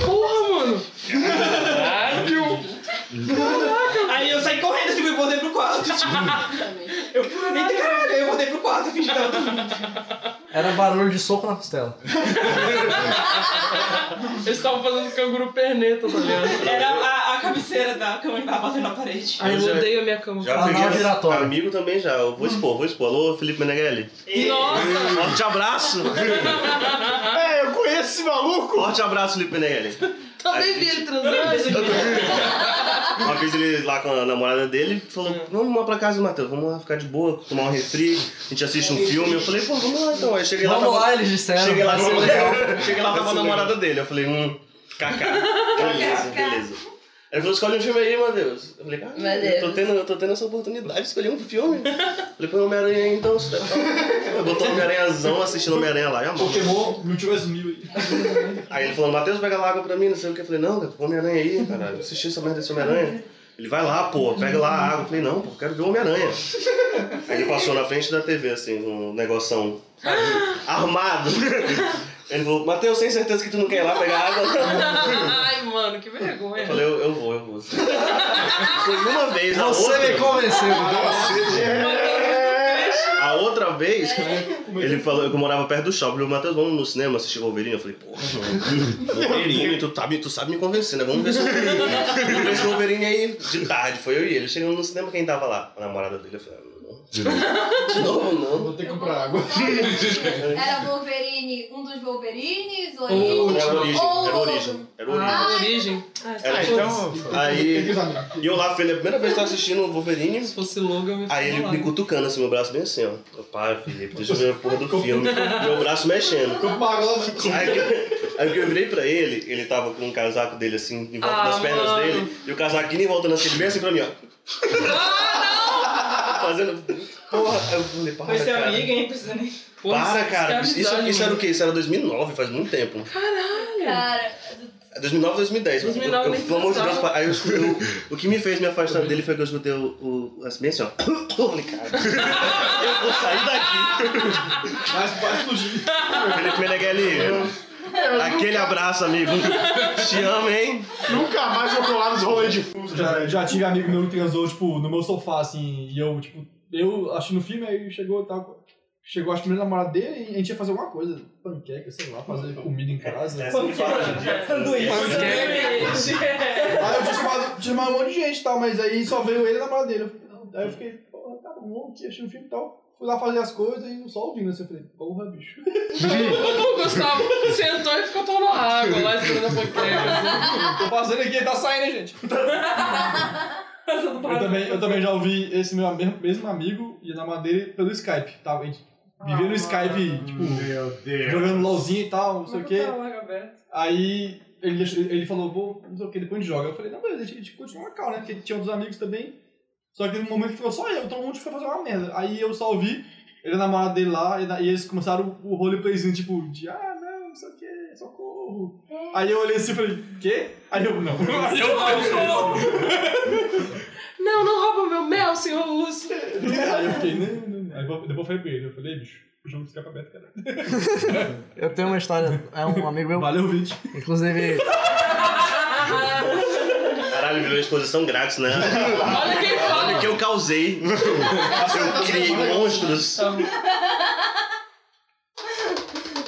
[SPEAKER 3] Porra, mano!
[SPEAKER 7] Aí eu saí correndo assim, e voltei pro quarto. Tipo, eu eita caralho, aí eu voltei pro quarto, fingi que tava dormindo.
[SPEAKER 1] Era barulho de soco na costela.
[SPEAKER 3] Eles estavam fazendo canguru perneta, tá ligado?
[SPEAKER 7] Era a, a cabeceira da cama que tava batendo na parede.
[SPEAKER 3] Ai, eu
[SPEAKER 4] já-
[SPEAKER 3] odeio a minha cama.
[SPEAKER 4] Já peguei amigo também já. Eu vou expor, vou expor. Alô, Felipe Meneghelli.
[SPEAKER 3] Nossa!
[SPEAKER 4] Forte abraço!
[SPEAKER 9] É, eu conheço esse maluco!
[SPEAKER 4] Forte abraço, Felipe Meneghelli.
[SPEAKER 11] Também vi ele transando.
[SPEAKER 4] Uma vez ele lá com a namorada dele falou: Vamos lá pra casa, Matheus, vamos lá ficar de boa, tomar um refri, a gente assiste um filme. Eu falei: Pô, vamos lá então. Aí cheguei lá.
[SPEAKER 1] Vamos
[SPEAKER 4] tava-
[SPEAKER 1] lá, eles disseram.
[SPEAKER 4] Cheguei lá,
[SPEAKER 1] vai ser
[SPEAKER 4] tava,
[SPEAKER 1] legal.
[SPEAKER 4] cheguei lá, tava a
[SPEAKER 1] Vai ser
[SPEAKER 4] namorada dele. Eu falei: Hum, cacá. Beleza, beleza. Ele falou: Escolhe um filme aí, Matheus. Eu falei: Cara,
[SPEAKER 11] Meu
[SPEAKER 4] eu tô
[SPEAKER 11] Deus.
[SPEAKER 4] tendo, eu tô tendo essa oportunidade de escolher um filme. Eu falei: Põe Homem-Aranha aí então. você tá- Eu botou Homem-Aranhazão assistindo Homem-Aranha lá. e amor.
[SPEAKER 5] Pokémon não tivesse mil aí.
[SPEAKER 4] Aí ele falou, Matheus, pega lá água pra mim, não sei o que. Eu falei, não, cara, Homem-Aranha aí, caralho. Assisti essa merda desse Homem-Aranha. Ele vai lá, pô, pega lá a água. Eu falei, não, pô, quero ver o Homem-Aranha. Aí ele passou na frente da TV, assim, um negoção sabe, armado. Ele falou, Matheus, tem certeza que tu não quer ir lá pegar água?
[SPEAKER 3] Ai, mano, que
[SPEAKER 4] Eu
[SPEAKER 3] vergonha.
[SPEAKER 4] falei, eu, eu vou, eu vou. Foi uma vez, a
[SPEAKER 1] Você
[SPEAKER 4] outra...
[SPEAKER 1] me convenceu.
[SPEAKER 4] A outra vez, né, ele falou que eu morava perto do shopping. Ele falou, Matheus, vamos no cinema assistir Wolverine? Eu falei, porra, mano. Wolverine, tu, tá, me- tu sabe me convencer, né? Vamos ver esse Wolverine. Vamos ver esse né?" Wolverine aí. De tarde, foi eu e ele. Chegamos no cinema, quem tava lá? A namorada dele. Eu falei, ah, não. De novo, não. Vou ter que comprar água.
[SPEAKER 6] Era Wolverine, um dos Wolverines? Ou
[SPEAKER 4] Era origem,
[SPEAKER 6] Ou
[SPEAKER 4] era
[SPEAKER 6] outro?
[SPEAKER 4] origem. Era
[SPEAKER 6] Ah,
[SPEAKER 4] origem.
[SPEAKER 3] Origem.
[SPEAKER 4] Era então. Aí. E eu lá, foi a primeira vez que eu tava assistindo o Wolverine.
[SPEAKER 3] Se fosse logo, eu me
[SPEAKER 4] Aí ele me cutucando assim, meu braço bem assim, ó. Eu, Para, Felipe, deixa eu ver a porra do filme. Meu braço mexendo. Aí que, aí que eu virei pra ele, ele tava com um casaco dele assim, em volta
[SPEAKER 3] Ah,
[SPEAKER 4] das pernas
[SPEAKER 3] mano.
[SPEAKER 4] dele, e o casaquinho em volta nas pernas, bem assim pra mim, ó. Fazendo. Porra, aí eu falei, para.
[SPEAKER 7] Ah, Foi seu
[SPEAKER 4] cara.
[SPEAKER 7] amigo, é hein? Precisa nem.
[SPEAKER 3] é
[SPEAKER 4] Para, cara. Isso, é- isso, era o quê? Isso era 2009, faz muito tempo.
[SPEAKER 6] Cara,
[SPEAKER 4] É 2009, 2010.
[SPEAKER 6] 2009
[SPEAKER 4] eu, eu,
[SPEAKER 6] nem
[SPEAKER 4] pelo amor de Deus,
[SPEAKER 6] precisava.
[SPEAKER 4] pa- aí eu escutei. o- O que me fez me afastar dele foi que eu escutei o. o assim, bem assim, ó. Eu falei, cara. Eu vou sair daqui. Mas vai explodir. Felipe Meneghelli. Aquele abraço, amigo. Te amo, hein?
[SPEAKER 9] Nunca mais eu vou lá nos rolês de fuso.
[SPEAKER 5] Já, já tive amigo meu que transou, tipo, no meu sofá, assim, e eu, tipo, eu assistindo o filme, aí chegou e tal. Chegou, acho que o meu namorado dele, e a gente ia fazer alguma coisa, panqueca, sei lá, fazer comida em casa.
[SPEAKER 4] É, panqueca,
[SPEAKER 5] sanduíche. Aí eu tinha chamado, tinha chamado um monte de gente e tal, mas aí só veio ele e a namorada dele. Aí eu fiquei, porra, tá bom, que achei o filme e tal. Fui lá fazer as coisas e só ouvindo, assim, eu falei, porra, bicho.
[SPEAKER 3] O Gustavo sentou e ficou tomando água um lá esperando a panqueca.
[SPEAKER 5] Tô fazendo aqui, tá saindo, hein, gente? Eu também, eu também já ouvi esse meu mesmo, mesmo amigo e a namorada dele pelo Skype. Tá? A gente vivia no Skype, tipo, jogando LOLzinho e tal, não sei o quê. Aí ele, deixou- ele falou, vou, não sei o que, depois a gente joga. Eu falei, não, beleza, a gente- a gente continua na cal, né? Porque tinha outros amigos também. Só que no momento que ficou só eu, todo mundo foi fazer uma merda. Aí eu só ouvi ele e a namorada dele lá, e, na- e eles começaram o, o roleplayzinho, tipo, de ah, não, não sei o que, socorro. Aí eu olhei assim e falei, quê? Aí eu, não. Aí eu
[SPEAKER 3] Socorro! Não, não rouba meu mel, senhor urso.
[SPEAKER 5] Aí eu fiquei, não, não, não. Aí depois eu falei pra ele, eu falei, bicho, Eu chamo de é escapa aberto, cara.
[SPEAKER 1] Eu tenho uma história, é um amigo meu. Valeu, vídeo. Inclusive,
[SPEAKER 4] Caralho, virou exposição grátis, né?
[SPEAKER 3] Olha quem fala.
[SPEAKER 4] Olha que eu causei. Eu criei monstros.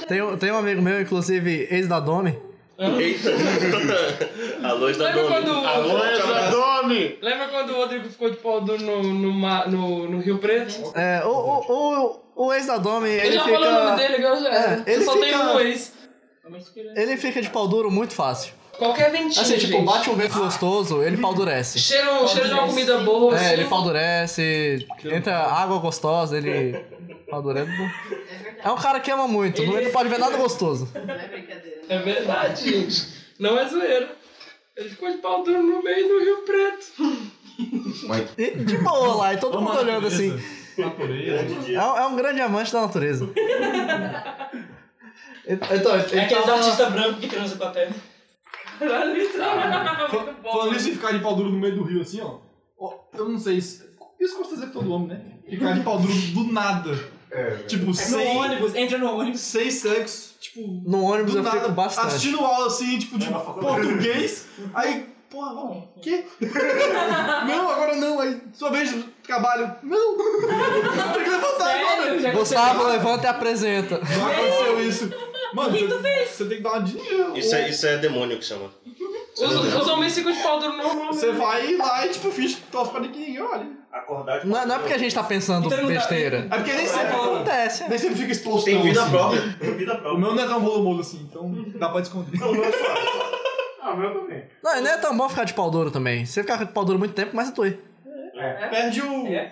[SPEAKER 1] tem, um- tem um amigo meu, inclusive, ex da Domi.
[SPEAKER 4] Eita. Alô, da
[SPEAKER 3] Lembra quando o- Alô,
[SPEAKER 9] Domi!
[SPEAKER 3] Lembra quando o Rodrigo ficou de pau duro no, no, ma- no, no Rio Preto?
[SPEAKER 1] É, o, o, o, o ex da Domi, ele,
[SPEAKER 3] Eu já
[SPEAKER 1] fica.
[SPEAKER 3] falei o nome dele, agora já era.
[SPEAKER 1] É, ele
[SPEAKER 3] Eu só
[SPEAKER 1] fica-
[SPEAKER 3] tenho um ex.
[SPEAKER 1] Ele fica de pau duro muito fácil.
[SPEAKER 3] Qualquer ventinho,
[SPEAKER 1] Assim, tipo,
[SPEAKER 3] gente.
[SPEAKER 1] bate um vento gostoso, ele paudurece.
[SPEAKER 3] Cheira, um- cheira de uma comida boa. assim.
[SPEAKER 1] É, ele paudurece, entra água gostosa, ele paudurece. É um cara que ama muito, não- ele não pode ver nada gostoso.
[SPEAKER 3] É verdade, gente. Não é zoeira. Ele ficou de pau duro no meio do Rio Preto.
[SPEAKER 1] E de boa lá, e todo mundo olhando assim. É, um- é um grande amante da natureza. Então, ele
[SPEAKER 7] É aqueles
[SPEAKER 1] tava-
[SPEAKER 7] artistas brancos que transa com a terra.
[SPEAKER 5] Fa- Falando
[SPEAKER 1] Ah.
[SPEAKER 5] nisso, de ficar de pau duro no meio do rio assim, ó. Ó, Eu não sei isso. Isso costuma fazer com todo homem, né? Ficar de pau duro do nada. É. Tipo, sem.
[SPEAKER 7] No ônibus, entra no ônibus.
[SPEAKER 5] Sem sexo, tipo.
[SPEAKER 1] No ônibus
[SPEAKER 5] do
[SPEAKER 1] eu
[SPEAKER 5] nada,
[SPEAKER 1] fico bastante.
[SPEAKER 5] Assistindo aula assim, tipo, de português. Aí, porra, não. Quê? não, agora não. Aí, sua vez, trabalho. Não. Tem que levantar agora.
[SPEAKER 1] Gustavo, levanta e apresenta.
[SPEAKER 5] Já aconteceu isso. Mano, você, você tem que dar uma dinheiro.
[SPEAKER 4] Isso é, isso é demônio que chama.
[SPEAKER 3] Os, os homens ficam de pau duro no
[SPEAKER 5] Você vai lá e, tipo, finge que torce pra ninguém, olha.
[SPEAKER 4] Acordar de
[SPEAKER 1] Não, não é porque a gente tá pensando besteira.
[SPEAKER 5] É porque nem sempre
[SPEAKER 1] acontece. é
[SPEAKER 5] Nem sempre fica exposto.
[SPEAKER 4] Tem
[SPEAKER 5] não,
[SPEAKER 4] vida
[SPEAKER 5] assim.
[SPEAKER 4] própria. Tem vida
[SPEAKER 5] O
[SPEAKER 4] própria.
[SPEAKER 5] meu não é tão volumoso assim, então dá pra esconder.
[SPEAKER 12] Ah, o meu também.
[SPEAKER 1] Não, e não é tão bom ficar de pau duro também. Se você ficar de pau duro muito tempo, começa a doer.
[SPEAKER 7] É?
[SPEAKER 5] Perde o. Eu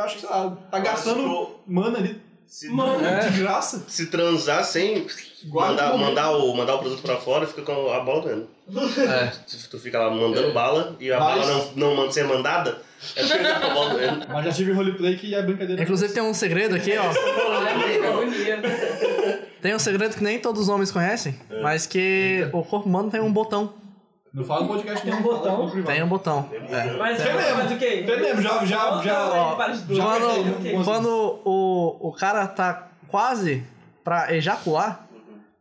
[SPEAKER 5] acho que sei lá, tá gastando mana ali. Mano,
[SPEAKER 4] É.
[SPEAKER 5] de graça.
[SPEAKER 4] Se transar sem
[SPEAKER 5] Guarda
[SPEAKER 4] mandar,
[SPEAKER 5] o momento.
[SPEAKER 4] mandar, o, mandar o produto pra fora, fica com a bola dentro.
[SPEAKER 1] É.
[SPEAKER 4] Se tu fica lá
[SPEAKER 2] É.
[SPEAKER 4] mandando bala e a
[SPEAKER 5] Mas-
[SPEAKER 4] bala não, não manda ser mandada, é porque tá com a bola dentro.
[SPEAKER 5] Mas já tive roleplay que é brincadeira.
[SPEAKER 1] Inclusive tem um segredo aqui, ó. né? Tem um segredo que nem todos os homens conhecem, mas que o corpo humano tem um botão.
[SPEAKER 5] Não fala no podcast,
[SPEAKER 7] Tem um
[SPEAKER 5] não.
[SPEAKER 7] botão?
[SPEAKER 1] Tem um botão. É.
[SPEAKER 7] Mas,
[SPEAKER 1] Tem.
[SPEAKER 7] mas o quê?
[SPEAKER 5] Eu lembro, já. já, já
[SPEAKER 1] Ó,
[SPEAKER 7] para de doer.
[SPEAKER 1] quando quando o, o cara tá quase pra ejacular,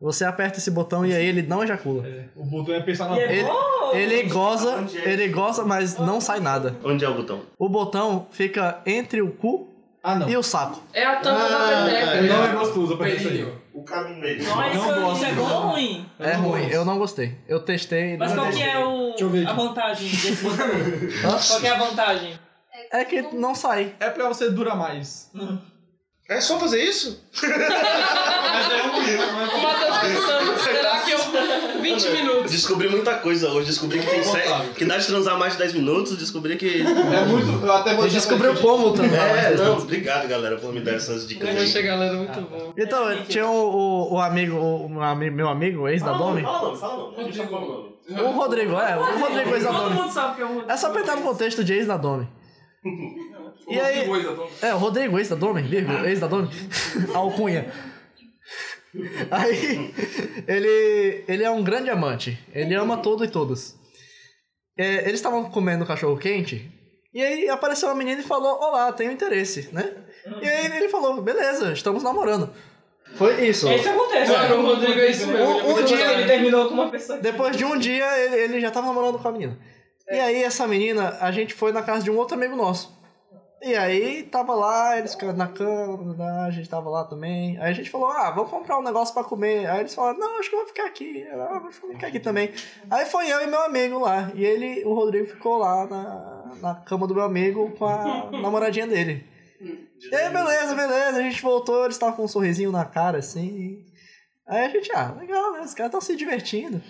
[SPEAKER 1] você aperta esse botão e aí ele não ejacula.
[SPEAKER 5] O botão é pensar na.
[SPEAKER 1] Ele, ele goza, ele goza, mas não sai nada.
[SPEAKER 4] Onde é o botão?
[SPEAKER 1] O botão fica entre o cu e o saco.
[SPEAKER 3] É a tampa
[SPEAKER 1] Ah,
[SPEAKER 3] da peteca.
[SPEAKER 5] Não Ah, é gostoso pra isso aí.
[SPEAKER 4] O caminho
[SPEAKER 7] Nossa, isso é bom ou ruim?
[SPEAKER 1] É ruim, eu não gostei. Eu testei.
[SPEAKER 7] Mas
[SPEAKER 1] não
[SPEAKER 7] qual que
[SPEAKER 1] gostei.
[SPEAKER 7] é o,
[SPEAKER 1] eu ver aqui.
[SPEAKER 7] a vantagem desse botão? qual que é a vantagem?
[SPEAKER 1] É que não sai.
[SPEAKER 5] É pra você durar mais.
[SPEAKER 2] É só fazer isso?
[SPEAKER 3] O Matheus pensando, será que
[SPEAKER 7] um,
[SPEAKER 3] eu... 20 minutos.
[SPEAKER 4] Descobri muita coisa hoje. Descobri que tem sexo, que dá de transar mais de 10 minutos. Descobri que.
[SPEAKER 5] É muito. Eu até vou
[SPEAKER 1] Ele descobriu como também.
[SPEAKER 4] É, não, obrigado galera por me dar essas dicas. aí.
[SPEAKER 3] Poxa, galera, muito bom.
[SPEAKER 1] Então, tinha o, o, o amigo, o, um ami- meu amigo, ex da Domi.
[SPEAKER 4] Fala, fala, fala.
[SPEAKER 1] O Rodrigo, é, o Rodrigo, ex da
[SPEAKER 7] Todo
[SPEAKER 1] Domi.
[SPEAKER 7] mundo sabe que é o Rodrigo.
[SPEAKER 1] É só pra entrar no contexto de ex da Domi. E aí, é, o Rodrigo, ex da Domi, vírgula, ex da Domi, alcunha. Aí, ele, ele é um grande amante, ele ama todo e todas. É, eles estavam comendo cachorro quente, e aí apareceu uma menina e falou, olá, tenho interesse, né? E aí ele falou, beleza, estamos namorando. Foi isso.
[SPEAKER 7] É isso que acontece.
[SPEAKER 3] Mano, o Rodrigo é isso mesmo.
[SPEAKER 1] Um- um
[SPEAKER 7] Depois
[SPEAKER 1] dia-
[SPEAKER 7] ele terminou com uma pessoa.
[SPEAKER 1] Depois de um dia, ele, ele já tava namorando com a menina. E aí, essa menina, a gente foi na casa de um outro amigo nosso. E aí, tava lá, eles ficaram na cama, né, a gente tava lá também. Aí a gente falou, ah, vamos comprar um negócio pra comer. Aí eles falaram, não, acho que eu vou ficar aqui. Ela, ah, vou ficar aqui também. Aí foi eu e meu amigo lá. E ele, o Rodrigo, ficou lá na, na cama do meu amigo com a namoradinha dele. E aí, beleza, beleza. A gente voltou, eles estavam com um sorrisinho na cara, assim. Aí a gente, ah, legal, né? Os caras estão se divertindo.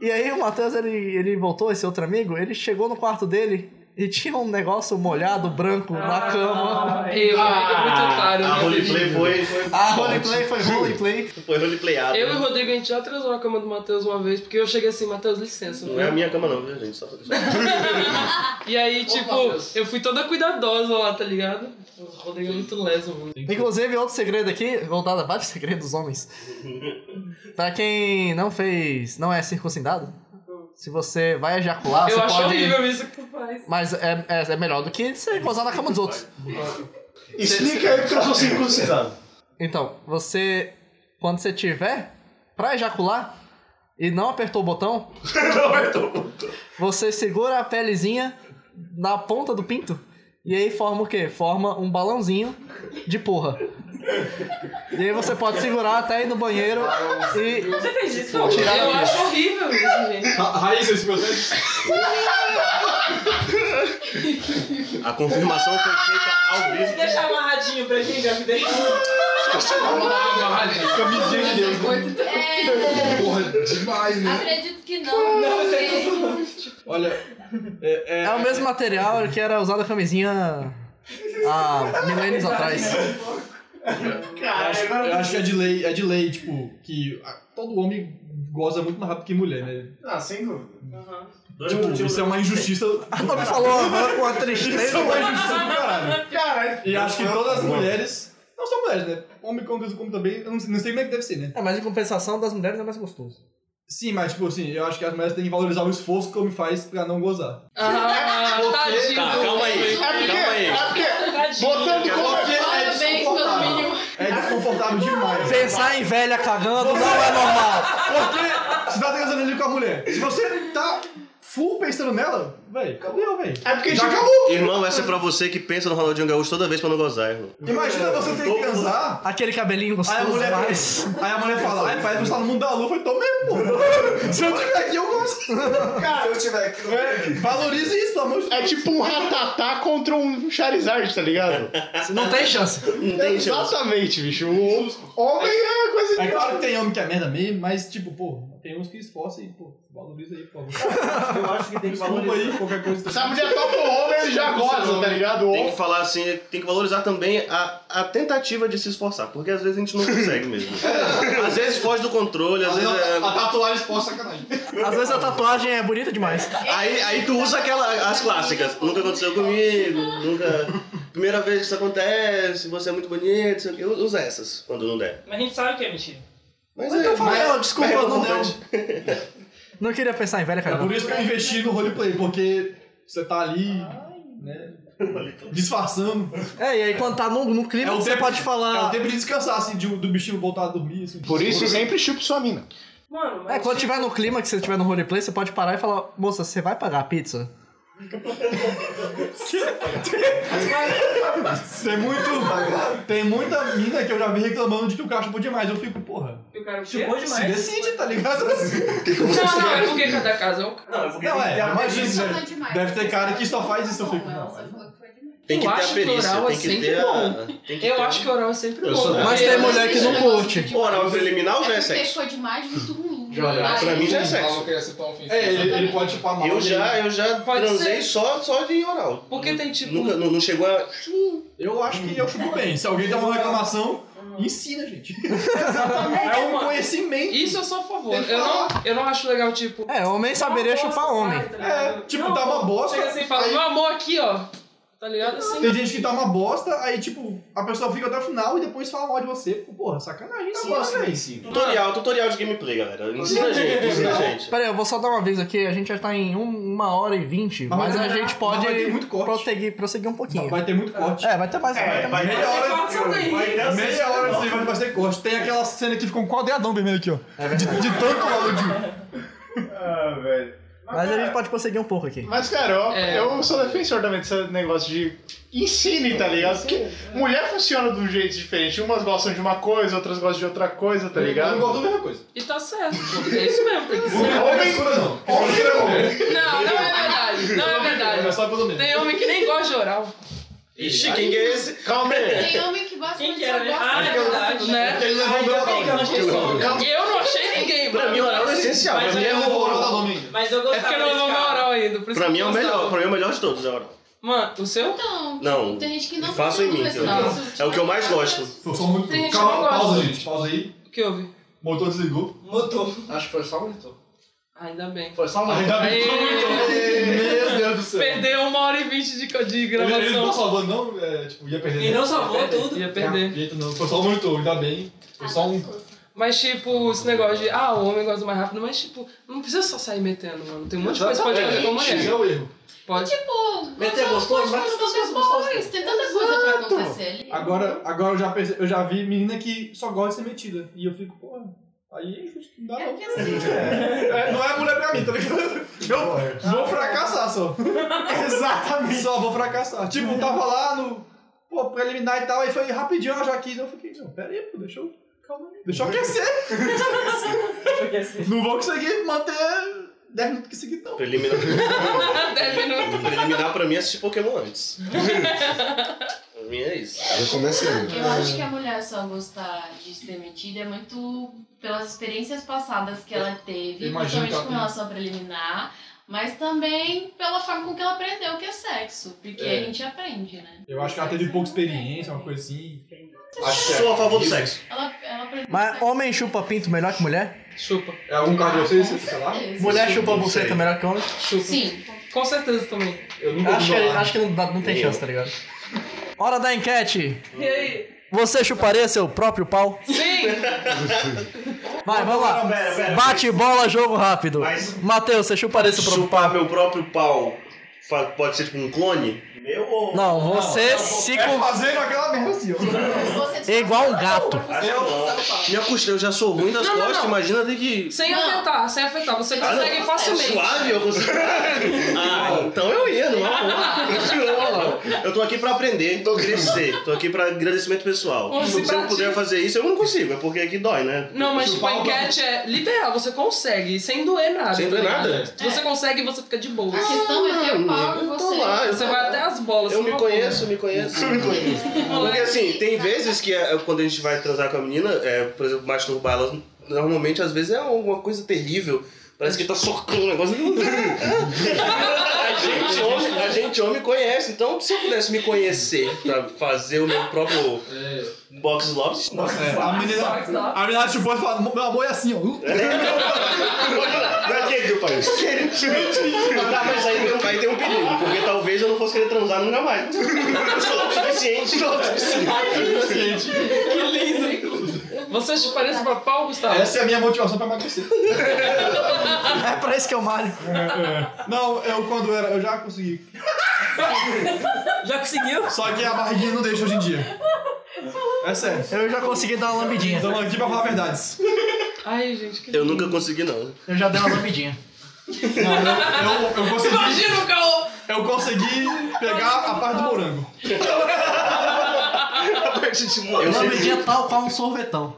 [SPEAKER 1] E aí o Matheus, ele, ele voltou, esse outro amigo, ele chegou no quarto dele e tinha um negócio molhado, branco, na
[SPEAKER 3] Ah.
[SPEAKER 1] cama.
[SPEAKER 3] Eu, muito otário.
[SPEAKER 4] A
[SPEAKER 3] né?
[SPEAKER 4] roleplay foi. foi
[SPEAKER 1] A roleplay foi roleplay.
[SPEAKER 4] Foi roleplayada.
[SPEAKER 3] Eu e o Rodrigo, a gente já transou na cama do Matheus uma vez, porque eu cheguei assim, Matheus, licença.
[SPEAKER 4] Não é a minha cama, não, viu, gente? Só pra deixar.
[SPEAKER 3] E aí, tipo, eu fui toda cuidadosa lá, tá ligado? O Rodrigo é muito leso, mano.
[SPEAKER 1] Inclusive, outro segredo aqui, voltado a vários segredos dos homens. pra quem não fez, não é circuncidado, se você vai ejacular,
[SPEAKER 3] eu
[SPEAKER 1] você
[SPEAKER 3] acho
[SPEAKER 1] pode...
[SPEAKER 3] horrível isso que tu faz.
[SPEAKER 1] Mas é, é, é melhor do que você gozar na cama dos outros.
[SPEAKER 9] Explica aí o que eu sou circuncisado.
[SPEAKER 1] Então, você. Quando você tiver pra ejacular e não apertou o botão. não apertou o botão. Você segura a pelezinha na ponta do pinto. E aí forma o quê? Forma um balãozinho de porra. E aí você pode segurar até ir no banheiro e.
[SPEAKER 3] Você fez isso?
[SPEAKER 1] Pô, tirar
[SPEAKER 3] eu
[SPEAKER 1] a
[SPEAKER 3] acho
[SPEAKER 1] vida.
[SPEAKER 3] horrível isso, gente.
[SPEAKER 5] Raíssa, esse processo.
[SPEAKER 4] A confirmação foi feita ao
[SPEAKER 7] Deixa
[SPEAKER 4] vivo.
[SPEAKER 7] deixar amarradinho pra quem já me deixou.
[SPEAKER 4] Amarradinho, camisinha de Deus.
[SPEAKER 6] É,
[SPEAKER 5] Porra, demais, né?
[SPEAKER 6] acredito que não.
[SPEAKER 7] Não, você
[SPEAKER 3] é
[SPEAKER 5] Olha. É,
[SPEAKER 1] É o mesmo material que era usado a camisinha há milênios atrás.
[SPEAKER 5] Eu acho, eu acho que é de lei, é de lei, tipo, que a- todo homem goza muito mais rápido que mulher, né?
[SPEAKER 12] Ah, sem dúvida.
[SPEAKER 5] Tipo, isso é uma injustiça. O
[SPEAKER 1] nome falou agora com a tristeza.
[SPEAKER 5] Isso é uma injustiça do caralho.
[SPEAKER 12] Cara,
[SPEAKER 5] E acho que todas as mulheres. Não só mulheres, né? Homem conduz como também. Eu não sei não sei como é que deve ser, né?
[SPEAKER 1] É, mas em compensação das mulheres é mais gostoso.
[SPEAKER 5] Sim, mas tipo assim, eu acho que as mulheres têm que valorizar o esforço que o homem faz pra não gozar.
[SPEAKER 3] Ah, tadinho.
[SPEAKER 5] Tá, calma aí, calma aí.
[SPEAKER 9] É porque, botando como
[SPEAKER 5] Porque é
[SPEAKER 11] Parabéns pelo mínimo.
[SPEAKER 5] desconfortável. É desconfortável demais.
[SPEAKER 1] Pensar em velha cagando não é normal.
[SPEAKER 5] Porque você tá transando ali com a mulher. Se você tá full pensando nela, véi, cadê, véi? É
[SPEAKER 9] porque,
[SPEAKER 5] já
[SPEAKER 9] tipo,
[SPEAKER 5] acabou.
[SPEAKER 4] Irmão, essa é pra você que pensa no Ronaldinho Gaúcho toda vez pra não gozar, irmão.
[SPEAKER 5] Imagina você ter que transar.
[SPEAKER 1] Aquele cabelinho gostoso.
[SPEAKER 5] Aí a mulher,
[SPEAKER 1] demais.
[SPEAKER 5] aí a mulher fala, ai, parece que você tá no mundo da lua. Eu falei, tô mesmo, pô. Se eu tiver aqui, eu gosto.
[SPEAKER 2] Se eu tiver aqui, não é.
[SPEAKER 5] Valorize isso, pelo amor de Deus.
[SPEAKER 9] É tipo um ratatá contra um Charizard, tá ligado?
[SPEAKER 1] Não tem chance.
[SPEAKER 4] Não tem chance.
[SPEAKER 9] Exatamente, bicho. O homem é coisa
[SPEAKER 5] É
[SPEAKER 9] de.
[SPEAKER 5] claro que tem homem que é merda mesmo, mas tipo, pô, tem uns que esforçam e, pô, valoriza aí, por favor.
[SPEAKER 12] eu acho que tem que
[SPEAKER 5] Desculpa
[SPEAKER 12] valorizar.
[SPEAKER 5] aí, qualquer coisa.
[SPEAKER 9] Se a mulher topa o homem, ele já goza, tá ligado? O
[SPEAKER 4] Tem que
[SPEAKER 9] homem.
[SPEAKER 4] falar assim, tem que valorizar também a, a tentativa de se esforçar, porque às vezes a gente não consegue mesmo. Às vezes foge do controle, às vezes. é-
[SPEAKER 9] A tatuagem pô, sacanagem.
[SPEAKER 1] Às vezes a tatuagem é bonita demais.
[SPEAKER 4] Aí, aí tu usa aquela, as clássicas. Nunca aconteceu comigo, nunca. Primeira vez que isso acontece, você é muito bonito, sei o quê. Usa essas quando não der.
[SPEAKER 7] Mas a gente sabe que é mentira.
[SPEAKER 4] Mas,
[SPEAKER 1] Mas eu
[SPEAKER 4] é,
[SPEAKER 1] falei,
[SPEAKER 4] mas-
[SPEAKER 1] ó, desculpa,
[SPEAKER 4] mas é
[SPEAKER 1] não deu.
[SPEAKER 4] importante.
[SPEAKER 1] Não queria pensar em velha
[SPEAKER 5] É por
[SPEAKER 1] cagando.
[SPEAKER 5] isso que eu investi no roleplay, porque você tá ali, né, disfarçando.
[SPEAKER 1] É, e aí quando tá no, no clima,
[SPEAKER 5] É o
[SPEAKER 1] você
[SPEAKER 5] tempo-
[SPEAKER 1] pode
[SPEAKER 5] É o
[SPEAKER 1] falar.
[SPEAKER 5] tempo de descansar, assim, de- do bichinho voltar a dormir, assim.
[SPEAKER 9] Por isso, sempre chupa sua mina.
[SPEAKER 7] Mano, mas.
[SPEAKER 1] É, quando tiver no clima, que você tiver no roleplay, você pode parar e falar, moça, você vai pagar a pizza?
[SPEAKER 5] Tem muito. Tem muita mina que eu já vi reclamando de que o cara chupou demais. Eu fico, porra,
[SPEAKER 3] E o cara
[SPEAKER 7] Chupou
[SPEAKER 3] chupou.
[SPEAKER 5] se
[SPEAKER 7] demais.
[SPEAKER 5] decide, tá ligado?
[SPEAKER 3] Não, não, é porque cada caso é um caso.
[SPEAKER 5] Não, é, imagina,
[SPEAKER 11] Isso foi
[SPEAKER 5] deve,
[SPEAKER 11] demais.
[SPEAKER 5] deve ter cara que só faz isso, eu fico.
[SPEAKER 11] Não,
[SPEAKER 5] Não,
[SPEAKER 11] você falou que foi demais.
[SPEAKER 4] Tem que
[SPEAKER 3] Eu
[SPEAKER 4] ter a
[SPEAKER 3] acho que
[SPEAKER 4] perícia,
[SPEAKER 3] oral
[SPEAKER 4] tem
[SPEAKER 3] é
[SPEAKER 4] que
[SPEAKER 3] sempre
[SPEAKER 4] ter a.
[SPEAKER 3] bom.
[SPEAKER 4] tem que
[SPEAKER 3] Eu
[SPEAKER 4] ter
[SPEAKER 3] acho que oral é sempre
[SPEAKER 4] Eu
[SPEAKER 3] bom.
[SPEAKER 4] sou-
[SPEAKER 1] Mas tem mulher que não curte.
[SPEAKER 4] O oral preliminar ou já é
[SPEAKER 11] porque
[SPEAKER 4] sexo?
[SPEAKER 11] foi demais, muito ruim.
[SPEAKER 6] né?
[SPEAKER 2] Olha,
[SPEAKER 11] Aí,
[SPEAKER 4] pra mim já é
[SPEAKER 2] Ah,
[SPEAKER 4] sexo.
[SPEAKER 2] não queria citar um fim.
[SPEAKER 5] É, ele, ele pode chupar mal.
[SPEAKER 4] Eu já,
[SPEAKER 1] né?
[SPEAKER 4] eu já
[SPEAKER 3] Pode
[SPEAKER 4] transei
[SPEAKER 3] ser.
[SPEAKER 4] só, só de oral.
[SPEAKER 3] Porque tem tipo.
[SPEAKER 4] Nunca, não, não chegou a.
[SPEAKER 5] Eu acho que eu chupo bem. Se alguém der uma reclamação,
[SPEAKER 3] Uhum.
[SPEAKER 5] ensina, gente. é um conhecimento.
[SPEAKER 3] Isso eu sou a favor.
[SPEAKER 5] Tem que
[SPEAKER 3] Eu não, eu não acho legal, tipo.
[SPEAKER 1] É, homem saberia chupar homem.
[SPEAKER 5] É, tipo, tá uma bosta.
[SPEAKER 3] Chega assim e fala,
[SPEAKER 5] aí-
[SPEAKER 3] meu amor aqui, ó. Tá ligado? Assim.
[SPEAKER 5] Tem gente que tá uma bosta, aí, tipo, a pessoa fica até o final e depois fala mal de você. Porra, sacanagem,
[SPEAKER 3] Tá
[SPEAKER 5] ensina,
[SPEAKER 12] gosto
[SPEAKER 5] velho.
[SPEAKER 4] Tutorial, tutorial de gameplay, galera. Ensina a gente, ensina a gente.
[SPEAKER 1] Pera aí, eu vou só dar um aviso aqui, a gente já tá em um- uma hora e vinte,
[SPEAKER 5] Mas
[SPEAKER 1] mas
[SPEAKER 5] vai
[SPEAKER 1] a
[SPEAKER 5] ter-
[SPEAKER 1] gente
[SPEAKER 5] mas
[SPEAKER 1] pode
[SPEAKER 5] vai ter muito corte.
[SPEAKER 1] prosseguir, prosseguir um pouquinho.
[SPEAKER 5] Vai ter muito corte.
[SPEAKER 1] É, vai ter mais. vai ter mais.
[SPEAKER 5] Meia hora,
[SPEAKER 3] assim,
[SPEAKER 12] Meia
[SPEAKER 5] meia hora disso aí vai vai ser corte. Tem aquela cena que ficou um quadradão vermelho aqui, ó. de, de tanto áudio.
[SPEAKER 12] Ah, velho.
[SPEAKER 1] Mas a gente pode prosseguir um pouco aqui.
[SPEAKER 9] Mas, cara, eu,
[SPEAKER 3] É.
[SPEAKER 9] eu sou defensor também desse negócio de ensine, tá ligado? Porque
[SPEAKER 3] é.
[SPEAKER 9] mulher funciona de um jeito diferente. Umas gostam de uma coisa, outras gostam de outra coisa, tá
[SPEAKER 5] Eu não
[SPEAKER 9] ligado?
[SPEAKER 5] gosto da mesma coisa.
[SPEAKER 3] E tá certo. pô. É isso mesmo, tem que ser.
[SPEAKER 9] Homem,
[SPEAKER 3] Não, não é verdade. Não é verdade.
[SPEAKER 5] É só pelo menos.
[SPEAKER 3] Tem homem que nem gosta de oral.
[SPEAKER 4] Ixi, quem que é esse?
[SPEAKER 9] calma aí.
[SPEAKER 11] Tem homem que gosta
[SPEAKER 7] Quem
[SPEAKER 11] de
[SPEAKER 7] que era, né?
[SPEAKER 11] gosta.
[SPEAKER 7] Ah, é verdade.
[SPEAKER 3] Né?
[SPEAKER 5] Ele levou meu
[SPEAKER 7] Ainda bem que eu não achei isso.
[SPEAKER 9] Calma.
[SPEAKER 3] Eu não achei ninguém,
[SPEAKER 4] Pra
[SPEAKER 3] mano.
[SPEAKER 4] mim, oral é essencial. Pra
[SPEAKER 7] Mas
[SPEAKER 4] mim é
[SPEAKER 7] eu-
[SPEAKER 5] Ele levou
[SPEAKER 4] o
[SPEAKER 5] o da Domingo.
[SPEAKER 7] Mas eu
[SPEAKER 3] É
[SPEAKER 7] gostava
[SPEAKER 3] porque eu não
[SPEAKER 7] desse
[SPEAKER 3] levou meu
[SPEAKER 7] cara.
[SPEAKER 3] oral ainda. por isso
[SPEAKER 4] Pra
[SPEAKER 3] que
[SPEAKER 4] mim é
[SPEAKER 3] eu
[SPEAKER 4] o melhor,
[SPEAKER 3] gostava.
[SPEAKER 4] pra mim é o melhor de todos, é o oral.
[SPEAKER 3] Mano, o seu?
[SPEAKER 11] Então,
[SPEAKER 4] Não,
[SPEAKER 11] tem gente que não
[SPEAKER 4] faça em mim,
[SPEAKER 11] precisa,
[SPEAKER 4] que eu-
[SPEAKER 11] mas isso-
[SPEAKER 4] é o que eu mais gosto.
[SPEAKER 5] Foi só muito.
[SPEAKER 11] Tem gente que
[SPEAKER 5] Calma,
[SPEAKER 11] não gosta.
[SPEAKER 5] pausa, gente. Pausa aí.
[SPEAKER 3] O que houve?
[SPEAKER 5] Motor desligou.
[SPEAKER 7] Motor.
[SPEAKER 2] Acho que foi só um monitor.
[SPEAKER 3] Ainda bem.
[SPEAKER 2] Foi só um monitor.
[SPEAKER 5] Ainda bem que
[SPEAKER 3] Ei.
[SPEAKER 5] Meu Deus do céu.
[SPEAKER 3] Perdeu uma hora e vinte de, de
[SPEAKER 5] Ele, ele não tá
[SPEAKER 3] gravação.
[SPEAKER 5] salvando, não? É, tipo, ia perder.
[SPEAKER 7] E não salvou tudo.
[SPEAKER 3] Ia perder.
[SPEAKER 6] Ah, tá
[SPEAKER 5] Jeito não. Foi só o monitor, ainda bem. Foi só um.
[SPEAKER 3] Mas, tipo, esse negócio de, ah, o homem gosta mais rápido, mas, tipo, não precisa só sair metendo, mano. Tem um monte de coisa que pode fazer com a mulher.
[SPEAKER 5] Esse é o erro.
[SPEAKER 3] Pode.
[SPEAKER 13] Tipo,
[SPEAKER 5] Meter
[SPEAKER 6] um
[SPEAKER 13] gostoso, pode
[SPEAKER 5] gostoso, mas
[SPEAKER 13] fazer
[SPEAKER 5] gostoso,
[SPEAKER 13] depois, tem tanta coisa pra acontecer ali.
[SPEAKER 5] Agora, agora eu, já perce- eu já vi menina que só gosta de ser metida. E eu fico, pô, aí é injusto, não dá não.
[SPEAKER 6] assim.
[SPEAKER 5] É, não é mulher pra mim, tá ligado? Eu vou fracassar só. Exatamente. Só vou fracassar. Tipo, tava lá no pô, preliminar e tal, aí foi rapidinho, eu já quis. Eu fiquei, não, pera aí, pô, deixa eu. Calma aí. Deixa eu aquecer. deixa eu aquecer. Não vou conseguir manter 10 minutos seguidos, não.
[SPEAKER 4] Preliminar.
[SPEAKER 3] Dez minutos.
[SPEAKER 4] Preliminar pra mim é assistir Pokémon antes. pra mim é isso.
[SPEAKER 9] Já comecei.
[SPEAKER 13] Eu acho que a mulher só gostar de ser metida é muito pelas experiências passadas que ela teve,
[SPEAKER 11] Eu imagino que
[SPEAKER 13] principalmente
[SPEAKER 11] ela
[SPEAKER 13] com
[SPEAKER 11] tem.
[SPEAKER 13] relação à preliminar, mas também pela forma com que ela aprendeu o que é sexo, porque
[SPEAKER 5] É.
[SPEAKER 13] a gente aprende, né?
[SPEAKER 5] Eu acho que ela teve pouca experiência, uma coisa assim.
[SPEAKER 4] Sou a favor do sexo.
[SPEAKER 13] Ela, ela aprendeu
[SPEAKER 1] Mas homem chupa pinto melhor que mulher?
[SPEAKER 3] Chupa.
[SPEAKER 5] É algum caso de vocês, sei lá?
[SPEAKER 1] Mulher
[SPEAKER 5] Sim,
[SPEAKER 1] chupa
[SPEAKER 5] não sei.
[SPEAKER 1] buceta melhor que homem?
[SPEAKER 3] Chupa.
[SPEAKER 13] Sim.
[SPEAKER 3] Com certeza também.
[SPEAKER 5] Eu
[SPEAKER 1] Acho que,
[SPEAKER 5] é,
[SPEAKER 1] acho que não, dá- não tem chance, tá ligado? Hora da enquete!
[SPEAKER 3] E aí?
[SPEAKER 1] Você chuparia seu próprio pau?
[SPEAKER 3] Sim!
[SPEAKER 1] Vai, vamos lá.
[SPEAKER 4] Não, pera, pera.
[SPEAKER 1] Bate bola, jogo rápido. Matheus, você chuparia seu próprio
[SPEAKER 4] Chupar meu próprio pau fa- pode ser tipo um clone? Meu ou.
[SPEAKER 1] Não, você se
[SPEAKER 5] É
[SPEAKER 1] com-
[SPEAKER 5] fazendo aquela merda assim, ó.
[SPEAKER 1] É igual um gato.
[SPEAKER 4] Minha costela, eu já sou ruim das
[SPEAKER 3] Não, não,
[SPEAKER 4] costas,
[SPEAKER 3] não.
[SPEAKER 4] imagina ter que.
[SPEAKER 3] Sem afetar, sem afetar. Você
[SPEAKER 4] Ah, não.
[SPEAKER 3] consegue facilmente.
[SPEAKER 4] Suave, eu consigo. ah, então eu ia, não é uma boa. Eu tô aqui pra aprender, crescer. Tô aqui pra agradecimento pessoal.
[SPEAKER 3] Como
[SPEAKER 4] Se
[SPEAKER 3] se
[SPEAKER 4] eu puder
[SPEAKER 3] pratica.
[SPEAKER 4] fazer isso, eu não consigo, é porque aqui dói, né?
[SPEAKER 3] Não, mas tipo, a enquete é liberal, você consegue, sem doer nada.
[SPEAKER 4] Sem doer
[SPEAKER 3] tá ligado?
[SPEAKER 4] nada?
[SPEAKER 3] Se Você consegue e você fica de boa.
[SPEAKER 6] Ah.
[SPEAKER 13] A questão é ter o pau que
[SPEAKER 4] eu tô
[SPEAKER 13] você-
[SPEAKER 4] lá, eu
[SPEAKER 3] Você
[SPEAKER 4] tô
[SPEAKER 3] vai
[SPEAKER 4] lá.
[SPEAKER 3] até as bolas.
[SPEAKER 4] Eu
[SPEAKER 3] você
[SPEAKER 4] me
[SPEAKER 3] não
[SPEAKER 4] conheço,
[SPEAKER 3] vai.
[SPEAKER 4] me conheço, me conheço. Porque assim, tem vezes que é, quando a gente vai transar com a menina, é, por exemplo, masturbar elas, normalmente às vezes é alguma coisa terrível. Parece que tá socando o negócio. a, gente homem, a gente homem conhece, então se eu pudesse me conhecer pra fazer o meu próprio box né? lobby.
[SPEAKER 5] É, a menina, a menina chupou e falou, meu amor é assim, ó.
[SPEAKER 4] Daquele do país. Tá, mas aí, aí tem um perigo, porque talvez eu não fosse querer transar nunca mais. Eu sou o suficiente. Sou o suficiente.
[SPEAKER 3] Que lindo. Você se parece pra pau, Gustavo?
[SPEAKER 5] Essa é a minha motivação pra emagrecer.
[SPEAKER 1] É pra isso que eu malho.
[SPEAKER 5] Não, eu quando era, eu já consegui.
[SPEAKER 14] Já conseguiu?
[SPEAKER 5] Só que a barriguinha não deixa hoje em dia. É sério.
[SPEAKER 1] Eu já consegui dar uma lambidinha.
[SPEAKER 5] Estamos aqui pra falar verdades.
[SPEAKER 3] Ai, gente, que
[SPEAKER 4] Eu nunca consegui, não.
[SPEAKER 1] Eu já dei uma lambidinha.
[SPEAKER 5] Não, eu, eu consegui.
[SPEAKER 3] Imagina o caô!
[SPEAKER 5] Eu consegui pegar a parte do morango.
[SPEAKER 4] A parte de morango.
[SPEAKER 1] Eu lambidinha tal qual um sorvetão.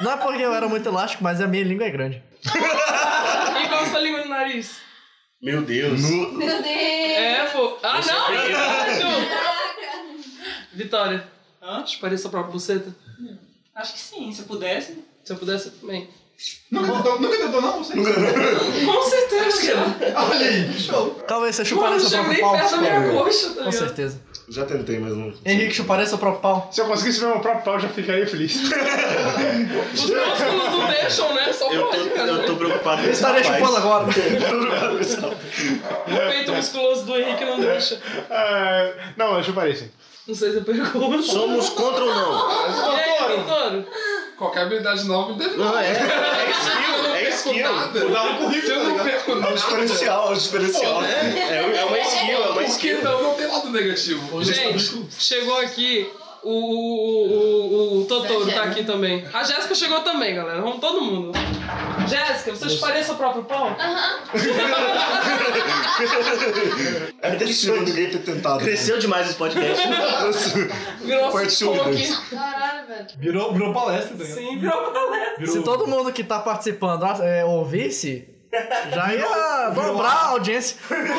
[SPEAKER 1] Não é porque eu era muito elástico, mas a minha língua é grande.
[SPEAKER 3] E qual a sua língua no nariz?
[SPEAKER 4] Meu Deus.
[SPEAKER 3] Meu Deus! É, pô. Ah,
[SPEAKER 4] Você
[SPEAKER 3] não!
[SPEAKER 4] tem-
[SPEAKER 3] Caraca. Vitória.
[SPEAKER 7] Hã?
[SPEAKER 3] Te parece a própria buceta?
[SPEAKER 7] Acho que sim, se eu pudesse.
[SPEAKER 3] Se eu pudesse, eu também.
[SPEAKER 5] Nunca tentou, nunca tentou não? Você?
[SPEAKER 3] Com certeza,
[SPEAKER 5] Olha aí, show.
[SPEAKER 1] Talvez você chuparia
[SPEAKER 3] Mano,
[SPEAKER 1] seu
[SPEAKER 3] chega
[SPEAKER 1] próprio
[SPEAKER 3] nem
[SPEAKER 1] pau.
[SPEAKER 3] perto da minha coxa, tá
[SPEAKER 1] Com
[SPEAKER 3] ligado?
[SPEAKER 1] certeza.
[SPEAKER 9] Já tentei, mas não.
[SPEAKER 1] Henrique, chuparia seu próprio pau.
[SPEAKER 9] Se eu conseguisse ver meu próprio pau, eu já ficaria feliz.
[SPEAKER 3] Os músculos não deixam, né? Só
[SPEAKER 4] Eu tô,
[SPEAKER 3] pode, cara.
[SPEAKER 4] eu tô preocupado com
[SPEAKER 1] Eu
[SPEAKER 4] esse
[SPEAKER 1] estaria
[SPEAKER 4] rapaz.
[SPEAKER 1] chupando agora.
[SPEAKER 4] Eu tô preocupado com esse rapaz.
[SPEAKER 3] O peito musculoso do Henrique não deixa.
[SPEAKER 9] Ah, não, eu chuparia sim.
[SPEAKER 3] Não sei se eu pergunto.
[SPEAKER 4] Somos contra ou não?
[SPEAKER 3] E aí, Totoro?
[SPEAKER 15] Qualquer habilidade nova me deve.
[SPEAKER 4] Não, é, é
[SPEAKER 15] Eu
[SPEAKER 4] skill,
[SPEAKER 15] não
[SPEAKER 4] é
[SPEAKER 15] perco
[SPEAKER 4] skill.
[SPEAKER 15] nada.
[SPEAKER 4] Dá um
[SPEAKER 15] Se
[SPEAKER 4] currículo,
[SPEAKER 15] eu
[SPEAKER 4] tá
[SPEAKER 15] não
[SPEAKER 4] ligado?
[SPEAKER 15] perco nada.
[SPEAKER 4] diferencial, é um diferencial. É, é, é uma skill, é uma
[SPEAKER 15] Por que
[SPEAKER 4] skill.
[SPEAKER 15] não? Não tem lado negativo.
[SPEAKER 3] Gente, chegou aqui o, o, o, o, o Totoro tá aqui também. A Jéssica chegou também, galera. Vamos todo mundo. Jéssica, você chuparia seu próprio pau?
[SPEAKER 9] É impossível ninguém ter tentado. né?
[SPEAKER 4] Cresceu demais esse podcast.
[SPEAKER 3] Virou
[SPEAKER 9] Partiu
[SPEAKER 3] um
[SPEAKER 9] dois.
[SPEAKER 3] aqui.
[SPEAKER 13] Caralho, velho.
[SPEAKER 5] Virou, virou palestra, tá ligado?
[SPEAKER 3] Sim, virou um palestra.
[SPEAKER 1] Se todo mundo que tá participando é, ouvisse, já ia
[SPEAKER 5] Virou-
[SPEAKER 1] dobrar a audiência.
[SPEAKER 5] Virou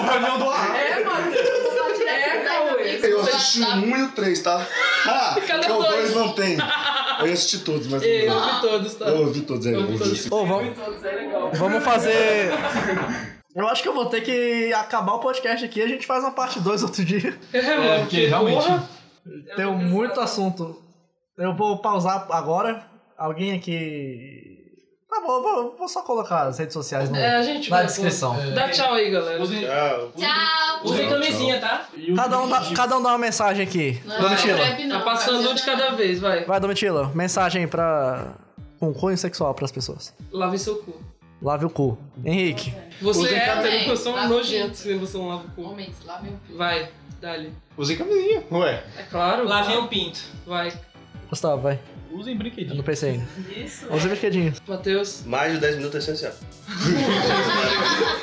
[SPEAKER 5] uma reunião do ar.
[SPEAKER 3] É, Matheus. É, Cauê.
[SPEAKER 2] Eu assisti o 1 e o 3, tá? Ah,
[SPEAKER 3] Cadê
[SPEAKER 2] porque o
[SPEAKER 3] dois?
[SPEAKER 2] 2 não tem. Eu assisti todos, mas.
[SPEAKER 3] Ei, eu vi todos, tá?
[SPEAKER 2] Eu ouvi todos ainda.
[SPEAKER 3] Eu vi
[SPEAKER 2] vamos dizer assim.
[SPEAKER 1] Ô, vamos,
[SPEAKER 3] Todos, é legal.
[SPEAKER 1] vamos fazer. Eu acho que eu vou ter que acabar o podcast aqui e a gente faz uma parte 2 outro dia.
[SPEAKER 3] É, mano,
[SPEAKER 5] porque realmente-
[SPEAKER 3] porra.
[SPEAKER 1] Tem muito assunto. Eu vou pausar agora. Alguém aqui. Tá bom, eu vou, vou só colocar as redes sociais no-
[SPEAKER 3] É, a gente
[SPEAKER 1] na
[SPEAKER 3] vai-
[SPEAKER 1] né? descrição.
[SPEAKER 3] Dá tchau aí, galera.
[SPEAKER 4] Tchau.
[SPEAKER 13] Tchau.
[SPEAKER 7] Usem camisinha, tá?
[SPEAKER 1] Cada um, dá, cada um dá uma mensagem aqui.
[SPEAKER 3] é,
[SPEAKER 13] Não, não
[SPEAKER 1] Domitila.
[SPEAKER 13] escreve não.
[SPEAKER 3] Tá passando um de cada vez, vai.
[SPEAKER 1] Vai, Domitila. Mensagem pra. com cunho sexual pras pessoas.
[SPEAKER 3] Lave seu cu.
[SPEAKER 1] Lave o cu. Henrique.
[SPEAKER 3] Você
[SPEAKER 1] Usem
[SPEAKER 3] é
[SPEAKER 1] camisinha.
[SPEAKER 3] hétero, você é um
[SPEAKER 11] Lave o
[SPEAKER 3] nojento se você não lava o cu.
[SPEAKER 11] Homens, lá meu
[SPEAKER 3] Vai, dá-lhe.
[SPEAKER 9] Usem camisinha. Ué.
[SPEAKER 3] É claro.
[SPEAKER 7] Lavem
[SPEAKER 3] claro.
[SPEAKER 7] o pinto.
[SPEAKER 3] Vai.
[SPEAKER 1] Gustavo, vai.
[SPEAKER 3] Usem
[SPEAKER 1] Eu
[SPEAKER 3] brinquedinho.
[SPEAKER 1] não pensei ainda.
[SPEAKER 3] Isso.
[SPEAKER 1] Usem brinquedinhos.
[SPEAKER 3] Matheus.
[SPEAKER 4] Mais de 10 minutos é essencial.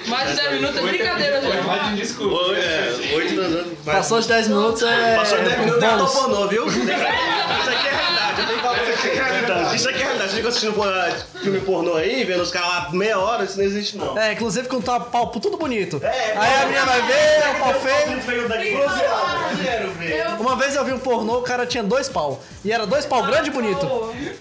[SPEAKER 3] Mais de 10 minutos é brincadeira, gente.
[SPEAKER 4] Desculpa. É, 8 transando. mais-
[SPEAKER 1] Passou de 10 minutos é.
[SPEAKER 4] Passou de 10 minutos é
[SPEAKER 1] bônus.
[SPEAKER 4] toponou, viu? Isso aqui é realidade. Eu tenho que falar pra vocês que é realidade. Isso aqui é realidade. Você fica assistindo por- filme pornô aí, vendo os caras lá meia hora, isso não existe não.
[SPEAKER 1] É, inclusive com tá pau tudo bonito. Aí a menina vai ver, é um pau feio. Uma vez eu vi um pornô, o cara tinha dois pau. E era dois pau grande e bonito.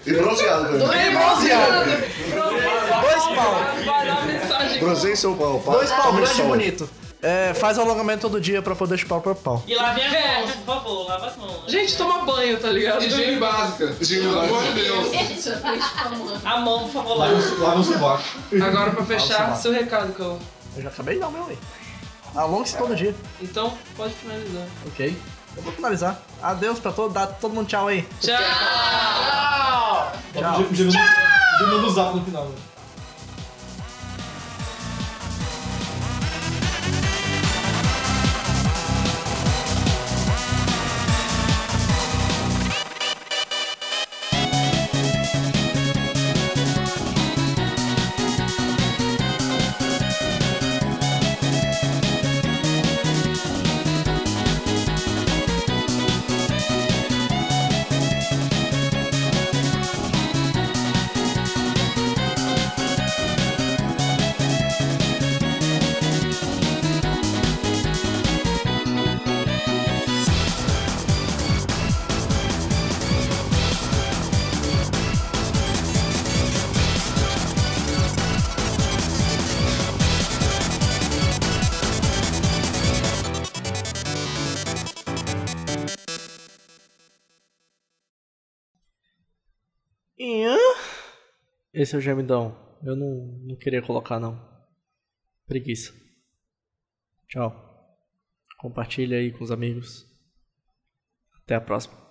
[SPEAKER 2] E bronzeado.
[SPEAKER 1] E bronzeado. Dois pau.
[SPEAKER 3] Vai dar uma mensagem.
[SPEAKER 2] Bronzei seu pau. pau
[SPEAKER 1] Dois pau
[SPEAKER 2] no
[SPEAKER 1] grande e
[SPEAKER 2] sol.
[SPEAKER 1] bonito. É, faz alongamento todo dia pra poder chupar o próprio pau.
[SPEAKER 7] E lavem as mãos, por favor, lava as mãos.
[SPEAKER 3] Gente, toma banho, tá ligado?
[SPEAKER 15] Higiene básica.
[SPEAKER 9] Higiene
[SPEAKER 15] Pelo amor de
[SPEAKER 9] básica.
[SPEAKER 15] Deus.
[SPEAKER 7] A mão, por favor, lava.
[SPEAKER 9] Lava o subaco.
[SPEAKER 3] Agora pra
[SPEAKER 1] Fala,
[SPEAKER 3] fechar,
[SPEAKER 1] Samara.
[SPEAKER 3] seu recado, Cão.
[SPEAKER 1] Eu já acabei de dar o meu aí. Alongue-se todo dia.
[SPEAKER 3] Então, pode finalizar.
[SPEAKER 1] Ok. Eu vou finalizar. Adeus pra todo, dá todo mundo tchau aí.
[SPEAKER 3] Tchau!
[SPEAKER 1] Tchau.
[SPEAKER 10] De novo zap no
[SPEAKER 5] né?
[SPEAKER 10] final.
[SPEAKER 1] Esse é o gemidão. Eu não, não queria colocar, não. Preguiça. Tchau. Compartilha aí com os amigos. Até a próxima.